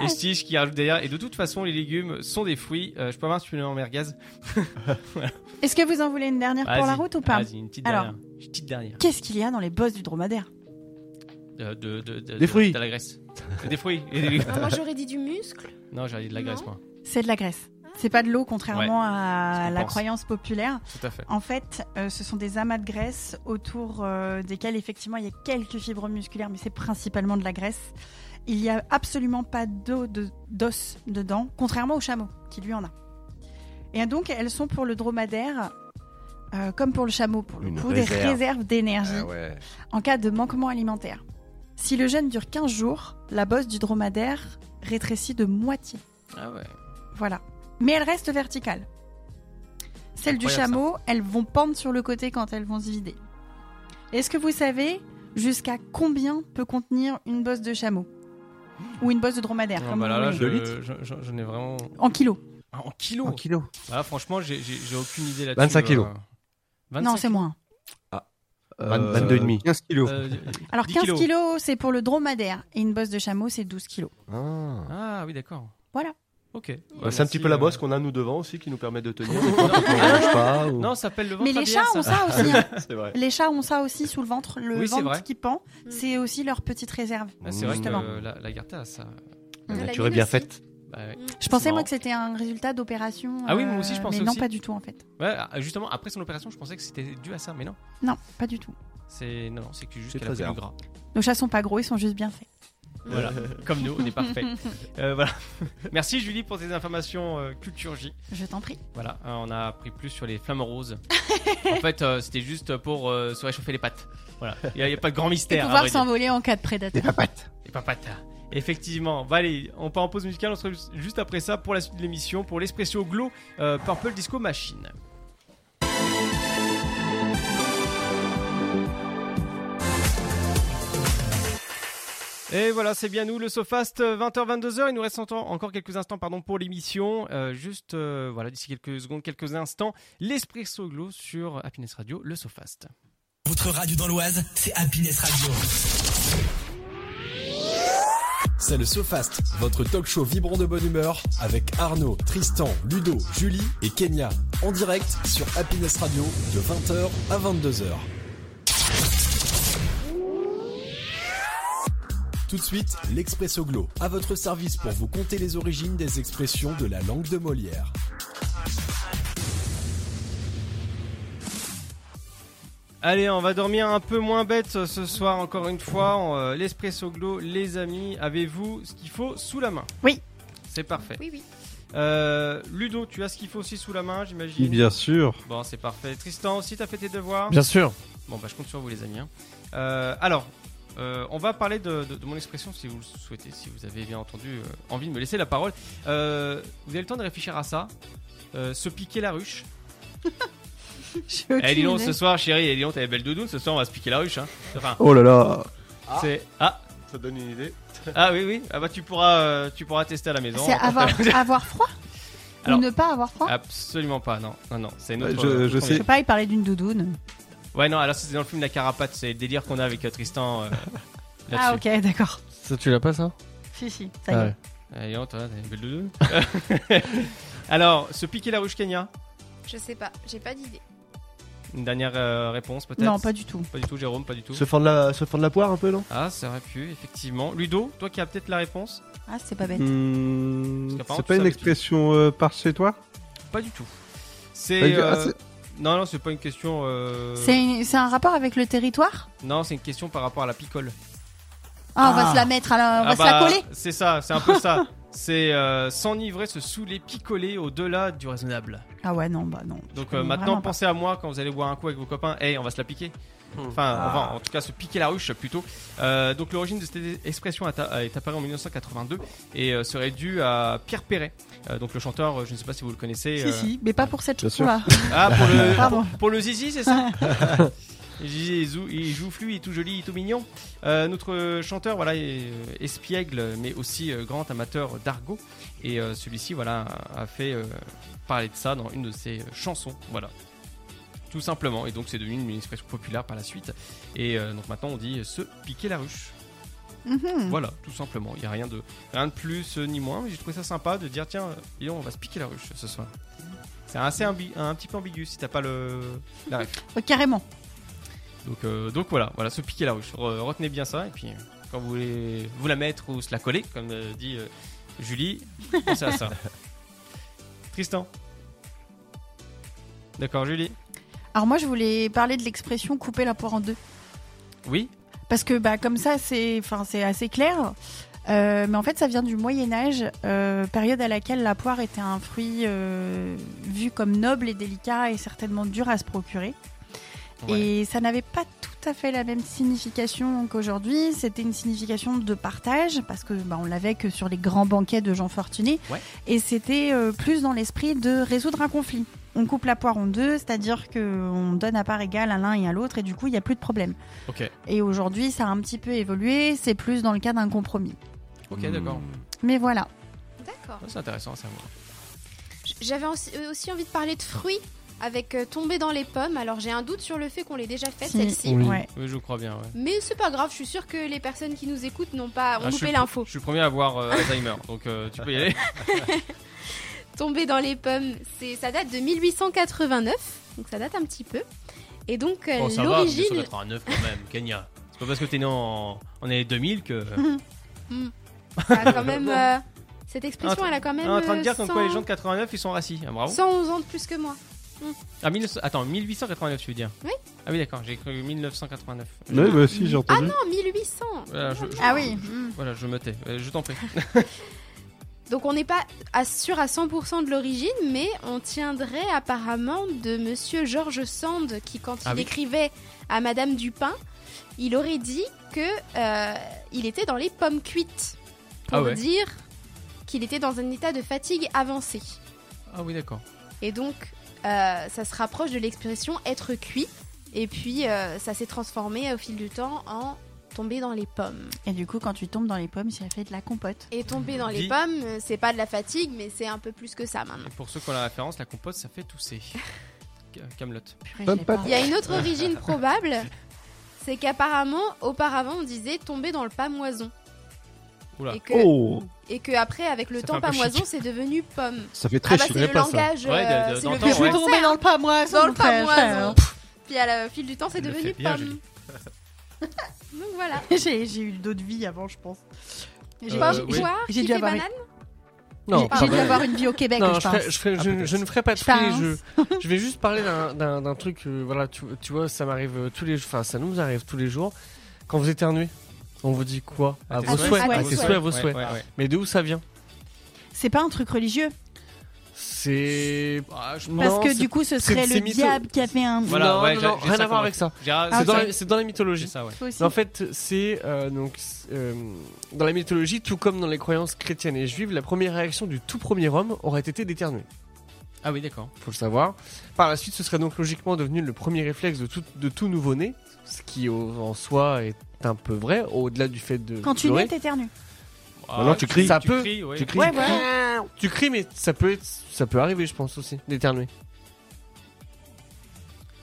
Estich qui rajoute derrière. Et de toute façon, les légumes sont des fruits. Euh, je peux avoir un supplément merguez Ah, Est-ce que vous en voulez une dernière pour la Vas-y, route ou pas Vas-y, une petite Alors. dernière. Une petite dernière. Qu'est-ce qu'il y a dans les bosses du dromadaire Euh, de, de- de- Des de- fruits. De la graisse. Des fruits. et des légumes. Non, moi, j'aurais dit du muscle. Non, j'ai dit de la graisse, moi. C'est de la graisse. C'est pas de l'eau, contrairement ce à qu'on la pense. croyance populaire. Tout à fait. En fait, euh, ce sont des amas de graisse autour euh, desquels, effectivement, il y a quelques fibres musculaires, mais c'est principalement de la graisse. Il n'y a absolument pas d'eau de- d'os dedans, contrairement au chameau, qui lui en a. Et donc, elles sont pour le dromadaire, euh, comme pour le chameau, pour le Une coup, des réserve. réserves d'énergie Ah ouais. en cas de manquement alimentaire. Si le jeûne dure 15 jours, la bosse du dromadaire rétrécit de moitié. Ah ouais. Voilà. Mais elles restent verticales. Celles du Incroyable, chameau, elles vont pendre sur le côté quand elles vont se vider. Est-ce que vous savez jusqu'à combien peut contenir une bosse de chameau Ou une bosse de dromadaire Ah comme bah vous là, là, voulez. je, je, je- je n'ai vraiment. En kilos. Ah, en kilos En kilos. Ah, franchement, j'ai- j'ai j'ai aucune idée là-dessus. 25 kilos. euh, Non, c'est moins. Euh, 22,5. 15 kilos. euh, Alors 10 15 kilos, c'est pour le dromadaire et une bosse de chameau, c'est 12 kilos. Ah. Ah oui, d'accord. Voilà. Ok. Bah, c'est un Merci, petit peu la euh, bosse qu'on a nous devant aussi qui nous permet de tenir. On ne pas. ou- Non, ça s'appelle le ventre. Mais à les bière, chats ont ça aussi. hein. C'est vrai. Les chats ont ça aussi sous le ventre, le Oui, c'est vrai. ventre qui pend, c'est aussi leur petite réserve. Ah, c'est vrai Justement. que euh, la, la Gartha a ça. La La nature mine est Mm. bien aussi. faite. Bah, ouais. Je pensais marrant. moi que c'était un résultat d'opération. Ah oui, moi euh, aussi, je pensais Mais non, aussi. pas du tout en fait. Ouais, ah, justement, après son opération, je pensais que c'était dû à ça, mais non. Non, pas du tout. C'est non, non, c'est que juste C'est qu'elle a pris très du gras. Nos chats sont pas gros, ils sont juste bien faits. Voilà. Comme nous, on est parfait. Euh, voilà. Merci Julie pour tes informations euh, culture J. Je t'en prie. Voilà, hein, on a appris plus sur les flammes roses. en fait, euh, c'était juste pour euh, se réchauffer les pattes. Voilà, il n'y a, pas de grand Et mystère. à pouvoir vrai dire. s'envoler en cas de prédateur. Les papatas. Effectivement. Bah allez, on part en pause musicale, on se retrouve juste après ça pour la suite de l'émission, pour l'Espresso Glow euh, Purple Disco Machine. Et voilà, c'est bien nous, le Sofast, euh, 20h-22h. Il nous reste encore- encore quelques instants pardon, pour l'émission. Euh, juste, euh, voilà, d'ici quelques secondes, quelques instants, l'Espresso Glow sur Happiness Radio, le Sofast. Votre radio dans l'Oise, c'est Happiness Radio. C'est le SoFast, votre talk show vibrant de bonne humeur avec Arnaud, Tristan, Ludo, Julie et Kenya. En direct sur Happiness Radio de 20h à 22h. Tout de suite, l'Expresso Glow, à votre service pour vous conter les origines des expressions de la langue de Molière. Allez, on va dormir un peu moins bête euh, ce soir, encore une fois. On, euh, L'espresso glow, les amis, avez-vous ce qu'il faut sous la main Oui. C'est parfait. Oui, oui. Euh, Ludo, tu as ce qu'il faut aussi sous la main, j'imagine Bien sûr. Bon, c'est parfait. Tristan aussi, t'as fait tes devoirs Bien sûr. Bon, bah, je compte sur vous, les amis. hein. Euh, alors, euh, on va parler de, de- de mon expression si vous le souhaitez, si vous avez bien entendu euh, envie de me laisser la parole. Euh, vous avez le temps de réfléchir à ça. Euh, se piquer la ruche. J'ai Eh, aucune dis donc, idée. ce soir, chérie, eh, dis donc, t'as les belles doudounes, ce soir, on va se piquer la ruche. Hein. Enfin, Oh là là. c'est. Ah, Ça donne une idée. ah oui, oui. Ah bah, tu pourras, euh, tu pourras tester à la maison. C'est avoir, avoir froid Alors- ah. ou ne pas avoir froid Absolument pas, non. Non, non, c'est notre. Je- euh, notre je Je sais. sais pas, il parlait d'une doudoune. Ouais, non, alors c'était dans le film La Carapate, c'est le délire qu'on a avec euh, Tristan. euh, là-dessus. Ah ok, d'accord. Ça, tu l'as pas, ça Si, si, ça y est. Ah ouais. Allez, on, Eh, toi, t'as une belle doudoune. alors, se piquer la ruche Kenya Je sais pas, j'ai pas d'idée. Une dernière euh, réponse, peut-être Non, pas du tout. Pas du tout, Jérôme, pas du tout. Se fendre la, se fendre la poire un peu, non Ah, ça aurait pu, effectivement. Ludo, toi qui as peut-être la réponse Ah, c'est pas bête. Mmh, Hmm, Parce qu'apparemment, C'est tu pas une savais expression euh, par chez toi Pas du tout. Bah, Pas C'est. du- ah, euh, c'est- Non, non, c'est pas une question. euh, C'est une- c'est un rapport avec le territoire Non, c'est une question par rapport à la picole. Ah, on Ah. va se la mettre, à la- on va Ah se la bah, coller C'est ça, c'est un peu ça. C'est euh, s'enivrer, se saouler, picoler au-delà du raisonnable. Ah ouais, non, bah non. Donc Je euh, comprends maintenant, vraiment pas. pensez à moi quand vous allez boire un coup avec vos copains. Hey, on va se la piquer. Enfin, Ah. on va, en tout cas se piquer la ruche plutôt. Euh, donc l'origine de cette expression est a- est apparue en 1982 et euh, serait due à Pierre Perret. Euh, donc le chanteur, euh, je ne sais pas si vous le connaissez. euh, Si, si, mais pas pour cette Bien sûr. chanson-là. Ah, pour le, Pardon. pour le zizi, c'est ça Zizi, il joue, il joue flu, il est tout joli, il est tout mignon. Euh, notre chanteur, voilà, est euh, espiègle, mais aussi euh, grand amateur d'argot. Et euh, celui-ci, voilà, a fait euh, parler de ça dans une de ses euh, chansons. Voilà. Tout simplement. Et donc, c'est devenu une expression populaire par la suite. Et euh, donc, maintenant, on dit se piquer la ruche. Mhm. Voilà, tout simplement. Il n'y a rien de, rien de plus euh, ni moins. Mais j'ai trouvé ça sympa de dire tiens, euh, dis donc, on va se piquer la ruche ce soir. C'est assez ambi- un petit peu ambigu si t'as pas le, Euh, Carrément. donc, euh, donc voilà, voilà, se piquer la ruche. Re- retenez bien ça. Et puis, euh, quand vous voulez vous la mettre ou se la coller, comme euh, dit euh, Julie, pensez à ça. Tristan. D'accord, Julie. Alors moi, je voulais parler de l'expression couper la poire en deux. Oui. Parce que bah, comme ça, c'est enfin, c'est assez clair. Euh, mais en fait, ça vient du Moyen Âge, euh, période à laquelle la poire était un fruit euh, vu comme noble et délicat et certainement dur à se procurer. Et ça n'avait pas tout à fait la même signification qu'aujourd'hui. C'était une signification de partage, parce que bah, on l'avait que sur les grands banquets de gens fortunés. Ouais. Et c'était euh, plus dans l'esprit de résoudre un conflit. On coupe la poire en deux, c'est-à-dire qu'on donne à part égale à l'un et à l'autre, et du coup, il n'y a plus de problème. Ok. Et aujourd'hui, ça a un petit peu évolué. C'est plus dans le cas d'un compromis. Ok, d'accord. Mais voilà. D'accord. Ouais, C'est intéressant à savoir. J- J'avais aussi, euh, aussi envie de parler de fruits avec euh, tomber dans les pommes. Alors j'ai un doute sur le fait qu'on l'ait déjà fait Si. celle-ci. Oui. Ouais. Oui, je crois bien, ouais. Mais c'est pas grave, je suis sûre que les personnes qui nous écoutent n'ont pas ont Ah, je loupé suis- l'info. Je suis premier à avoir euh, Alzheimer, donc euh, tu peux y aller. Tomber dans les pommes, c'est ça date de 1889, donc ça date un petit peu. Et donc euh, Bon, Oh, ça va, l'origine, 1989 quand même, Kenya. C'est pas parce que t'es né en, en année 2000 que. ça a quand même euh, cette expression, Ah, elle a quand même Ah, en train de dire euh, comme 100 quoi les gens de 89 ils sont racis. Ah, bravo. 111 ans de plus que moi. Ah, 1900 Attends, 1889 tu veux dire Oui. Ah oui, d'accord, j'ai cru 1989. Oui, bah si, j'ai entendu. Non, 1800. Voilà, je, je- Ah oui. Voilà, je me tais. Euh, Je t'en prie. Donc on n'est pas à- sûr à 100% de l'origine, mais on tiendrait apparemment de monsieur George Sand qui, quand Ah il oui. écrivait à Madame Dupin, il aurait dit que euh, il était dans les pommes cuites pour Ah ouais. dire qu'il était dans un état de fatigue avancée. Ah oui, d'accord. Et donc euh, ça se rapproche de l'expression être cuit, et puis euh, ça s'est transformé au fil du temps en tomber dans les pommes. Et du coup, quand tu tombes dans les pommes, ça fait de la compote. Et tomber dans les Dis- pommes, euh, c'est pas de la fatigue, mais c'est un peu plus que ça maintenant. Et pour ceux qui ont la référence, la compote ça fait tousser. Camelot. Purée, je Pomme l'ai pas. pâte. Il y a une autre origine probable, c'est qu'apparemment, auparavant, on disait tomber dans le pamoison. Oula. Et que, Oh et que après, avec le Ça fait temps, un peu pamoison, c'est devenu pomme. Ça fait très ah bah chic. c'est le langage, Ouais, euh, de- de- c'est le d'antan, vieux ouais. français, Tomber dans le pamoison. dans le frère. pamoison. Puis à la- au fil du temps, c'est Elle le devenu fait bien, pomme. Julie. Donc voilà. J'ai j'ai eu le dos de vie avant, je pense. J'ai Euh, pomme, oui. poire, J'ai qui dû fait avoir- banane. Non, J'ai dû pardon. avoir une vie au Québec, Non, je je, pense. ferai- je, Ah, ferai- je- je ne ferai pas de Je fruits. pense. Je, je vais juste parler d'un- d'un d'un truc. euh, voilà, tu, tu vois, ça m'arrive euh, tous les, enfin, ça nous arrive tous les jours. Quand vous éternuez, on vous dit quoi À, tes vos souhaits. souhaits. À À tes tes souhaits. souhaits, à vos souhaits. Ouais, ouais, ouais. Mais de où ça vient C'est pas un truc religieux. C'est ah, Parce Non, que c'est- du coup, ce c'est- serait c'est le mytho. diable qui a fait un. Voilà, non, ouais, non, j'ai- non, j'ai rien ça à voir compris. avec ça. Gérard, Ah, C'est ok. dans, la- c'est dans la mythologie. c'est ça, ouais. Toi aussi. En fait, c'est euh, donc euh, dans la mythologie, tout comme dans les croyances chrétiennes et juives, la première réaction du tout premier homme aurait été d'éternuer. Ah oui, d'accord. Faut le savoir. Par la suite, ce serait donc logiquement devenu le premier réflexe de tout, de tout nouveau-né, ce qui au- en soi est un peu vrai, au-delà du fait de. Quand tu pleurer. nais, t'éternues. non, tu cries. Ça Ah, tu peut- cries, ouais. tu cries, Ouais, tu, voilà. cries. Tu cries, mais ça peut, être, ça peut arriver, je pense aussi, d'éternuer.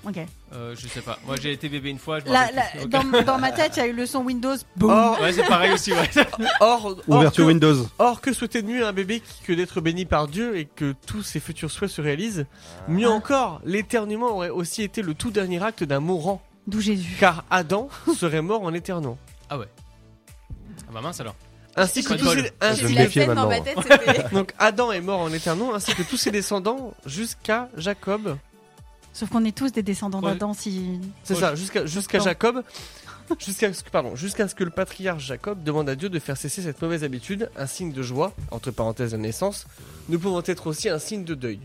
Ok. Euh, je sais pas. Moi, j'ai été bébé une fois. Je m'en La- rappelle la- plus. Ok. dans, dans ma tête, il y a eu le son Windows. Boum. Or, Ouais, c'est pareil aussi, ouais. or, or, oh, Ouverture que, Windows. or, que souhaiter de mieux à un bébé que d'être béni par Dieu et que tous ses futurs souhaits se réalisent Mieux encore, l'éternuement aurait aussi été le tout dernier acte d'un mourant, D'où Jésus. car Adam serait mort en éternuant. Ah bah mince alors. Ainsi que Pas de tous bol. ses- J'ai ainsi vu me que- la méfiais scène dans ma maintenant. tête, c'était- Donc Adam est mort en éternant, ainsi que tous ses descendants jusqu'à Jacob. Sauf qu'on est tous des descendants Ouais. d'Adam si. C'est Oh, ça, jusqu'à jusqu'à Non. Jacob, jusqu'à ce que pardon, jusqu'à ce que le patriarche Jacob demande à Dieu de faire cesser cette mauvaise habitude, un signe de joie entre parenthèses la naissance, ne pouvant être aussi un signe de deuil.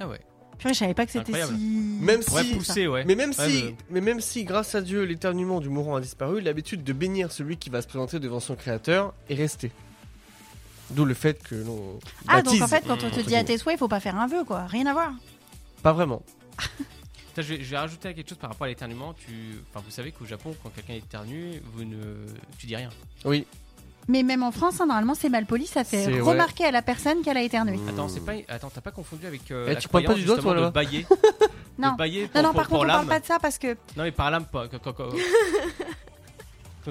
Ah ouais. Purée, je savais pas que c'était Incroyable. si. Même Ouais, si, pousser, ouais. mais même si, Ouais, mais- mais même si, grâce à Dieu, l'éternuement du mourant a disparu, l'habitude de bénir celui qui va se présenter devant son Créateur est restée. D'où le fait que l'on Ah, baptise. donc en fait, quand on te Entre dit à guillemets. tes souhaits, il faut pas faire un vœu, quoi. Rien à voir. pas vraiment. Putain, je, vais, je vais rajouter quelque chose par rapport à l'éternuement. Tu... Enfin, vous savez qu'au Japon, quand quelqu'un éternue, vous ne... tu dis rien. Oui. Mais même en France, hein, normalement, c'est mal poli. Ça fait C'est- remarquer à la personne qu'elle a éternué. Attends, c'est pas... Attends, t'as pas confondu avec euh, Hmm. Eh, la tu pointes pas croyance, du doigt, toi, justement, de là-bas bailler. Non. De bailler pour, Non, non, pour- par pour contre, on parle l'âme. pas de ça parce que. Non, mais par l'âme, pas. quand- quand- quand- On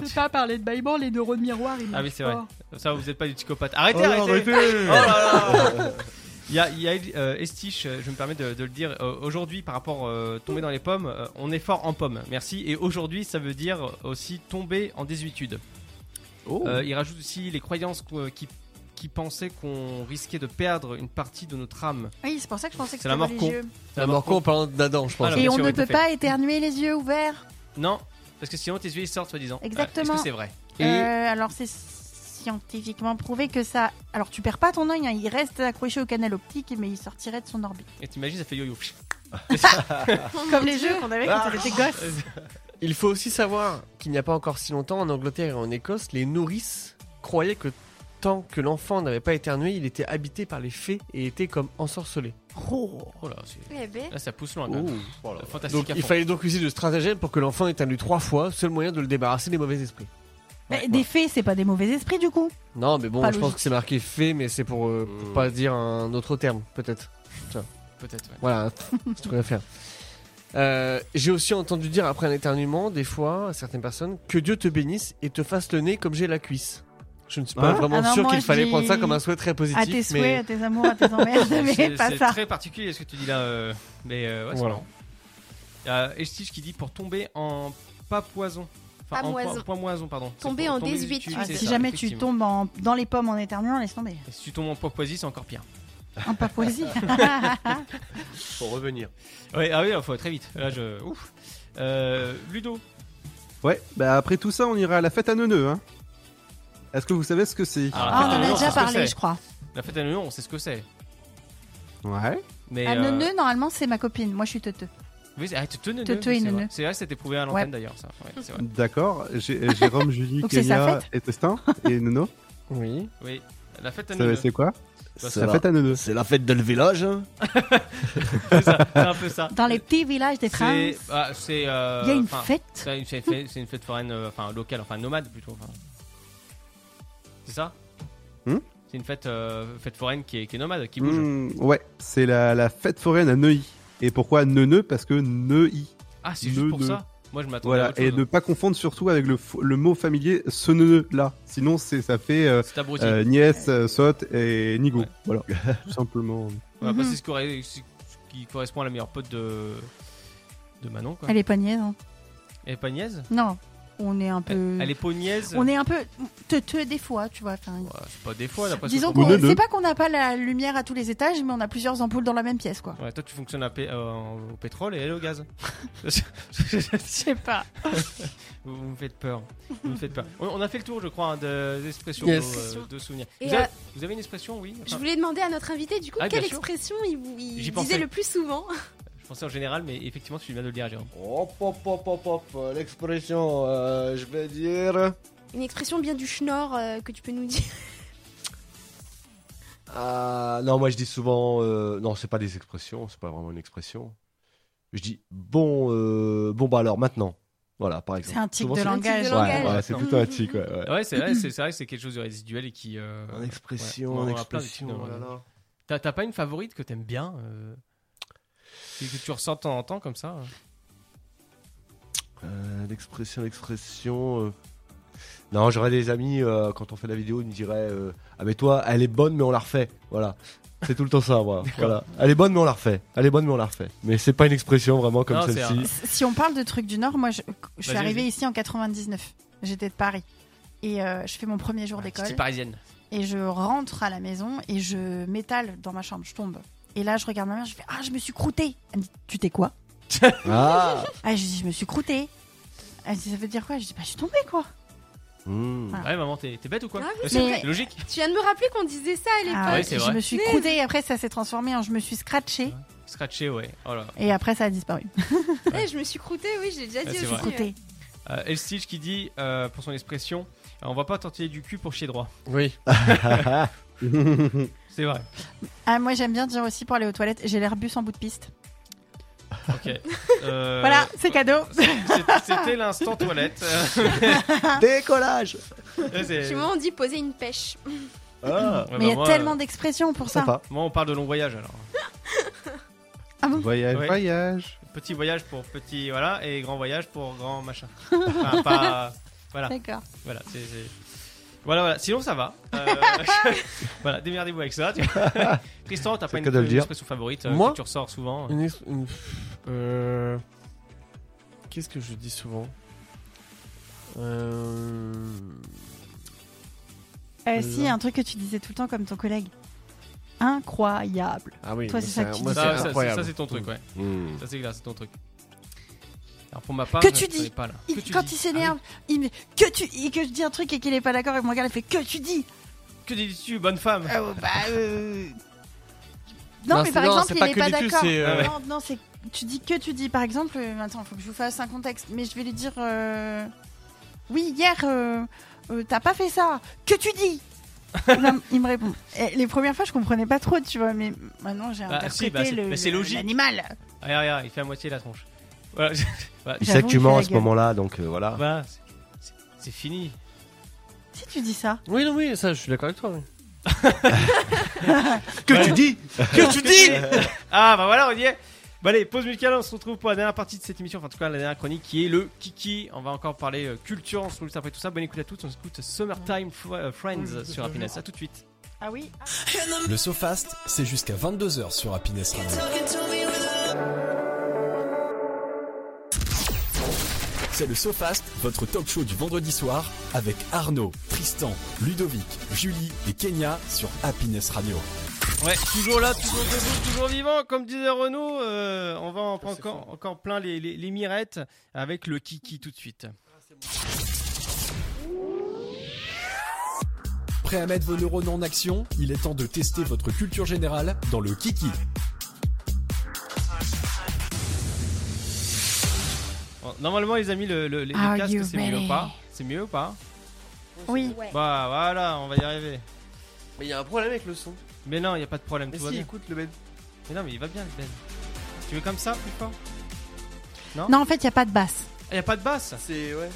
Quand- peut pas parler de Baïban, les neurones miroirs, ils Ah oui, marchent c'est vrai. pas. Ça, vous êtes pas des psychopathes. Arrêtez, Oh, arrêtez. arrêtez. Oh là là. Il y a, il y a, euh, Estiche, euh, je me permets de, de le dire, euh, aujourd'hui par rapport euh, tomber dans les pommes, euh, on est fort en pommes, merci. Et aujourd'hui, ça veut dire aussi tomber en désuétude. Oh. Euh, il rajoute aussi les croyances qu- euh, qui, qui pensaient qu'on risquait de perdre une partie de notre âme. Oui, c'est pour ça que je pensais que C'est la c'était mort con. religieux. La mort Bah, en parlant d'Adam, je pense. Ah, Et bien on sûr, ne oui, tout peut fait. pas éternuer les yeux ouverts. Non, parce que sinon tes yeux ils sortent, soi-disant. Exactement. Est-ce que c'est vrai Et- Euh, alors c'est scientifiquement prouvé que ça. Alors tu perds pas ton œil, hein, il reste accroché au canal optique, mais il sortirait de son orbite. Et t'imagines, ça fait yo-yo. Ah. Comme les jeux qu'on avait quand on était gosse. Il faut aussi savoir qu'il n'y a pas encore si longtemps, en Angleterre et en Écosse, les nourrices croyaient que tant que l'enfant n'avait pas éternué, il était habité par les fées et était comme ensorcelé. Oh là, c'est- Eh ben, là, ça pousse loin quand même. Ouh. Voilà. Fantastique Donc, à il fond. fallait donc utiliser le stratagème pour que l'enfant éternue trois fois, seul moyen de le débarrasser des mauvais esprits. Mais Ouais, Eh, Des fées, c'est pas des mauvais esprits du coup. Non, mais bon, Pas je pense logique. que c'est marqué fée, mais c'est pour, euh, pour pas dire un autre terme, peut-être. Peut-être, ouais. Voilà, c'est tout qu'on va faire. Euh, J'ai aussi entendu dire après un éternuement, des fois, à certaines personnes, que Dieu te bénisse et te fasse le nez comme j'ai la cuisse. Je ne suis pas Hein vraiment Ah non, sûr moi, qu'il je fallait dis prendre ça comme un souhait très positif. à tes souhaits, mais... à tes amours, à tes emmerdes, mais C'est pas c'est ça. très particulier ce que tu dis là. euh, Mais euh, ouais, c'est Voilà. marrant. Il y a Estige qui dit pour tomber en pas poison. Enfin, en Pamoison. po- pamoison, pardon. C'est Tomber pour en du désuétude. cul, Ah, c'est si ça, jamais tu effectivement. tombes en- dans les pommes en éternuant, laisse tomber. Et si tu tombes en pourpoisie, c'est encore pire. Un papoisie. Pour revenir. Ouais, ah oui, il faut aller très vite. Là, je. Ouf. Euh, Ludo. Ouais, bah après tout ça, on ira à la fête à Neuneu, hein. Est-ce que vous savez ce que c'est Ah, on la fête à en a Noël, on sait déjà ce que parlé, c'est. je crois. La fête à Noël, on sait ce que c'est. Ouais. Mais. Ah, euh, neuneu, normalement, c'est ma copine. Moi, je suis teuteux. Oui, c'est- ah, te- te neuneu, Te- te oui, et c'est neuneu. vrai. C'est vrai, c'était prouvé à l'antenne Ouais. d'ailleurs, ça. Ouais, c'est vrai. D'accord, J'ai- euh, Jérôme, Julie, Donc c'est sa Kenya fête et Testin et Nono. Oui. Oui. La fête à Vous Noël. savez, C'est quoi Ça La fête à Neuneu. C'est la fête de le village. hein. C'est ça, c'est un peu ça. Dans les petits villages des France, C'est. il ah, c'est, euh, y a une enfin, fête. C'est une c'est une fête, c'est une fête foraine, euh, enfin locale, enfin nomade plutôt. enfin. C'est ça Hmm C'est une fête, euh, fête foraine qui est, qui est nomade, qui bouge. Hmm, ouais, c'est la, la fête foraine à Neuilly. Et pourquoi Neuneu Parce que Neuilly. Ah, c'est juste Neu- pour neu. ça Moi je m'attendais à Voilà, autre et chose. ne pas confondre surtout avec le, fo- le mot familier ce neuneu là. Sinon, c'est ça fait euh, C'est abruti. euh, nièce, euh, sotte et nigo. Ouais. Voilà, tout simplement. Ouais, après, Mhm. c'est ce, qui aurait- ce qui correspond à la meilleure pote de, de Manon, quoi. Elle est pas niaise, hein. Elle est pas niaise Non, on est un peu. Elle est pas niaise On est un peu teuteux des fois, tu vois. enfin, Ouais, c'est pas des fois, d'après ce Disons qu'on qu'on Ou neuneu. c'est pas qu'on n'a pas la lumière à tous les étages, mais on a plusieurs ampoules dans la même pièce, quoi. Ouais, toi tu fonctionnes à pé- euh, au pétrole et elle au gaz. Je sais pas. vous, vous me faites peur. Vous me faites peur. On, on a fait le tour, je crois, hein, de- des expressions, Yes. de, euh, de souvenirs. Et, vous, avez, euh, vous avez une expression, oui je Enfin, voulais demander à notre invité, du coup, Ah, bien quelle sûr. expression il, il J'y disait pensais. le plus souvent. je pensais en général, mais effectivement, tu viens de le dire, Jérôme. Hop, hop, hop, hop, hop. L'expression, euh, je vais dire. Une expression bien du schnorr euh, que tu peux nous dire. Ah, non, moi je dis souvent. euh, non, c'est pas des expressions, c'est pas vraiment une expression. Je dis bon, euh, bon bah alors maintenant. Voilà, par exemple. C'est un tic Souvent, de c'est- langage. de Ouais, langage. ouais, c'est Maintenant. plutôt un tic, ouais, ouais. Ouais, c'est vrai, c'est c'est vrai que c'est quelque chose de résiduel et qui. euh, En ouais, expression, on en aura plein de expression. trucs, oh là euh, là. T'as t'as pas une favorite que t'aimes bien euh, et que tu ressens de temps en temps comme ça euh Euh, l'expression, l'expression. euh. Non, j'aurais des amis, euh, quand on fait la vidéo, ils me diraient euh, Ah, mais toi, elle est bonne, mais on la refait. Voilà. C'est tout le temps ça, moi. Voilà. Elle est bonne, mais on la refait. Elle est bonne, mais on la refait. Mais c'est pas une expression vraiment comme Non, c'est celle-ci. Si on parle de trucs du Nord, moi, je, je suis Vas-y, arrivée vas-y. ici en 99. J'étais de Paris. Et euh, je fais mon premier jour Ah, d'école. Cité parisienne. Et je rentre à la maison et je m'étale dans ma chambre. Je tombe. Et là, je regarde ma mère, je fais Ah, je me suis croûtée. Elle me dit Tu t'es quoi Ah Ah, je dis Je me suis croûtée. Elle me dit Ça veut dire quoi Je dis Bah, je suis tombée, quoi. Hmm. Ouais, maman, t'es t'es bête ou quoi Ah oui, Euh, c'est c'est vrai. Logique. Tu viens de me rappeler qu'on disait ça à l'époque. Ah, ouais, c'est je vrai. me suis Mais- croûtée. Après, ça s'est transformé en Je me suis scratchée. Scratché, ouais. Oh là. Et après, ça a disparu. Eh, je me suis croûtée, oui, j'ai déjà Ouais, dit c'est aussi. vrai. Croûtée. Euh, Elstich qui dit, euh, pour son expression, euh, on va pas tortiller du cul pour chier droit. Oui. C'est vrai. Ah, moi, j'aime bien dire aussi pour aller aux toilettes J'ai l'air bus en bout de piste. Ok. Euh, Voilà, c'est cadeau. c'est- C'était l'instant toilette. Euh, Ah. Décollage Chez moi, on dit poser une pêche. Ah, Mais il y a euh, tellement d'expressions pour ça. Sympa. bah, Moi, on parle de long voyage alors. Voyage, Ouais. voyage. Petit voyage pour petit, voilà, et grand voyage pour grand machin. Enfin, pas. Voilà. D'accord. Voilà, c'est. c'est- Voilà, voilà. Sinon, ça va. Euh, voilà, démerdez-vous avec ça. tu vois. Tristan, t'as C'est pas le une, cas de le une dire. expression favorite euh, Moi que tu ressors souvent euh, Une ex- une- euh, Qu'est-ce que je dis souvent Euh, Euh, Euh, si, il y a un truc que tu disais tout le temps comme ton collègue. Incroyable. Ah oui, Toi, moi, c'est ça que tu ah moi, dis. c'est ça, ça- ça, incroyable. c'est ton truc, ouais. Hmm. Ça, c'est clair, c'est ton truc. Alors pour ma part, que je- tu je savais dis pas, là. Il- Que tu quand dis. Ah il s'énerve il me- que tu et que je dis un truc et qu'il est pas d'accord et que mon gars il fait que tu dis Ah Que dis-tu, bonne femme Ah, bah, euh, non, Non, mais c'est- par non, c'est exemple pas il est que pas du tout, d'accord c'est, euh, non non c'est tu dis que tu dis par exemple euh, attends faut que je vous fasse un contexte mais je vais lui dire euh, oui hier euh, euh, t'as pas fait ça que tu dis Non, il me répond. Eh, les premières fois, je comprenais pas trop, tu vois, mais maintenant j'ai Bah, interprété si, bah, c'est- le- bah, c'est le- logique. l'animal. Ah, Regarde, regarde, il fait à moitié la tronche. Voilà. Voilà. Il sait que tu mens à ce gueule. moment-là, donc euh, voilà. Voilà, c'est- c'est- c'est fini. Si tu dis ça, Oui, non, oui, ça, je suis d'accord avec toi. Que tu dis que tu dis Ah bah voilà, on y est. Bah allez, pause musicale, on se retrouve pour la dernière partie de cette émission, enfin en tout cas la dernière chronique qui est le Kiki. On va encore parler euh, culture, on se retrouve juste après tout ça. Bonne écoute à tous, on écoute Summertime Fr- euh, Friends sur Happiness. À tout de suite. ah oui, Le SoFast, c'est jusqu'à 22h sur Happiness Radio. C'est le SoFast, votre talk show du vendredi soir avec Arnaud, Tristan, Ludovic, Julie et Kenya sur Happiness Radio. Ouais, toujours là, toujours debout, toujours vivant, comme disait Renaud. euh, on va en prendre encore, encore plein les, les, les mirettes avec le Kiki tout de suite. Prêt à mettre vos neurones en action Il est temps de tester votre culture générale dans le Kiki. Bon, normalement, les amis, le, le, les Are les casques, you c'est mieux ready ou pas C'est mieux ou pas oui. Bah voilà, on va y arriver. Mais il y a un problème avec le son. Mais non, il n'y a pas de problème, Mais tout va si, bien. écoute le Ben. Mais non, mais il va bien, le Ben. Tu veux comme ça, plus fort Non, en fait, il y a pas de basse. Il n'y a pas de basse C'est ouais.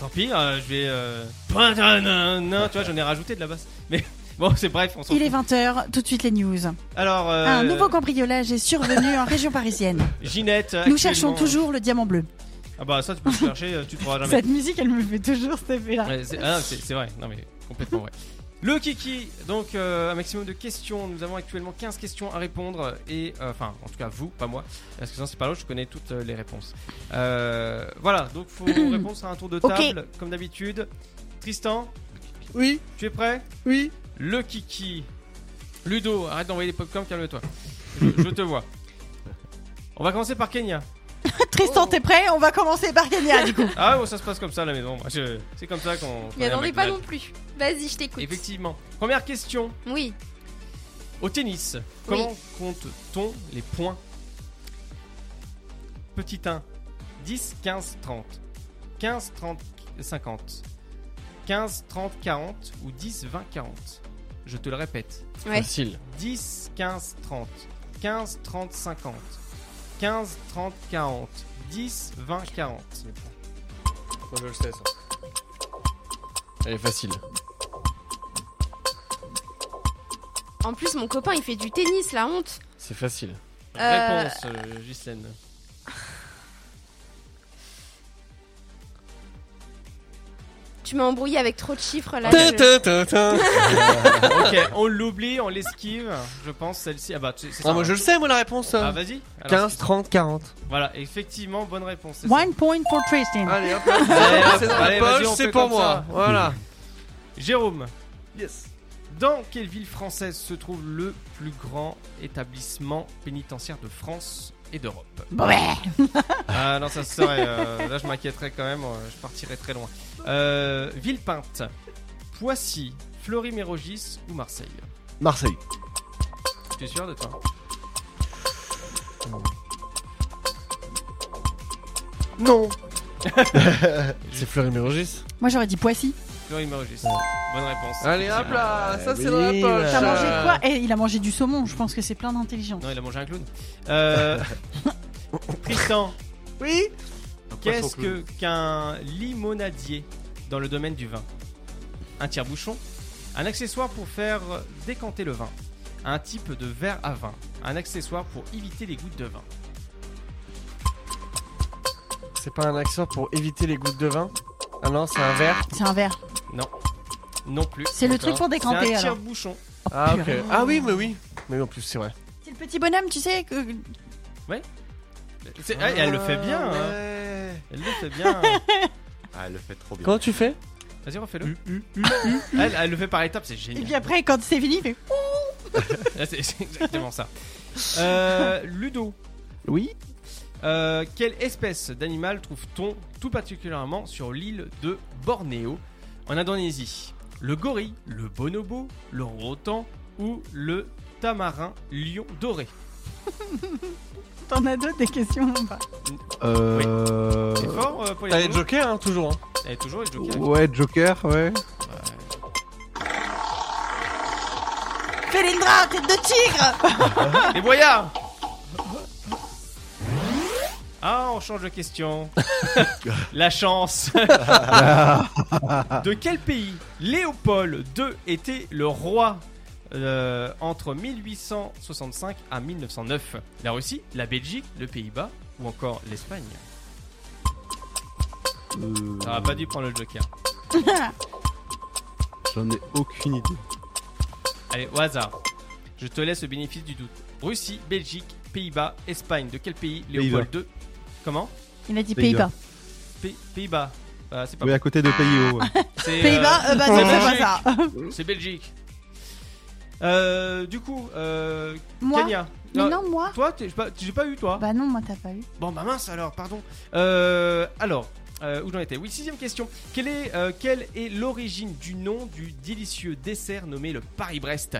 Tant pis, euh, je vais... euh, Tu vois, j'en ai rajouté de la basse. Mais bon, c'est bref, on s'en Il est fout. 20h, tout de suite les news. Alors, euh, Un nouveau cambriolage est survenu en région parisienne. Ginette... Nous actuellement- cherchons toujours le diamant bleu. Ah bah ça, tu peux le chercher, euh, tu trouveras jamais. Cette musique, elle me fait toujours cet effet-là. Ouais, c'est ah non, c'est- c'est vrai, non mais complètement vrai. Le Kiki, donc euh, un maximum de questions. Nous avons actuellement 15 questions à répondre et euh, enfin, en tout cas vous, pas moi, parce que sinon c'est pas l'autre, je connais toutes euh, les réponses. Euh, voilà, donc faut réponse à un tour de Ok. table, comme d'habitude. Tristan, Oui, tu es prêt oui. Le Kiki, Ludo, arrête d'envoyer des popcorn, calme-toi. Je, je te vois. On va commencer par Kenya. Tristan, t'es prêt On va commencer par Kenya, du coup. Ah bon, ça se passe comme ça à la maison. Moi, je- C'est comme ça qu'on. qu'on Il n'y est un attendait pas non McDonald's. plus. Vas-y, je t'écoute. Effectivement. Première question. Oui. Au tennis, comment compte-t-on les points Petit 1, 10, 15, 30. 15, 30, 50. 15, 30, 40 ou 10, 20, 40. Je te le répète. Ouais. Facile. 10, 15, 30. 15, 30, 50. 15, 30, 40. 10, 20, 40. Moi je le sais ça. Elle est facile. En plus, mon copain, il fait du tennis, la honte. C'est facile. Euh, Réponse, euh, Ghislaine. Tu m'as embrouillé avec trop de chiffres là. je- ok, on l'oublie, on l'esquive. Je pense celle-ci. Ah bah, tu- c'est ça. Ah, moi je le sais moi la réponse. Ah, vas-y. Alors, 15, 30, 40. Voilà, effectivement, bonne réponse. c'est ça. One point for Tristan. Ah. Allez hop, c'est c'est dans la Allez, vas-y, poche, on c'est fait c'est pour pour comme moi. ça. moi. Voilà. Jérôme, Yes. dans quelle ville française se trouve le plus grand établissement pénitentiaire de France et d'Europe Ouais. Ah non, ça serait. euh, là, je m'inquiéterais quand même, euh, je partirais très loin. Euh, Villepinte, Poissy, Fleury-Mérogis ou Marseille Marseille. Tu es sûr de toi Non. c'est Fleury Mérogis. Moi, j'aurais dit Poissy. Fleury-Mérogis. Bonne réponse. Allez hop là, ça c'est dans la oui, poche. T'as Euh, mangé quoi Eh, il a mangé du saumon. Je pense que c'est plein d'intelligence. Non, il a mangé un clown. Euh, Tristan, Oui. Qu'est-ce que qu'un limonadier dans le domaine du vin Un tire-bouchon Un accessoire pour faire décanter le vin Un type de verre à vin Un accessoire pour éviter les gouttes de vin C'est pas un accessoire pour éviter les gouttes de vin Ah non, c'est un verre. C'est un verre. Non plus. C'est le truc pour C'est un décanter, alors. tire-bouchon. Ah ok. Purée. Ah oui, mais oui. Mais en plus c'est vrai. C'est le petit bonhomme, tu sais, que C'est- Eh, eh, Elle, elle le fait bien. Ah, hein. ouais. Elle le fait bien. Ah, elle le fait trop bien. Comment tu fais Vas-y, refais-le. elle, elle le fait par étapes, c'est Et génial. puis après, quand c'est fini, il fait. Ah, Là, C'est c'est exactement ça. Euh, Ludo. Oui. Euh, quelle espèce d'animal trouve-t-on tout particulièrement sur l'île de Bornéo en Indonésie Le gorille, le bonobo, l'orang-outan ou le tamarin lion doré T'en as d'autres des questions ou pas Euh... C'est fort euh, pour les T'as les Jokers jokers, hein, toujours. hein. Elle est toujours les jokers. Ouais, Joker, ouais. Felindra, tête de tigre Les boyards Ah, on change de question. La chance. de quel pays Léopold II était le roi euh, entre 1865 à 1909 La Russie, la Belgique, le Pays-Bas ou encore l'Espagne Euh, T'aurais pas dû prendre le joker. J'en ai aucune idée. Allez, au hasard. Je te laisse le bénéfice du doute. Russie, Belgique, Pays-Bas, Espagne. De quel pays Léopold II Comment Il a dit Pays-Bas. Pays-Bas. P- Pays-Bas. Bah, c'est pas Oui, à côté de Pays haut, ouais. C'est, Pays-Bas, euh, euh, bah, c'est non, c'est Belgique. pas ça. C'est Belgique. Euh, du coup, euh, Moi Kenya. Mais non, moi Toi, t'es- j'ai pas, j'ai pas eu toi. Bah non, moi t'as pas eu. Bon, bah mince alors, pardon. Euh, alors, euh, où j'en étais Oui, sixième question. Quelle est, euh, quelle est l'origine du nom du délicieux dessert nommé le Paris-Brest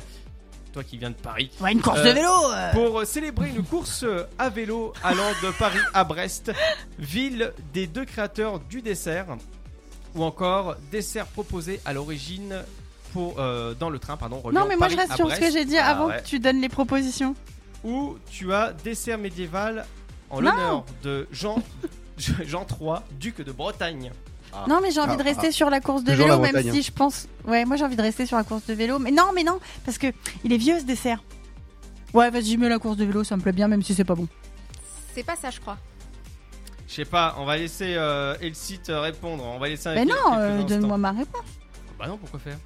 Toi qui viens de Paris. Ouais, une course Euh, de vélo euh. Pour euh, célébrer une course euh, à vélo allant de Paris à Brest, ville des deux créateurs du dessert, ou encore dessert proposé à l'origine pour euh, dans le train, pardon. reliant Non, mais moi je Paris reste à sur ce que Brest. j'ai dit Ah, avant ouais. que tu donnes les propositions. Ou tu as dessert médiéval en Non. l'honneur de Jean Jean III, duc de Bretagne. Non, mais j'ai envie Ah, de rester sur la course de Toujours vélo, la même montagne, hein. si je pense. Ouais, moi j'ai envie de rester sur la course de vélo. Mais non, mais non, parce que il est vieux ce dessert. Ouais, vas-y, mets la course de vélo, ça me plaît bien, même si c'est pas bon. C'est pas ça, je crois. Je sais pas, on va laisser euh, Elsie te répondre. On va laisser. un- Mais quelques non, euh, instants. donne-moi ma réponse. Bah non, pourquoi faire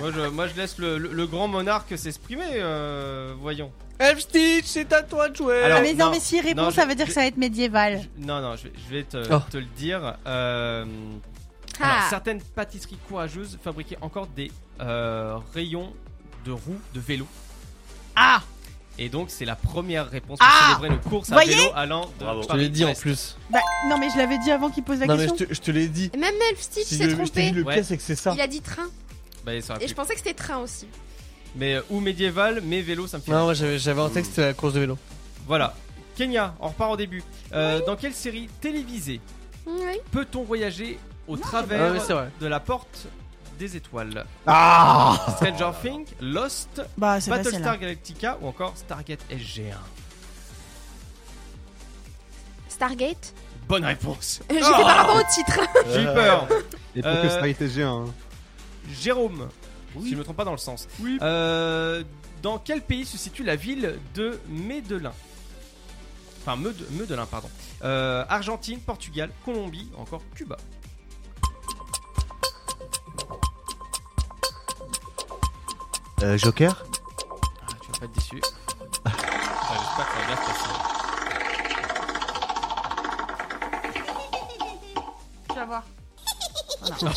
moi, je, moi, je laisse le, le- le grand monarque s'exprimer, euh, voyons. Elfstitch, c'est à toi de jouer. Alors, Ah, mais non, non, mais s'il répond, non, je- ça veut dire que je- ça va être médiéval. Je- Non, non, je vais, je vais te, Oh. te le dire. Euh, Ah. alors, certaines pâtisseries courageuses fabriquaient encore des euh, rayons de roues de vélo. Ah Et donc, c'est la première réponse pour Ah célébrer une course à Voyez vélo allant de Bravo. Je te Je te l'ai dit en Paris-Brest. plus. Bah, non, mais je l'avais dit avant qu'il pose la Non, mais question. je te, je te l'ai dit. Et même Elfstitch Si s'est je, je t'ai dit trompé. le Ouais. pire, c'est que c'est ça. Il a dit train. Bah, ça aurait Et pu. je pensais que c'était train aussi. Mais euh, ou médiéval, mais vélo, ça me fait. Non, moi j'avais j'avais en tête que c'était la course de vélo. Voilà. Kenya, on repart au début. Euh, Dans quelle série télévisée Oui. peut-on voyager au Ah, Bah, travers oui, c'est vrai. de la porte des étoiles Ah Stranger Things, Lost, Bah, c'est facile. Battlestar Galactica ou encore Stargate SG1 Stargate. Bonne réponse. Euh, J'étais par rapport au titre. J'ai eu peur. Et pour Euh, que ça ait été G1. hein. Jérôme, si je ne me trompe pas dans le sens. Euh, dans quel pays se situe la ville de Medellin Enfin, Mede- Medellin, pardon. Euh, Argentine, Portugal, Colombie, encore Cuba. Euh, Joker Ah, tu vas pas être déçu. Enfin, j'espère que ça va bien se passer. Tu vas voir.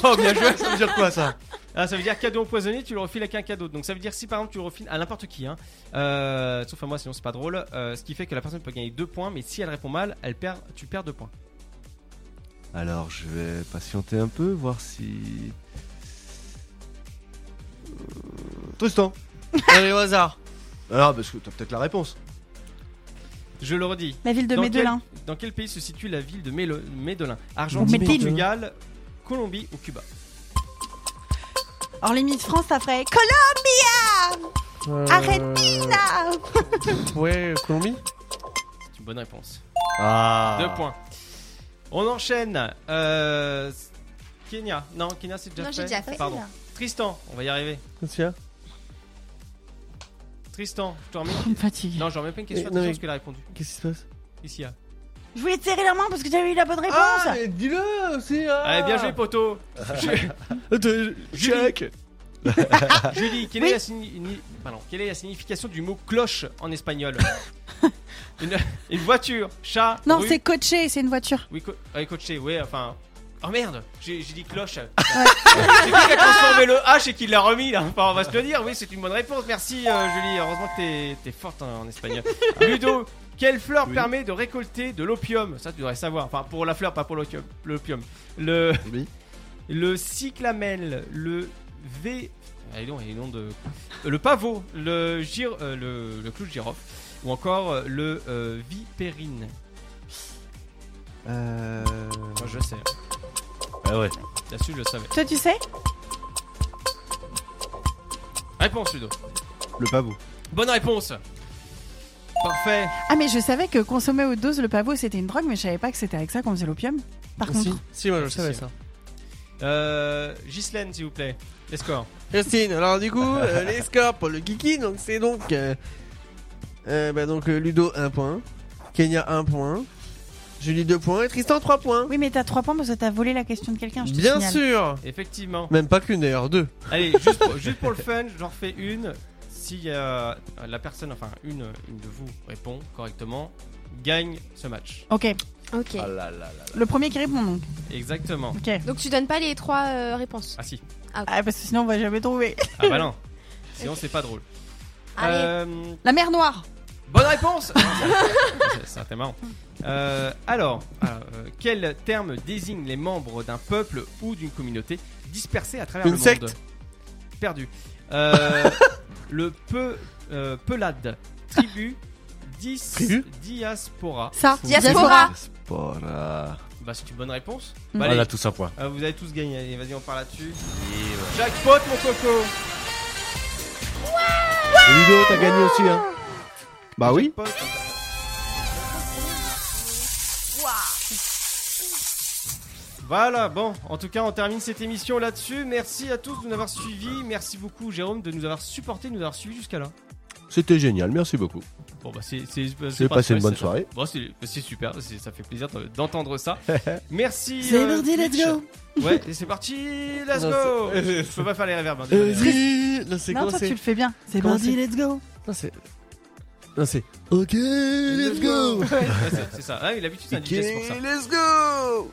Oh, bien joué. Ça veut dire quoi ça Ah, ça veut dire cadeau empoisonné, tu le refiles à quelqu'un d'autre. Donc ça veut dire si par exemple tu le refiles à n'importe qui, hein, euh, sauf à moi sinon c'est pas drôle, euh, ce qui fait que la personne peut gagner 2 points, mais si elle répond mal, elle perd, tu perds 2 points. Alors, je vais patienter un peu, voir si. Tristan. Allez, au hasard. Alors, Euh, Ah, parce que t'as peut-être la réponse. Je le redis. La ville de dans Medellin. Quel, dans quel pays se situe la ville de Mélo- Medellin Argentine, Medellin. Portugal, Colombie ou Cuba Or, les Miss France, ça ferait Colombia euh, Arrêtez Ah Euh, Ouais, Colombie C'est une bonne réponse. Ah 2 points. On enchaîne. Euh, Kenya. Non, Kenya c'est déjà Non, fait. j'ai déjà fait. Pardon. Tristan, on va y arriver. Qu'est-ce qu'il y a Tristan, je te remets. Je me fatigue. Non, je remets pas une question, Eh, non, attention à mais- ce qu'elle a répondu. Qu'est-ce qui se passe Ici, là. Je voulais te serrer la main parce que t'avais eu la Ah, bonne réponse. mais dis-le aussi ah. Allez, bien joué, poteau Attends, Jack Ah. Julie, quelle, Oui. est la signi- ni- pardon, quelle est la signification du mot cloche en espagnol une, une voiture, chat, non, rue- c'est coaché, c'est une voiture. Oui, co- ouais, ah, coaché, oui, enfin. Oh merde, j'ai j'ai dit cloche. C'est qui qui a transformé le H et qui l'a remis là Enfin, On va se le dire, oui, c'est une bonne réponse. Merci euh, Julie, heureusement que t'es- t'es forte en, en espagnol. Ludo, quelle fleur Oui. permet de récolter de l'opium Ça, tu devrais savoir. Enfin, pour la fleur, pas pour l'opium. L'opium. Le, le cyclamel, le V. Allez donc, il y a des noms de. euh, Le pavot, le, gir- euh, le, le clou de girofle, ou encore euh, le euh, vipérine. Euh... Moi, je sais. Ah ouais. Là-dessus, je le savais. Toi, tu sais Réponse, Ludo. Le pavot. Bonne réponse. Parfait. Ah, mais je savais que consommer haute dose le pavot c'était une drogue, mais je savais pas que c'était avec ça qu'on faisait l'opium. Par contre. Si, moi je le savais Si, ça. Euh, Ghislaine, s'il vous plaît. Les scores. Justine, alors du coup, euh, les scores pour le Geeky, donc c'est donc. euh, euh, bah, donc euh, Ludo 1 point, Kenya 1 point, Julie 2 points et Tristan 3 points. Oui, mais t'as 3 points parce que t'as volé la question de quelqu'un. je te Bien signale. sûr Effectivement. Même pas qu'une d'ailleurs, deux. Allez, juste pour, juste pour le fun, j'en refais une. Si euh, la personne, enfin une, une de vous répond correctement, gagne ce match. Ok. Ok. Ah là là là Le premier qui répond donc. Exactement. Ok. Donc tu donnes pas les trois euh, réponses. Ah si. Ah, ok. Ah, parce que sinon on va jamais trouver. Ah bah non. Sinon c'est pas drôle. Euh, La mer noire bonne réponse. Ça c'était marrant. Euh, alors, alors, euh, quel terme désigne les membres d'un peuple ou d'une communauté dispersés à travers Une le secte monde Perdu. Euh, le peu, euh, pelade, tribu, dis, Tribu diaspora. Ça, Diaspora. Diaspora. Bah c'est une bonne réponse. Mm. Bah, On a allez. tous un point. Euh, vous avez tous gagné. Allez, vas-y, on part là-dessus. Jackpot, mon coco. Et Ludo, t'as gagné aussi, hein Bah oui. Jackpot. Voilà, bon, en tout cas, on termine cette émission là-dessus. Merci à tous de nous avoir suivis. Merci beaucoup, Jérôme, de nous avoir supportés, de nous avoir suivis jusqu'à là. C'était génial, merci beaucoup. Bon, bah, c'est. c'est- J'ai pas passé mal, une bonne c'est- soirée. Bon, c'est bah, c'est super, c'est- ça fait plaisir de- d'entendre ça. Merci. C'est parti, let's Twitch. go. Ouais, et c'est parti, let's Non, go c'est- Je peux pas faire les réverbes. hein, Euh, désolé. oui, non, c'est Non, comment toi c'est tu le fais bien. C'est Comment bandit, c'est let's go Non, c'est. Non, c'est. Ok, let's go Ouais, c'est- c'est ça. Ah, oui, l'habitude, c'est un DJ, c'est pour ça. let's go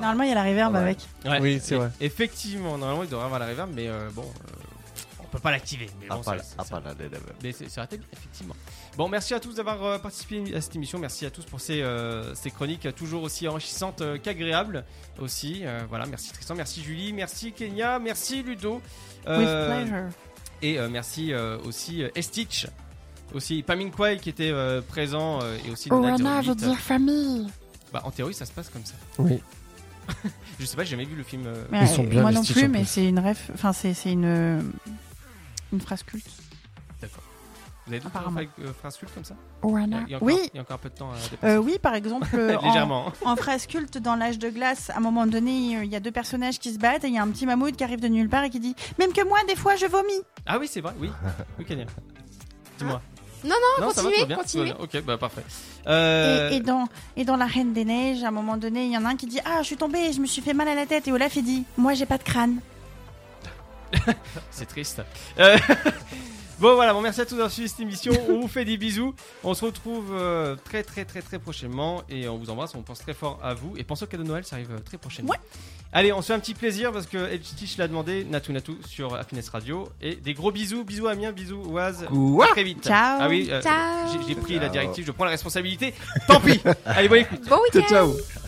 Normalement, il y a la réverb Ah ouais. avec. Ouais. Oui, c'est Et- vrai. Effectivement, normalement, il devrait avoir la réverb, mais euh, bon, euh, on peut pas l'activer. Mais Ah, bon, pas ça- là, ça- ah, ça- pas là, là, là, là. mais c'est c'est raté, effectivement. Bon, merci à tous d'avoir euh, participé à cette émission. Merci à tous pour ces, euh, ces chroniques euh, toujours aussi enrichissantes euh, qu'agréables aussi. Euh, voilà, merci Tristan, merci Julie, merci Kenya, merci Ludo. With Euh, pleasure. et euh, merci euh, aussi euh, Estitch, aussi Paminkwai qui était euh, présent euh, et Oh, aussi Nana 08. famille. Bah, en théorie, ça se passe comme ça. Oui. Je sais pas, j'ai jamais vu le film. euh, Mais, Ils sont euh, bien moi non vestis, plus, en mais plus. c'est une ref. Enfin, c'est c'est une euh, une phrase culte. Vous avez d'autres Apparemment. Oh, fra- euh, phrases cultes comme ça Il y a- il y a encore- Oui, Il y a encore un peu de temps à dépasser. euh, oui, par exemple, euh, en, Légèrement. hein. en phrase culte dans l'âge de glace, à un moment donné, euh, il y a deux personnages qui se battent et il y a un petit mammouth qui arrive de nulle part et qui dit même que moi, des fois, je vomis. Ah oui, c'est vrai, oui. Oui, Kenya. Dis-moi. Non, non, ça va, tout continuez, va bien, tout va continuez. bien. Ok, bah parfait. Euh, Et, et dans et dans la Reine des Neiges, à un moment donné, il y en a un qui dit ah, je suis tombé, je me suis fait mal à la tête et Olaf il dit moi, j'ai pas de crâne. C'est triste. Euh, bon, voilà, bon, merci à tous d'avoir suivi cette émission. On vous fait des bisous. On se retrouve euh, très, très, très, très prochainement. Et on vous embrasse. On pense très fort à vous. Et pensez au cadeau de Noël, ça arrive euh, très prochainement. Ouais. Allez, on se fait un petit plaisir parce que Edge l'a demandé. Natu Natu sur Happiness Radio. Et des gros bisous. Bisous Amiens, bisous Oise. Quoi À Très vite. Ciao. Ah oui, euh, Ciao. j'ai- j'ai pris la Ciao. directive, je prends la responsabilité. Tant pis. Allez, bon écoute. Bon week-end. Ciao, ciao.